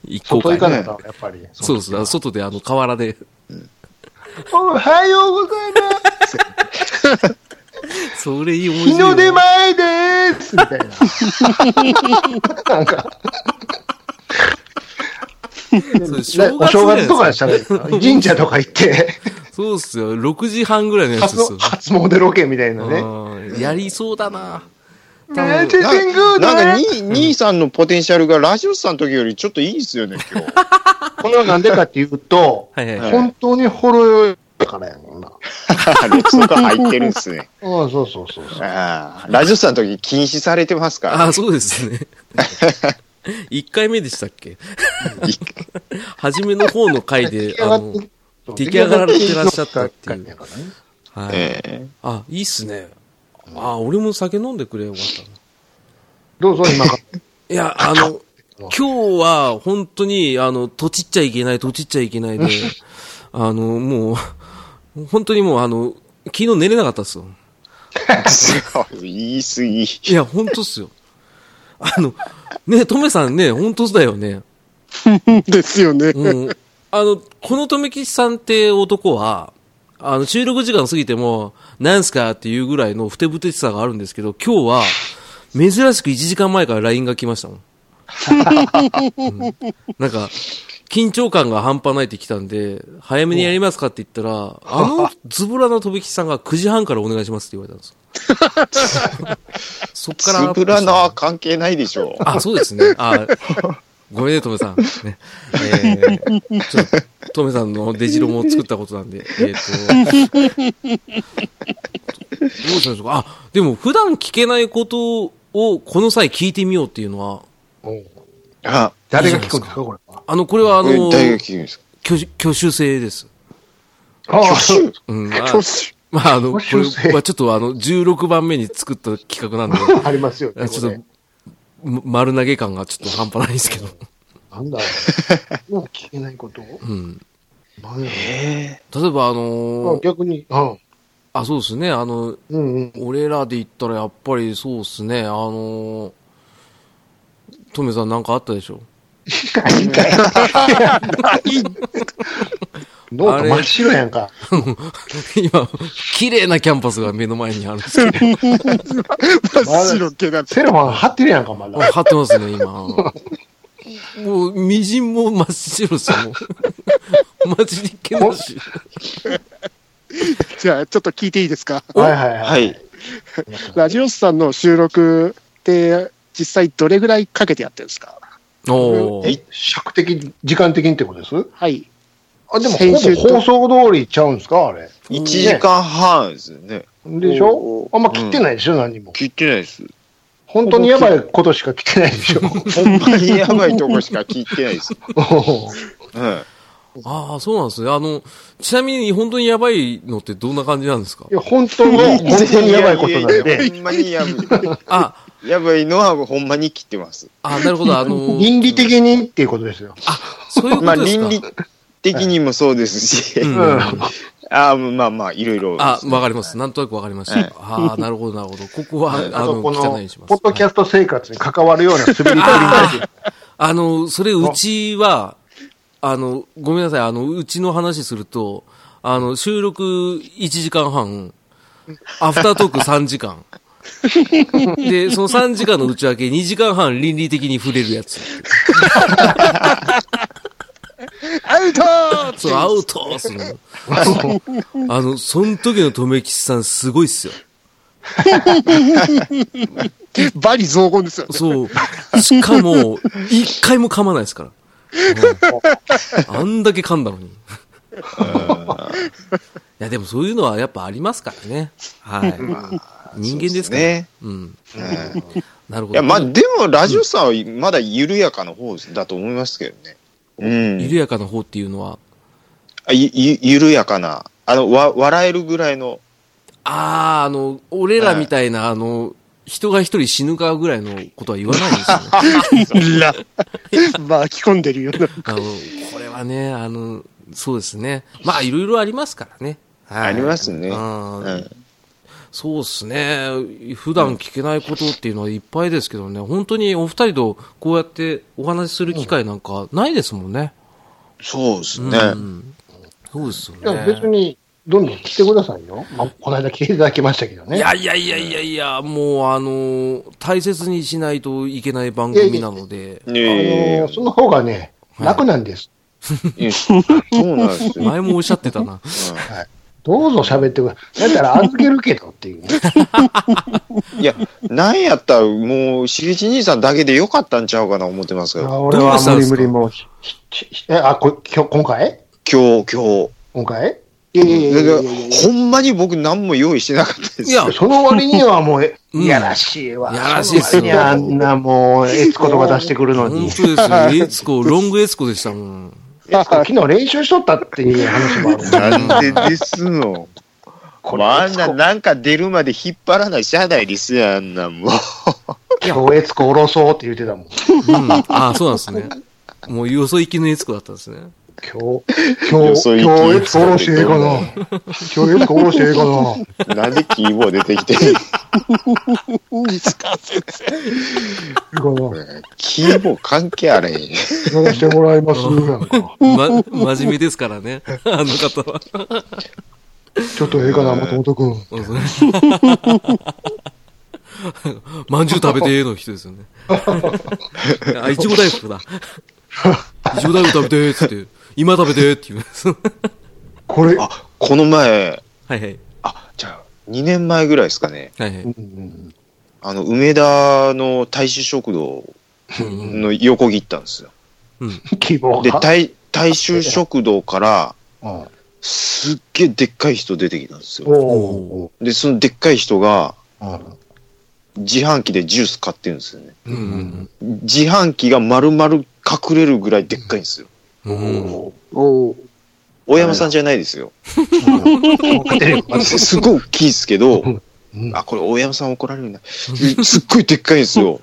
[SPEAKER 1] 一公開
[SPEAKER 2] 外行か
[SPEAKER 1] で。
[SPEAKER 2] ないと、やっぱり。
[SPEAKER 1] そうです。あの外で、あの、河原で。
[SPEAKER 2] おはようございます。
[SPEAKER 1] それいい思い出
[SPEAKER 2] 日の出前です。みたいな。なんか、
[SPEAKER 1] そう正月
[SPEAKER 2] お正月とかで
[SPEAKER 1] じ
[SPEAKER 2] し
[SPEAKER 1] ゃ
[SPEAKER 2] た
[SPEAKER 1] ないで
[SPEAKER 2] らいいかな神社とか行って、
[SPEAKER 1] すかそうっすよ。6時半ぐらいのやつ
[SPEAKER 2] 初
[SPEAKER 1] ですよ
[SPEAKER 2] の。初詣ロケみたいなね。
[SPEAKER 1] うんやりそうだな。多
[SPEAKER 2] めっ
[SPEAKER 1] 分
[SPEAKER 2] ちゃ天
[SPEAKER 3] な
[SPEAKER 2] 狗
[SPEAKER 3] なんか
[SPEAKER 2] だ
[SPEAKER 3] に
[SPEAKER 2] ね。、
[SPEAKER 3] 兄さんのポテンシャルがラジオさんの時よりちょっといいですよね、今日。
[SPEAKER 2] これはなんでかっていうと、
[SPEAKER 1] はいはい。
[SPEAKER 2] 本当にほろ酔いだからやもんな。
[SPEAKER 3] ロクソが入ってるんですね。
[SPEAKER 2] ああ、そうそうそうそう。
[SPEAKER 3] あーラジオさんの時禁止されてますから、
[SPEAKER 1] あ、そうですね。1回目でしたっけ
[SPEAKER 3] 一
[SPEAKER 1] 初めの方の回で、あの、
[SPEAKER 2] そう
[SPEAKER 1] 出来上がってらっしゃったっていう
[SPEAKER 2] 出来上がってらっしゃったっ
[SPEAKER 1] はい。
[SPEAKER 2] ていう
[SPEAKER 3] ええ
[SPEAKER 1] あ、いいっすね。あ、俺も酒飲んでくれよかったな。
[SPEAKER 2] どうぞ、今から。
[SPEAKER 1] いや、あの、今日は本当に、あの、とちっちゃいけない、とちっちゃいけ ないで、あの、もう、本当にもう、あの、昨日寝れなかったっすよ。
[SPEAKER 3] すごい言い過ぎ。
[SPEAKER 1] いや、本当っすよ。あの、ね、とめさんね、本当だよね。
[SPEAKER 4] ですよね。
[SPEAKER 1] うん。あの、このとめきちさんって男は、あの、収録時間過ぎても、なんすかっていうぐらいのふてぶてしさがあるんですけど、今日は、珍しく1時間前から LINE が来ましたもん。うんなんか、緊張感が半端ないって来たんで、早めにやりますかって言ったら、あのズボラなとめきちさんが9時半からお願いしますって言われたんですよ。 そっからアッ
[SPEAKER 3] つ
[SPEAKER 1] プし
[SPEAKER 3] ぶ
[SPEAKER 1] た。
[SPEAKER 3] らな関係ないでしょ
[SPEAKER 1] あ、そうですね。あ、ごめんね、トメさん。ね、えー、ちょっと、トメさんのデジロも作ったことなんで、えっ、と、どうしたんでしょうか。あ、でも普段聞けないことをこの際聞いてみようっていうのは、
[SPEAKER 3] あ、
[SPEAKER 2] 誰が聞くんですか、これは。
[SPEAKER 1] あの、これはあ
[SPEAKER 3] これ
[SPEAKER 1] の、
[SPEAKER 3] 大学聞くんですか
[SPEAKER 1] 挙手挙手制です。
[SPEAKER 2] ああ、そう。
[SPEAKER 1] うん。あ
[SPEAKER 4] 挙手
[SPEAKER 1] まあ、あの、こ
[SPEAKER 2] 挙手制
[SPEAKER 1] れはちょっとあの、16番目に作った企画なんで、
[SPEAKER 2] ありますよ
[SPEAKER 1] あ
[SPEAKER 2] ね。
[SPEAKER 1] ち
[SPEAKER 2] こ
[SPEAKER 1] ょっ
[SPEAKER 2] れ
[SPEAKER 1] と、ま丸投げ感がちょっと半端ないですけど。
[SPEAKER 2] なん だろう。もう聞けないこと
[SPEAKER 1] うん。
[SPEAKER 2] なんや
[SPEAKER 3] え
[SPEAKER 1] 例えばあ
[SPEAKER 2] ろうあ
[SPEAKER 1] のー
[SPEAKER 2] 逆に、うん
[SPEAKER 1] あ、そうですね、あの、
[SPEAKER 2] うんうん。
[SPEAKER 1] 俺らで言ったらやっぱりそうっすね、あのー、トメさんなんかあったでしょ
[SPEAKER 3] え。
[SPEAKER 2] ノート真っ白やんか。
[SPEAKER 1] 今、綺麗なキャンパスが目の前にあるんですけ
[SPEAKER 4] 真っ白系だって。
[SPEAKER 2] セロファン貼ってるやんか、ま
[SPEAKER 1] ど、
[SPEAKER 2] だ。
[SPEAKER 1] 貼ってますね、今。もう、みじんも真っ白ですよ、もう。 マジでけなし。
[SPEAKER 4] じゃあ、ちょっと聞いていいですか。
[SPEAKER 2] はいはいは。
[SPEAKER 3] はいい。
[SPEAKER 4] ラジオスさんの収録って、実際どれぐらいかけてやってるんですか
[SPEAKER 1] おー
[SPEAKER 2] え、尺的、時間的にってことです
[SPEAKER 4] はい。
[SPEAKER 2] あ、でも
[SPEAKER 4] 先週
[SPEAKER 2] ほ
[SPEAKER 4] と
[SPEAKER 2] ぼ放送通りちゃうんですかあれ。
[SPEAKER 3] 1時間半ですね。
[SPEAKER 2] でしょあんま切ってないでしょ、何も。
[SPEAKER 3] 聞いてないです。
[SPEAKER 2] 本当にやばいことしか切ってないでし ょ。
[SPEAKER 3] ほんまにやばいとこしか聞いてないです。うん。
[SPEAKER 1] ああ、そうなんですね。あの、ちなみに本当にやばいのってどんな感じなんですか
[SPEAKER 2] いや、本当の、本当にやばいことなん
[SPEAKER 3] いやいやい
[SPEAKER 2] で、
[SPEAKER 3] やほんまにやば
[SPEAKER 1] あ、
[SPEAKER 3] い。やばいのはほんまに切ってます。
[SPEAKER 1] あ、なるほど、あの、
[SPEAKER 2] 倫理的にっていうことですよ。
[SPEAKER 1] そういうこ
[SPEAKER 3] まあ
[SPEAKER 1] とですか。
[SPEAKER 3] 倫理的にもそうですし、
[SPEAKER 1] うん
[SPEAKER 2] うん
[SPEAKER 3] ああまあまあいろいろ。
[SPEAKER 1] あ、わかります。なんとなくわかりまし
[SPEAKER 3] は
[SPEAKER 1] た。ああ、なるほど、なるほど。ここは、あ
[SPEAKER 2] あ
[SPEAKER 1] の、
[SPEAKER 2] と、この、
[SPEAKER 1] 汚いようにします。
[SPEAKER 2] ポッドキャスト生活に関わるような滑り込み
[SPEAKER 1] あーあの、それ、うちは、あの、ごめんなさい、あの、うちの話すると、あの、収録1時間半、アフタートーク3時間。で、その3時間の内訳2時間半倫理的に触れるやつ。
[SPEAKER 4] アウトー
[SPEAKER 1] そう、アウトーするの。あの、その時の留吉さんすごいっすよ。
[SPEAKER 4] バリ雑言ですよね。
[SPEAKER 1] そう。しかも、一回も噛まないですから。あんだけ噛んだのに。いや、でもそういうのはやっぱありますからね。はい。人間ですから。
[SPEAKER 3] ね。
[SPEAKER 1] うん。
[SPEAKER 3] うん
[SPEAKER 1] なるほど。
[SPEAKER 3] いや、まあ、でも、ラジオさんはまだ緩やかな方だと思いますけどね。うん。
[SPEAKER 1] 緩やかな方っていうのは、
[SPEAKER 3] あゆゆ緩やかな。あの、わ、笑えるぐらいの。
[SPEAKER 1] ああ、あの、俺らみたいな、あの、人が一人死ぬかぐらいのことは言わないんですよね。
[SPEAKER 4] ら。巻き込んでるような。
[SPEAKER 1] あの、これはね、あの、そうですね。まあ、いろいろありますからね。はい
[SPEAKER 3] ありますね。
[SPEAKER 1] うん
[SPEAKER 3] うん
[SPEAKER 1] そうですね。普段聞けないことっていうのはいっぱいですけどね。本当にお二人とこうやってお話しする機会なんかないですもんね。
[SPEAKER 3] そうです
[SPEAKER 1] うん。
[SPEAKER 3] ね。
[SPEAKER 1] そうですよ
[SPEAKER 2] いや、別
[SPEAKER 1] ね。
[SPEAKER 2] に、どんどん来てくださいよ。まあ、この間来ていただきましたけど
[SPEAKER 1] い
[SPEAKER 2] ね。
[SPEAKER 1] やいやいやいやいや、もうあのー大切にしないといけない番組なので、
[SPEAKER 2] あの
[SPEAKER 3] ねえ
[SPEAKER 2] ーその方がね、楽なんです。
[SPEAKER 3] いやそうなんですよ。
[SPEAKER 1] 前もおっしゃってたな。
[SPEAKER 2] どうぞ喋ってください。だっ たら預けるけどっていうね。
[SPEAKER 3] うんいや、なんやったら、もう、しげち兄さんだけでよかったんちゃうかな思ってますけど。
[SPEAKER 2] あ俺
[SPEAKER 1] どう
[SPEAKER 2] は
[SPEAKER 1] したん
[SPEAKER 2] 無
[SPEAKER 1] ですか
[SPEAKER 2] 理無理もうひひひえ、あ、こ今日、今回
[SPEAKER 3] 今日、今日。
[SPEAKER 2] 今回
[SPEAKER 4] いやいやいや
[SPEAKER 3] だ
[SPEAKER 4] い
[SPEAKER 3] か
[SPEAKER 4] や
[SPEAKER 3] ら
[SPEAKER 4] いやいや
[SPEAKER 3] ほんまに僕何も用意してなかったです。
[SPEAKER 1] いや、
[SPEAKER 2] その割にはもう、
[SPEAKER 1] うん
[SPEAKER 2] いやらしいわ。
[SPEAKER 1] やらしいっすよ
[SPEAKER 2] その割にあんなもう、エツコとか出してくるの
[SPEAKER 1] 本当
[SPEAKER 2] に
[SPEAKER 1] で。すよ。エツコ、ロングエツコでしたもん。
[SPEAKER 2] エツコ昨日練習しとったっていう話 もあるもん。
[SPEAKER 3] なんでです の
[SPEAKER 2] これ、
[SPEAKER 3] まあ、あ
[SPEAKER 2] エ
[SPEAKER 3] ん
[SPEAKER 2] ツ
[SPEAKER 3] な、
[SPEAKER 2] コ
[SPEAKER 3] なんか出るまで引っ張らない社内ですやん、あんなん もう。
[SPEAKER 2] 今日エツコ下ろそうって言ってたもん。
[SPEAKER 1] うん。ああ、そうなんですね。もう、よそ行きのエツコだったんです ね。
[SPEAKER 2] 今日、今
[SPEAKER 3] よ
[SPEAKER 2] 日、
[SPEAKER 3] そ行き
[SPEAKER 2] 今日エツコ下ろしてええかな。今日エツコ下ろしてええかな。
[SPEAKER 3] なんでキーボー出てきてる
[SPEAKER 4] 西川先生。
[SPEAKER 2] こ
[SPEAKER 3] キーボー関係あれへん。
[SPEAKER 2] れやらしてもらいますやんか。
[SPEAKER 1] ま、真面目ですからね。あの方は。
[SPEAKER 2] ちょっとええかな、松本くん。
[SPEAKER 1] うんそう まんじゅう食べてーの人ですよね。あ、いちご大福だ。いちご大福食べてーっつって、今食べてーって言うん です。
[SPEAKER 2] これ、
[SPEAKER 3] あ、この前、
[SPEAKER 1] はいはい。
[SPEAKER 3] あ、じゃあ、2年前ぐらいですかね。
[SPEAKER 1] はいはい。
[SPEAKER 2] うん
[SPEAKER 3] あの、梅田の大衆食堂の横切ったんですよ。
[SPEAKER 2] 希望
[SPEAKER 3] で、
[SPEAKER 2] か
[SPEAKER 3] 大、大衆食堂から、
[SPEAKER 2] うん
[SPEAKER 3] すっげえでっかい人出てきたんですよ。
[SPEAKER 2] お
[SPEAKER 3] で、そのでっかい人が、
[SPEAKER 2] ー
[SPEAKER 3] 自販機でジュース買ってるんですよね。
[SPEAKER 1] うんうん
[SPEAKER 3] 自販機が丸々隠れるぐらいでっかいんですよ。
[SPEAKER 1] うん。うん
[SPEAKER 4] お
[SPEAKER 3] 大山さんじゃないですよ。
[SPEAKER 2] うん
[SPEAKER 3] すごい大きいですけど
[SPEAKER 2] ん、
[SPEAKER 3] あ、これ大山さん怒られるな。すっごいでっかいんですよ。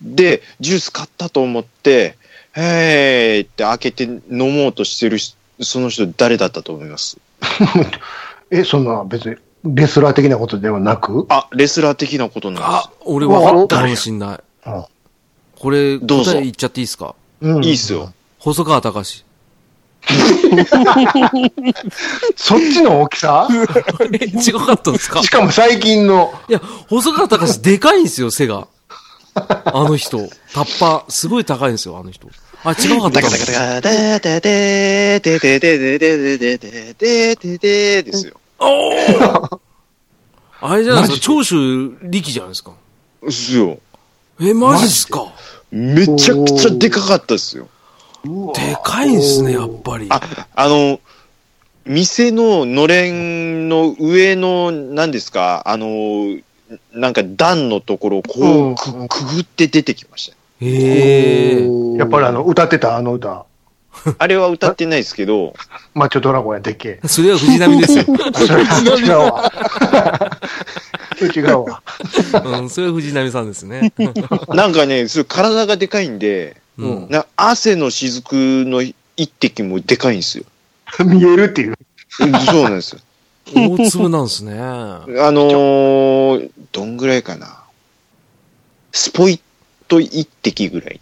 [SPEAKER 3] で、ジュース買ったと思って、へーって開けて飲もうとしてる人その人誰だったと思います
[SPEAKER 2] え、そんな別に、レスラー的なことではなく、
[SPEAKER 3] あ、レスラー的なことなんです
[SPEAKER 1] あ、俺わかったかもしんない
[SPEAKER 2] うん。
[SPEAKER 1] これ、
[SPEAKER 3] どうぞ
[SPEAKER 1] 答え言っちゃっていいですか
[SPEAKER 2] うん
[SPEAKER 3] いいっすよ。
[SPEAKER 1] 細川隆史。
[SPEAKER 2] そっちの大きさ
[SPEAKER 1] え、違かったんで すか
[SPEAKER 2] しかも最近の。
[SPEAKER 1] いや、細川隆史でかいんですよ、背が。あの人。タッパー、すごい高いんですよ、あの人。あ、違うかった
[SPEAKER 3] だか
[SPEAKER 1] か
[SPEAKER 3] だかだかだだでででででででででででですよ。
[SPEAKER 1] あれじゃないですか、長州力じゃないですか。
[SPEAKER 3] ですよ。
[SPEAKER 1] え、マジっすか。
[SPEAKER 3] めちゃくちゃでかかったですよ。
[SPEAKER 1] でかいんですね、やっぱり。
[SPEAKER 3] あ、あの、店ののれんの上の、何ですか、あの、なんか段のところをこうくくぐって出てきましたよ。
[SPEAKER 1] へえ。
[SPEAKER 2] やっぱりあの、歌ってたあの歌。
[SPEAKER 3] あれは歌ってないですけど、
[SPEAKER 2] マッチョドラゴンやでっ けえ。
[SPEAKER 1] それは藤波 ですよ。
[SPEAKER 2] あそれは違う わ。違うわ。
[SPEAKER 1] うん、それは藤波さんです ね。
[SPEAKER 3] なんかね、それ体がでかいんで、
[SPEAKER 1] うん。
[SPEAKER 3] な汗の雫の一滴もでかいんですよ。
[SPEAKER 2] 見えるっていう。
[SPEAKER 3] そうなん ですよ。
[SPEAKER 1] 大粒なんですね。
[SPEAKER 3] あのー、どんぐらいかな。スポイト一滴ぐらい。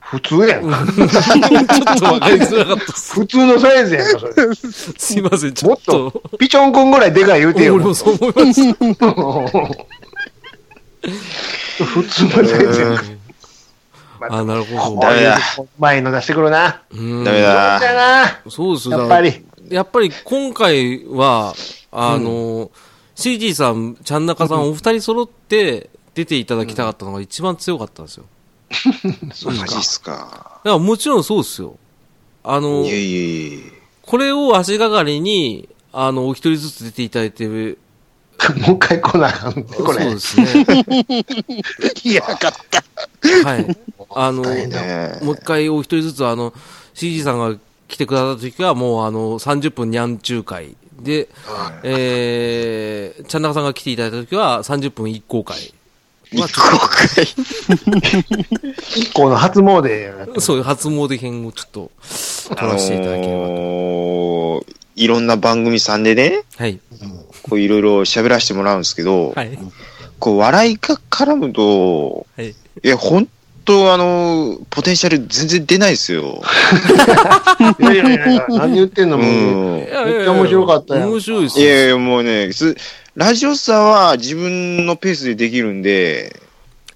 [SPEAKER 2] 普通やんか。
[SPEAKER 1] ちょっとわかりづらかったっす。
[SPEAKER 2] 普通のサイズやんか、それ。
[SPEAKER 1] すいません、ちょ
[SPEAKER 2] も
[SPEAKER 1] っ
[SPEAKER 2] っ
[SPEAKER 1] と。
[SPEAKER 2] と、ピチョン君ぐらいでかい言うて
[SPEAKER 1] 俺
[SPEAKER 2] よ。
[SPEAKER 1] もそう思いました。
[SPEAKER 2] 普通のサイズやんか。
[SPEAKER 1] あ、なるほ
[SPEAKER 2] こう
[SPEAKER 1] ど。
[SPEAKER 2] いう前の出してくるな。
[SPEAKER 1] うん
[SPEAKER 3] ダメ
[SPEAKER 2] そうだ
[SPEAKER 3] だ。
[SPEAKER 2] な。
[SPEAKER 1] そうですよ
[SPEAKER 2] やっぱ。
[SPEAKER 1] だ
[SPEAKER 2] り。
[SPEAKER 1] からやっぱり今回は、あの、CG さん、ちゃんなかさん、お二人揃って出ていただきたかったのが一番強かったんですよ。
[SPEAKER 3] マジっすか。
[SPEAKER 1] だからもちろんそうですよ。あの
[SPEAKER 3] い、やいやいや
[SPEAKER 1] これを足がかりに、あの、お一人ずつ出ていただいてる。
[SPEAKER 2] もう一回来なあかんね
[SPEAKER 1] そ
[SPEAKER 2] こ
[SPEAKER 1] う
[SPEAKER 2] れ
[SPEAKER 1] で。すね。
[SPEAKER 4] いや、かった。
[SPEAKER 1] はい。あの、
[SPEAKER 3] ねえ
[SPEAKER 1] もう一回お一人ずつ、あの、CG さんが来てくださった時は、もうあの、30分にゃん中会。で、えー、ちゃんなかさんが来ていただいた時は、30分一行会。まあ
[SPEAKER 3] 一個かい
[SPEAKER 2] 一個の初詣やった。
[SPEAKER 1] そういう初詣編をちょっと、撮
[SPEAKER 3] あの
[SPEAKER 1] らせていただければと。
[SPEAKER 3] ー、いろんな番組さん でね、
[SPEAKER 1] はい。
[SPEAKER 3] こういろいろ喋らせてもらうんですけど、
[SPEAKER 1] はい。
[SPEAKER 3] こう笑いが絡むと、
[SPEAKER 1] はい。
[SPEAKER 3] いや、本当あのー、ポテンシャル全然出ないで すよ。
[SPEAKER 2] いやいやいやいや、何言ってんの
[SPEAKER 3] う
[SPEAKER 2] もう。
[SPEAKER 3] ん
[SPEAKER 1] い。やいやいや
[SPEAKER 2] めっちゃ面白かったやん
[SPEAKER 1] 面白いです
[SPEAKER 3] い
[SPEAKER 1] よ
[SPEAKER 3] やいや、もうね、すラジオさんは自分のペースでできるんで、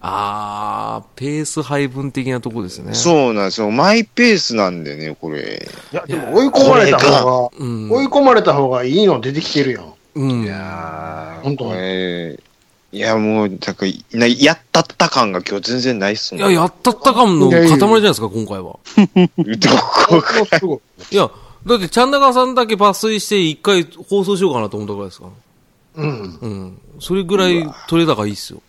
[SPEAKER 1] あー、ペース配分的なとこですね。
[SPEAKER 3] そうなんですよ。マイペースなんでね、これ。
[SPEAKER 2] いや、でも追い込まれた方
[SPEAKER 1] う
[SPEAKER 2] が、
[SPEAKER 1] ん。
[SPEAKER 2] 追い込まれた方がいいの出てきてるやん。
[SPEAKER 1] うん。
[SPEAKER 3] や
[SPEAKER 2] 本当
[SPEAKER 3] これ、いや、もう、だから、なやったった感が今日全然ないっす
[SPEAKER 1] い
[SPEAKER 3] もん。
[SPEAKER 1] や、やったった感の
[SPEAKER 2] いやい
[SPEAKER 1] 塊じ
[SPEAKER 2] やいや
[SPEAKER 1] ゃないですか、今回は。
[SPEAKER 3] どこか。
[SPEAKER 2] すごい。
[SPEAKER 1] いや、だって、チャンナガさんだけ抜粋して一回放送しようかなと思ったぐらいですから。
[SPEAKER 2] うん。
[SPEAKER 1] うん。それぐらい取れ高いいっすよ。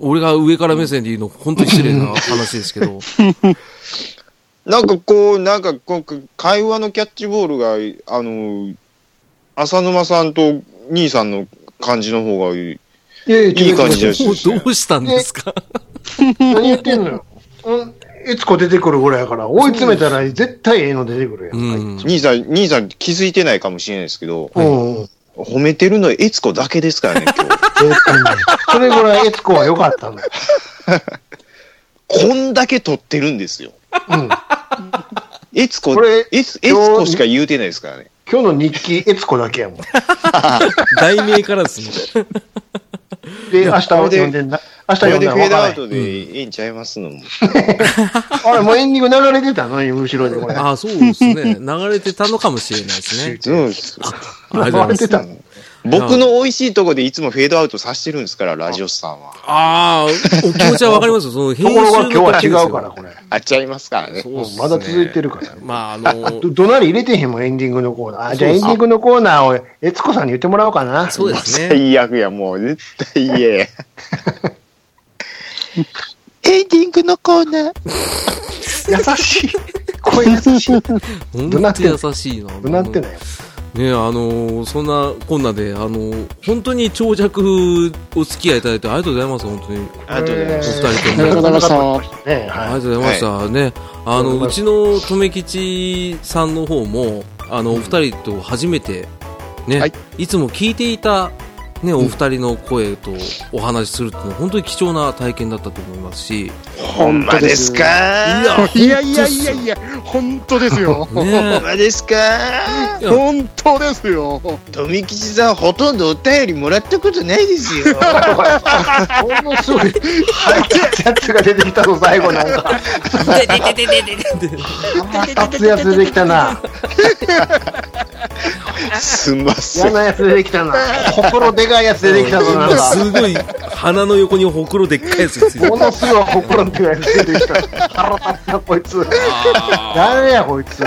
[SPEAKER 1] 俺が上から目線で言うの、本当に失礼な話ですけ ど。
[SPEAKER 3] なんかこう、なんかこう、会話のキャッチボールが、あの、浅沼さんと兄さんの感じの方がいい。
[SPEAKER 2] いやいや、
[SPEAKER 3] いい感じ
[SPEAKER 2] 違う違う
[SPEAKER 3] だし
[SPEAKER 1] もうどうしたんですか
[SPEAKER 2] 何言ってんのよ。うんいつこ出てくるぐらいやから、追い詰めたら絶対ええの出てくるや。
[SPEAKER 1] うんん。
[SPEAKER 3] 兄さん、兄さん気づいてないかもしれないですけど、
[SPEAKER 2] うん。え
[SPEAKER 3] 褒めてるのエツコだけですからね、今日。
[SPEAKER 2] それぐらいエツコは良かったのよ。
[SPEAKER 3] こんだけ撮ってるんですよ。
[SPEAKER 2] うん。
[SPEAKER 3] エツコ、
[SPEAKER 2] これ
[SPEAKER 3] エツエツコしか言うてないですからね。
[SPEAKER 2] 今日の日記、エツコだけやもん。
[SPEAKER 1] 題名からですね。
[SPEAKER 2] で、明日読んでんな。明日
[SPEAKER 3] これ
[SPEAKER 2] 読んだ
[SPEAKER 3] でフ
[SPEAKER 2] ら分から
[SPEAKER 3] ェードア
[SPEAKER 2] へ
[SPEAKER 3] ウ
[SPEAKER 2] ん。
[SPEAKER 3] トでええんちゃいますのも。
[SPEAKER 2] あれ、もうエンディング流れてたのに、後ろでこれ。
[SPEAKER 1] ああ、そうですね。流れてたのかもしれないですね。
[SPEAKER 3] そうですよ
[SPEAKER 1] ありがとうございます。
[SPEAKER 2] た
[SPEAKER 3] 僕の美味しいとこでいつもフェードアウトさせてるんですから、ラジオスさんは。
[SPEAKER 1] ああ、お気持ちはわかりますよ。その編
[SPEAKER 2] と
[SPEAKER 1] 集
[SPEAKER 2] ころが
[SPEAKER 1] の
[SPEAKER 2] 今
[SPEAKER 1] 時
[SPEAKER 2] 日
[SPEAKER 1] ですよ
[SPEAKER 2] は違うから、これ。
[SPEAKER 3] あっちゃいますからね。
[SPEAKER 1] そうっすね
[SPEAKER 2] まだ続いてるから。
[SPEAKER 1] まあ、あの
[SPEAKER 2] ど、、どなり入れてへんもん、エンディングのコーナー。あ、じゃあ
[SPEAKER 1] そうっ
[SPEAKER 2] エン
[SPEAKER 1] す
[SPEAKER 2] ディングのコーナーを、エツコさんに言ってもらおうかな。
[SPEAKER 1] そうですね。
[SPEAKER 3] 最悪や、もう絶対言え。 エンディングのコーナー。
[SPEAKER 2] 優しい。声優しい。
[SPEAKER 1] 本
[SPEAKER 2] どなってんの
[SPEAKER 1] 当優しいな。
[SPEAKER 2] どなってない。
[SPEAKER 1] ねあのーそんなこんなで、あのー本当に長尺お付き合いいただいてありがとうございます、本当に。
[SPEAKER 3] ありがとうございま
[SPEAKER 1] お
[SPEAKER 3] す。
[SPEAKER 1] 二人と
[SPEAKER 4] ありがと
[SPEAKER 1] も。
[SPEAKER 4] うございました。
[SPEAKER 2] ね
[SPEAKER 1] あり
[SPEAKER 2] は
[SPEAKER 1] がとうございました。ね、あの、うちの留吉さんの方も、あの、お二人と初めて、ね、、
[SPEAKER 4] はい
[SPEAKER 1] つも聞いていた、ね、お二人の声とお話しするっていうのは本当に貴重な体験だったと思いますし、
[SPEAKER 3] ほんまですか
[SPEAKER 1] いや
[SPEAKER 4] いやいやいやいや、本当ですよ。
[SPEAKER 3] ほ
[SPEAKER 1] ね
[SPEAKER 3] んまですか
[SPEAKER 1] いや
[SPEAKER 4] 本当ですよ。
[SPEAKER 3] 富吉さんほとんどお便りもらったことないです よ
[SPEAKER 2] ものすごい、入ったやつが出てきたの、最後なんか。腹立つやつ出てきたな。
[SPEAKER 3] すんま せ
[SPEAKER 2] 嫌
[SPEAKER 3] ん
[SPEAKER 2] なやつ出てきたな。ほころでかいやつ出てきたぞ、なん
[SPEAKER 1] 今
[SPEAKER 2] か。
[SPEAKER 1] すごい鼻の横にほくろでっかいやつ ついて
[SPEAKER 2] ものすごいほころでかいやつ出てきた。腹立った、こいつ。誰や、こいつ。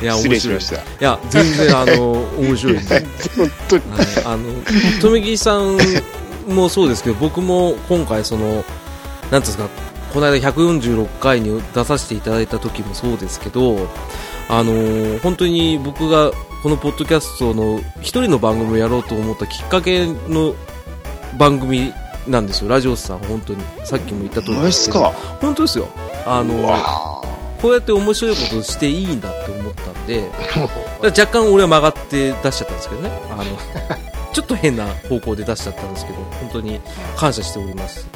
[SPEAKER 1] いや
[SPEAKER 3] 失礼しました
[SPEAKER 1] いや全然あの面白いです
[SPEAKER 4] 本当に。
[SPEAKER 1] はい、あの富木さんもそうですけど僕も今回そのなんていうんですかこの間146回に出させていただいた時もそうですけどあのー本当に僕がこのポッドキャストの一人の番組をやろうと思ったきっかけの番組なんですよラジオスさん本当にさっきも言った通
[SPEAKER 3] ど
[SPEAKER 1] り
[SPEAKER 3] う
[SPEAKER 1] で
[SPEAKER 3] ですす
[SPEAKER 1] けど
[SPEAKER 3] か
[SPEAKER 1] 本当ですよあのーこうやって面白いことをしていいんだって思ったん でだから若干俺は曲がって出しちゃったんですけどね あのちょっと変な方向で出しちゃったんですけど本当に感謝しております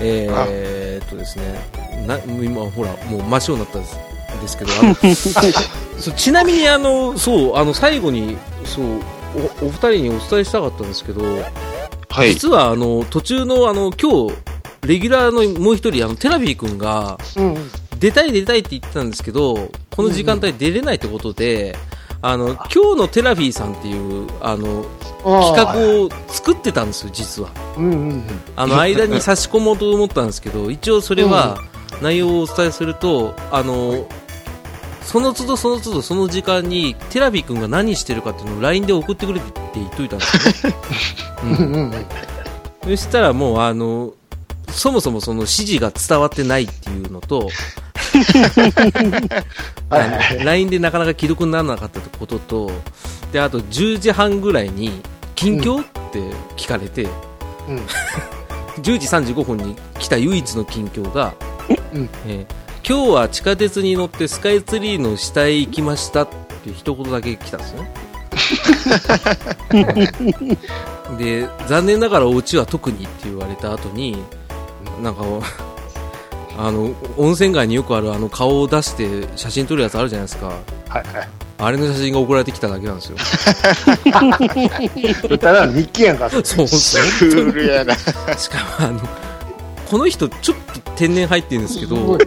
[SPEAKER 1] えーえーっとですねな今ほらもう真っ白になったんですですけど あのそうちなみにあのそうあの最後にそうおお二人にお伝えしたかったんですけど、
[SPEAKER 3] はい
[SPEAKER 1] 実はあの途中のあの今日レギュラーのもう一人あのテラビー君が
[SPEAKER 4] うん。
[SPEAKER 1] 出たい出たいって言ってたんですけど、この時間帯出れないってことで、あの、今日のテラフィーさんっていう、あの、企画を作ってたんですよ、実は。
[SPEAKER 4] うんうん。
[SPEAKER 1] あの、間に差し込もうと思ったんですけ ど、一応それは、内容をお伝えすると、あの、その都度その都度その時間に、テラフィー君が何してるかっていうのを LINE で送ってくれって言っといたんですよ ね。うんそしたらもう、あの、そもそもその指示が伝わってないっていうのと、
[SPEAKER 2] はい
[SPEAKER 1] あの LINE でなかなか既読にならなかったってことと、で、あと10時半ぐらいに、近況、って聞かれ て、
[SPEAKER 2] うん
[SPEAKER 1] 10時35分に来た唯一の近況が、
[SPEAKER 4] うん
[SPEAKER 1] えー今日は地下鉄に乗ってスカイツリーの下へ行きましたっていう一言だけ来たんですよね。で、残念ながらお家は特にって言われた後に、なんか、 あの、温泉街によくあるあの顔を出して写真撮るやつあるじゃないですか。
[SPEAKER 2] はいはい。
[SPEAKER 1] あれの写真が送られてきただけなんです よ。
[SPEAKER 2] そしたら、日記やんか。
[SPEAKER 1] そう
[SPEAKER 3] シュールやな
[SPEAKER 1] しかもあの、この人ちょっと天然入ってるんですけど、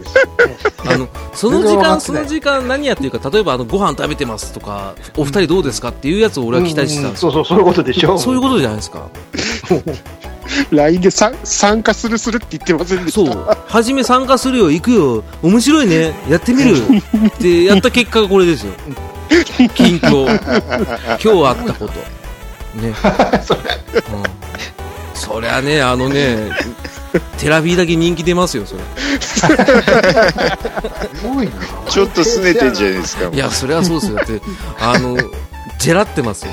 [SPEAKER 1] あの、その時
[SPEAKER 2] 全然わかってな
[SPEAKER 1] 間そ
[SPEAKER 2] い
[SPEAKER 1] の時間何やってるか、例えばあの、ご飯食べてますとか、お二人どうですかっていうやつを俺は期待してたんです
[SPEAKER 2] そ
[SPEAKER 1] よ。
[SPEAKER 2] うそう、そういうことでしょ。
[SPEAKER 1] そういうことじゃないですか。
[SPEAKER 4] LINE でさ参加するするって言ってませんでし
[SPEAKER 1] そ
[SPEAKER 4] た。
[SPEAKER 1] う。はじめ参加するよ、行くよ、面白いね、やってみるってやった結果がこれですよ。近況。今日あったこと。ね。うんそりゃね、あのね、テラビーだけ人気出ますよ、それ。
[SPEAKER 2] すごいな。
[SPEAKER 3] ちょっと拗ねてんじゃないですか
[SPEAKER 1] いや、それはそうですよ。だって、あの、ジェラってますよ。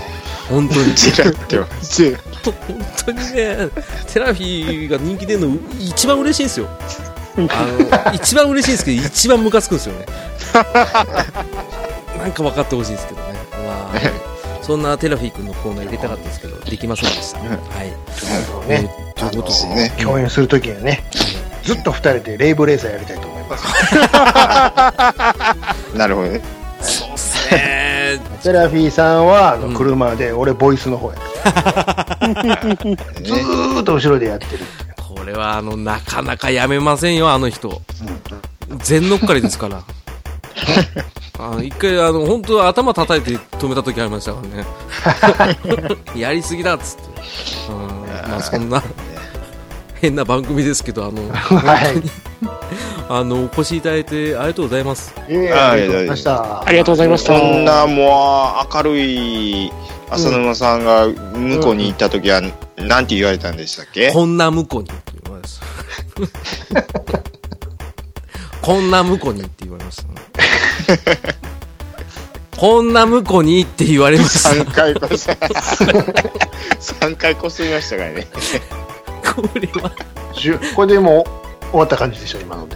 [SPEAKER 1] 本当に。
[SPEAKER 3] ちらっては
[SPEAKER 4] で
[SPEAKER 1] と本当にね、テラフィーが人気出るの一番嬉しいんですよ。あの、一番嬉しいんですけど、一番ムカつくんですよね。 なんか分かってほしいんですけどね。まあ、そんなテラフィー君のコーナー入れたかったんですけど、できませんでした。はい。え
[SPEAKER 2] ね
[SPEAKER 1] ーということで
[SPEAKER 3] ね
[SPEAKER 2] 共演するときにね、ずっと二人でレイブレーサーやりたいと思います。
[SPEAKER 3] なるほどね
[SPEAKER 1] そうっすね。
[SPEAKER 2] セラフィーさんは、あ
[SPEAKER 1] うん
[SPEAKER 2] の、車で、俺、ボイスの 方やって
[SPEAKER 3] ね
[SPEAKER 2] ずーっと後ろでやってる。
[SPEAKER 1] これは、あの、なかなかやめませんよ、あの人。全乗っかりですから。あの一回、あの、本当頭叩いて止めた時ありましたからね。 やりすぎだっつって。うん、まあそんな、変な番組ですけど、あの、
[SPEAKER 2] はい。
[SPEAKER 1] あの、お越しいただいてありがとうございます。
[SPEAKER 2] いえいえ
[SPEAKER 3] あ
[SPEAKER 2] ありがとうございました。
[SPEAKER 4] ありがとうございました。
[SPEAKER 3] そんなもう明るい浅沼さんが向こうに行った時はなんて言われたんでしたっけ
[SPEAKER 1] こんな向こうにって言われました。こんな向こうにって言われましたね、こんな向こうにって言われました。
[SPEAKER 3] 3回こす 三回こすりましたからね
[SPEAKER 1] これは
[SPEAKER 2] じゅこれでもう終わった感じでしょ、今ので。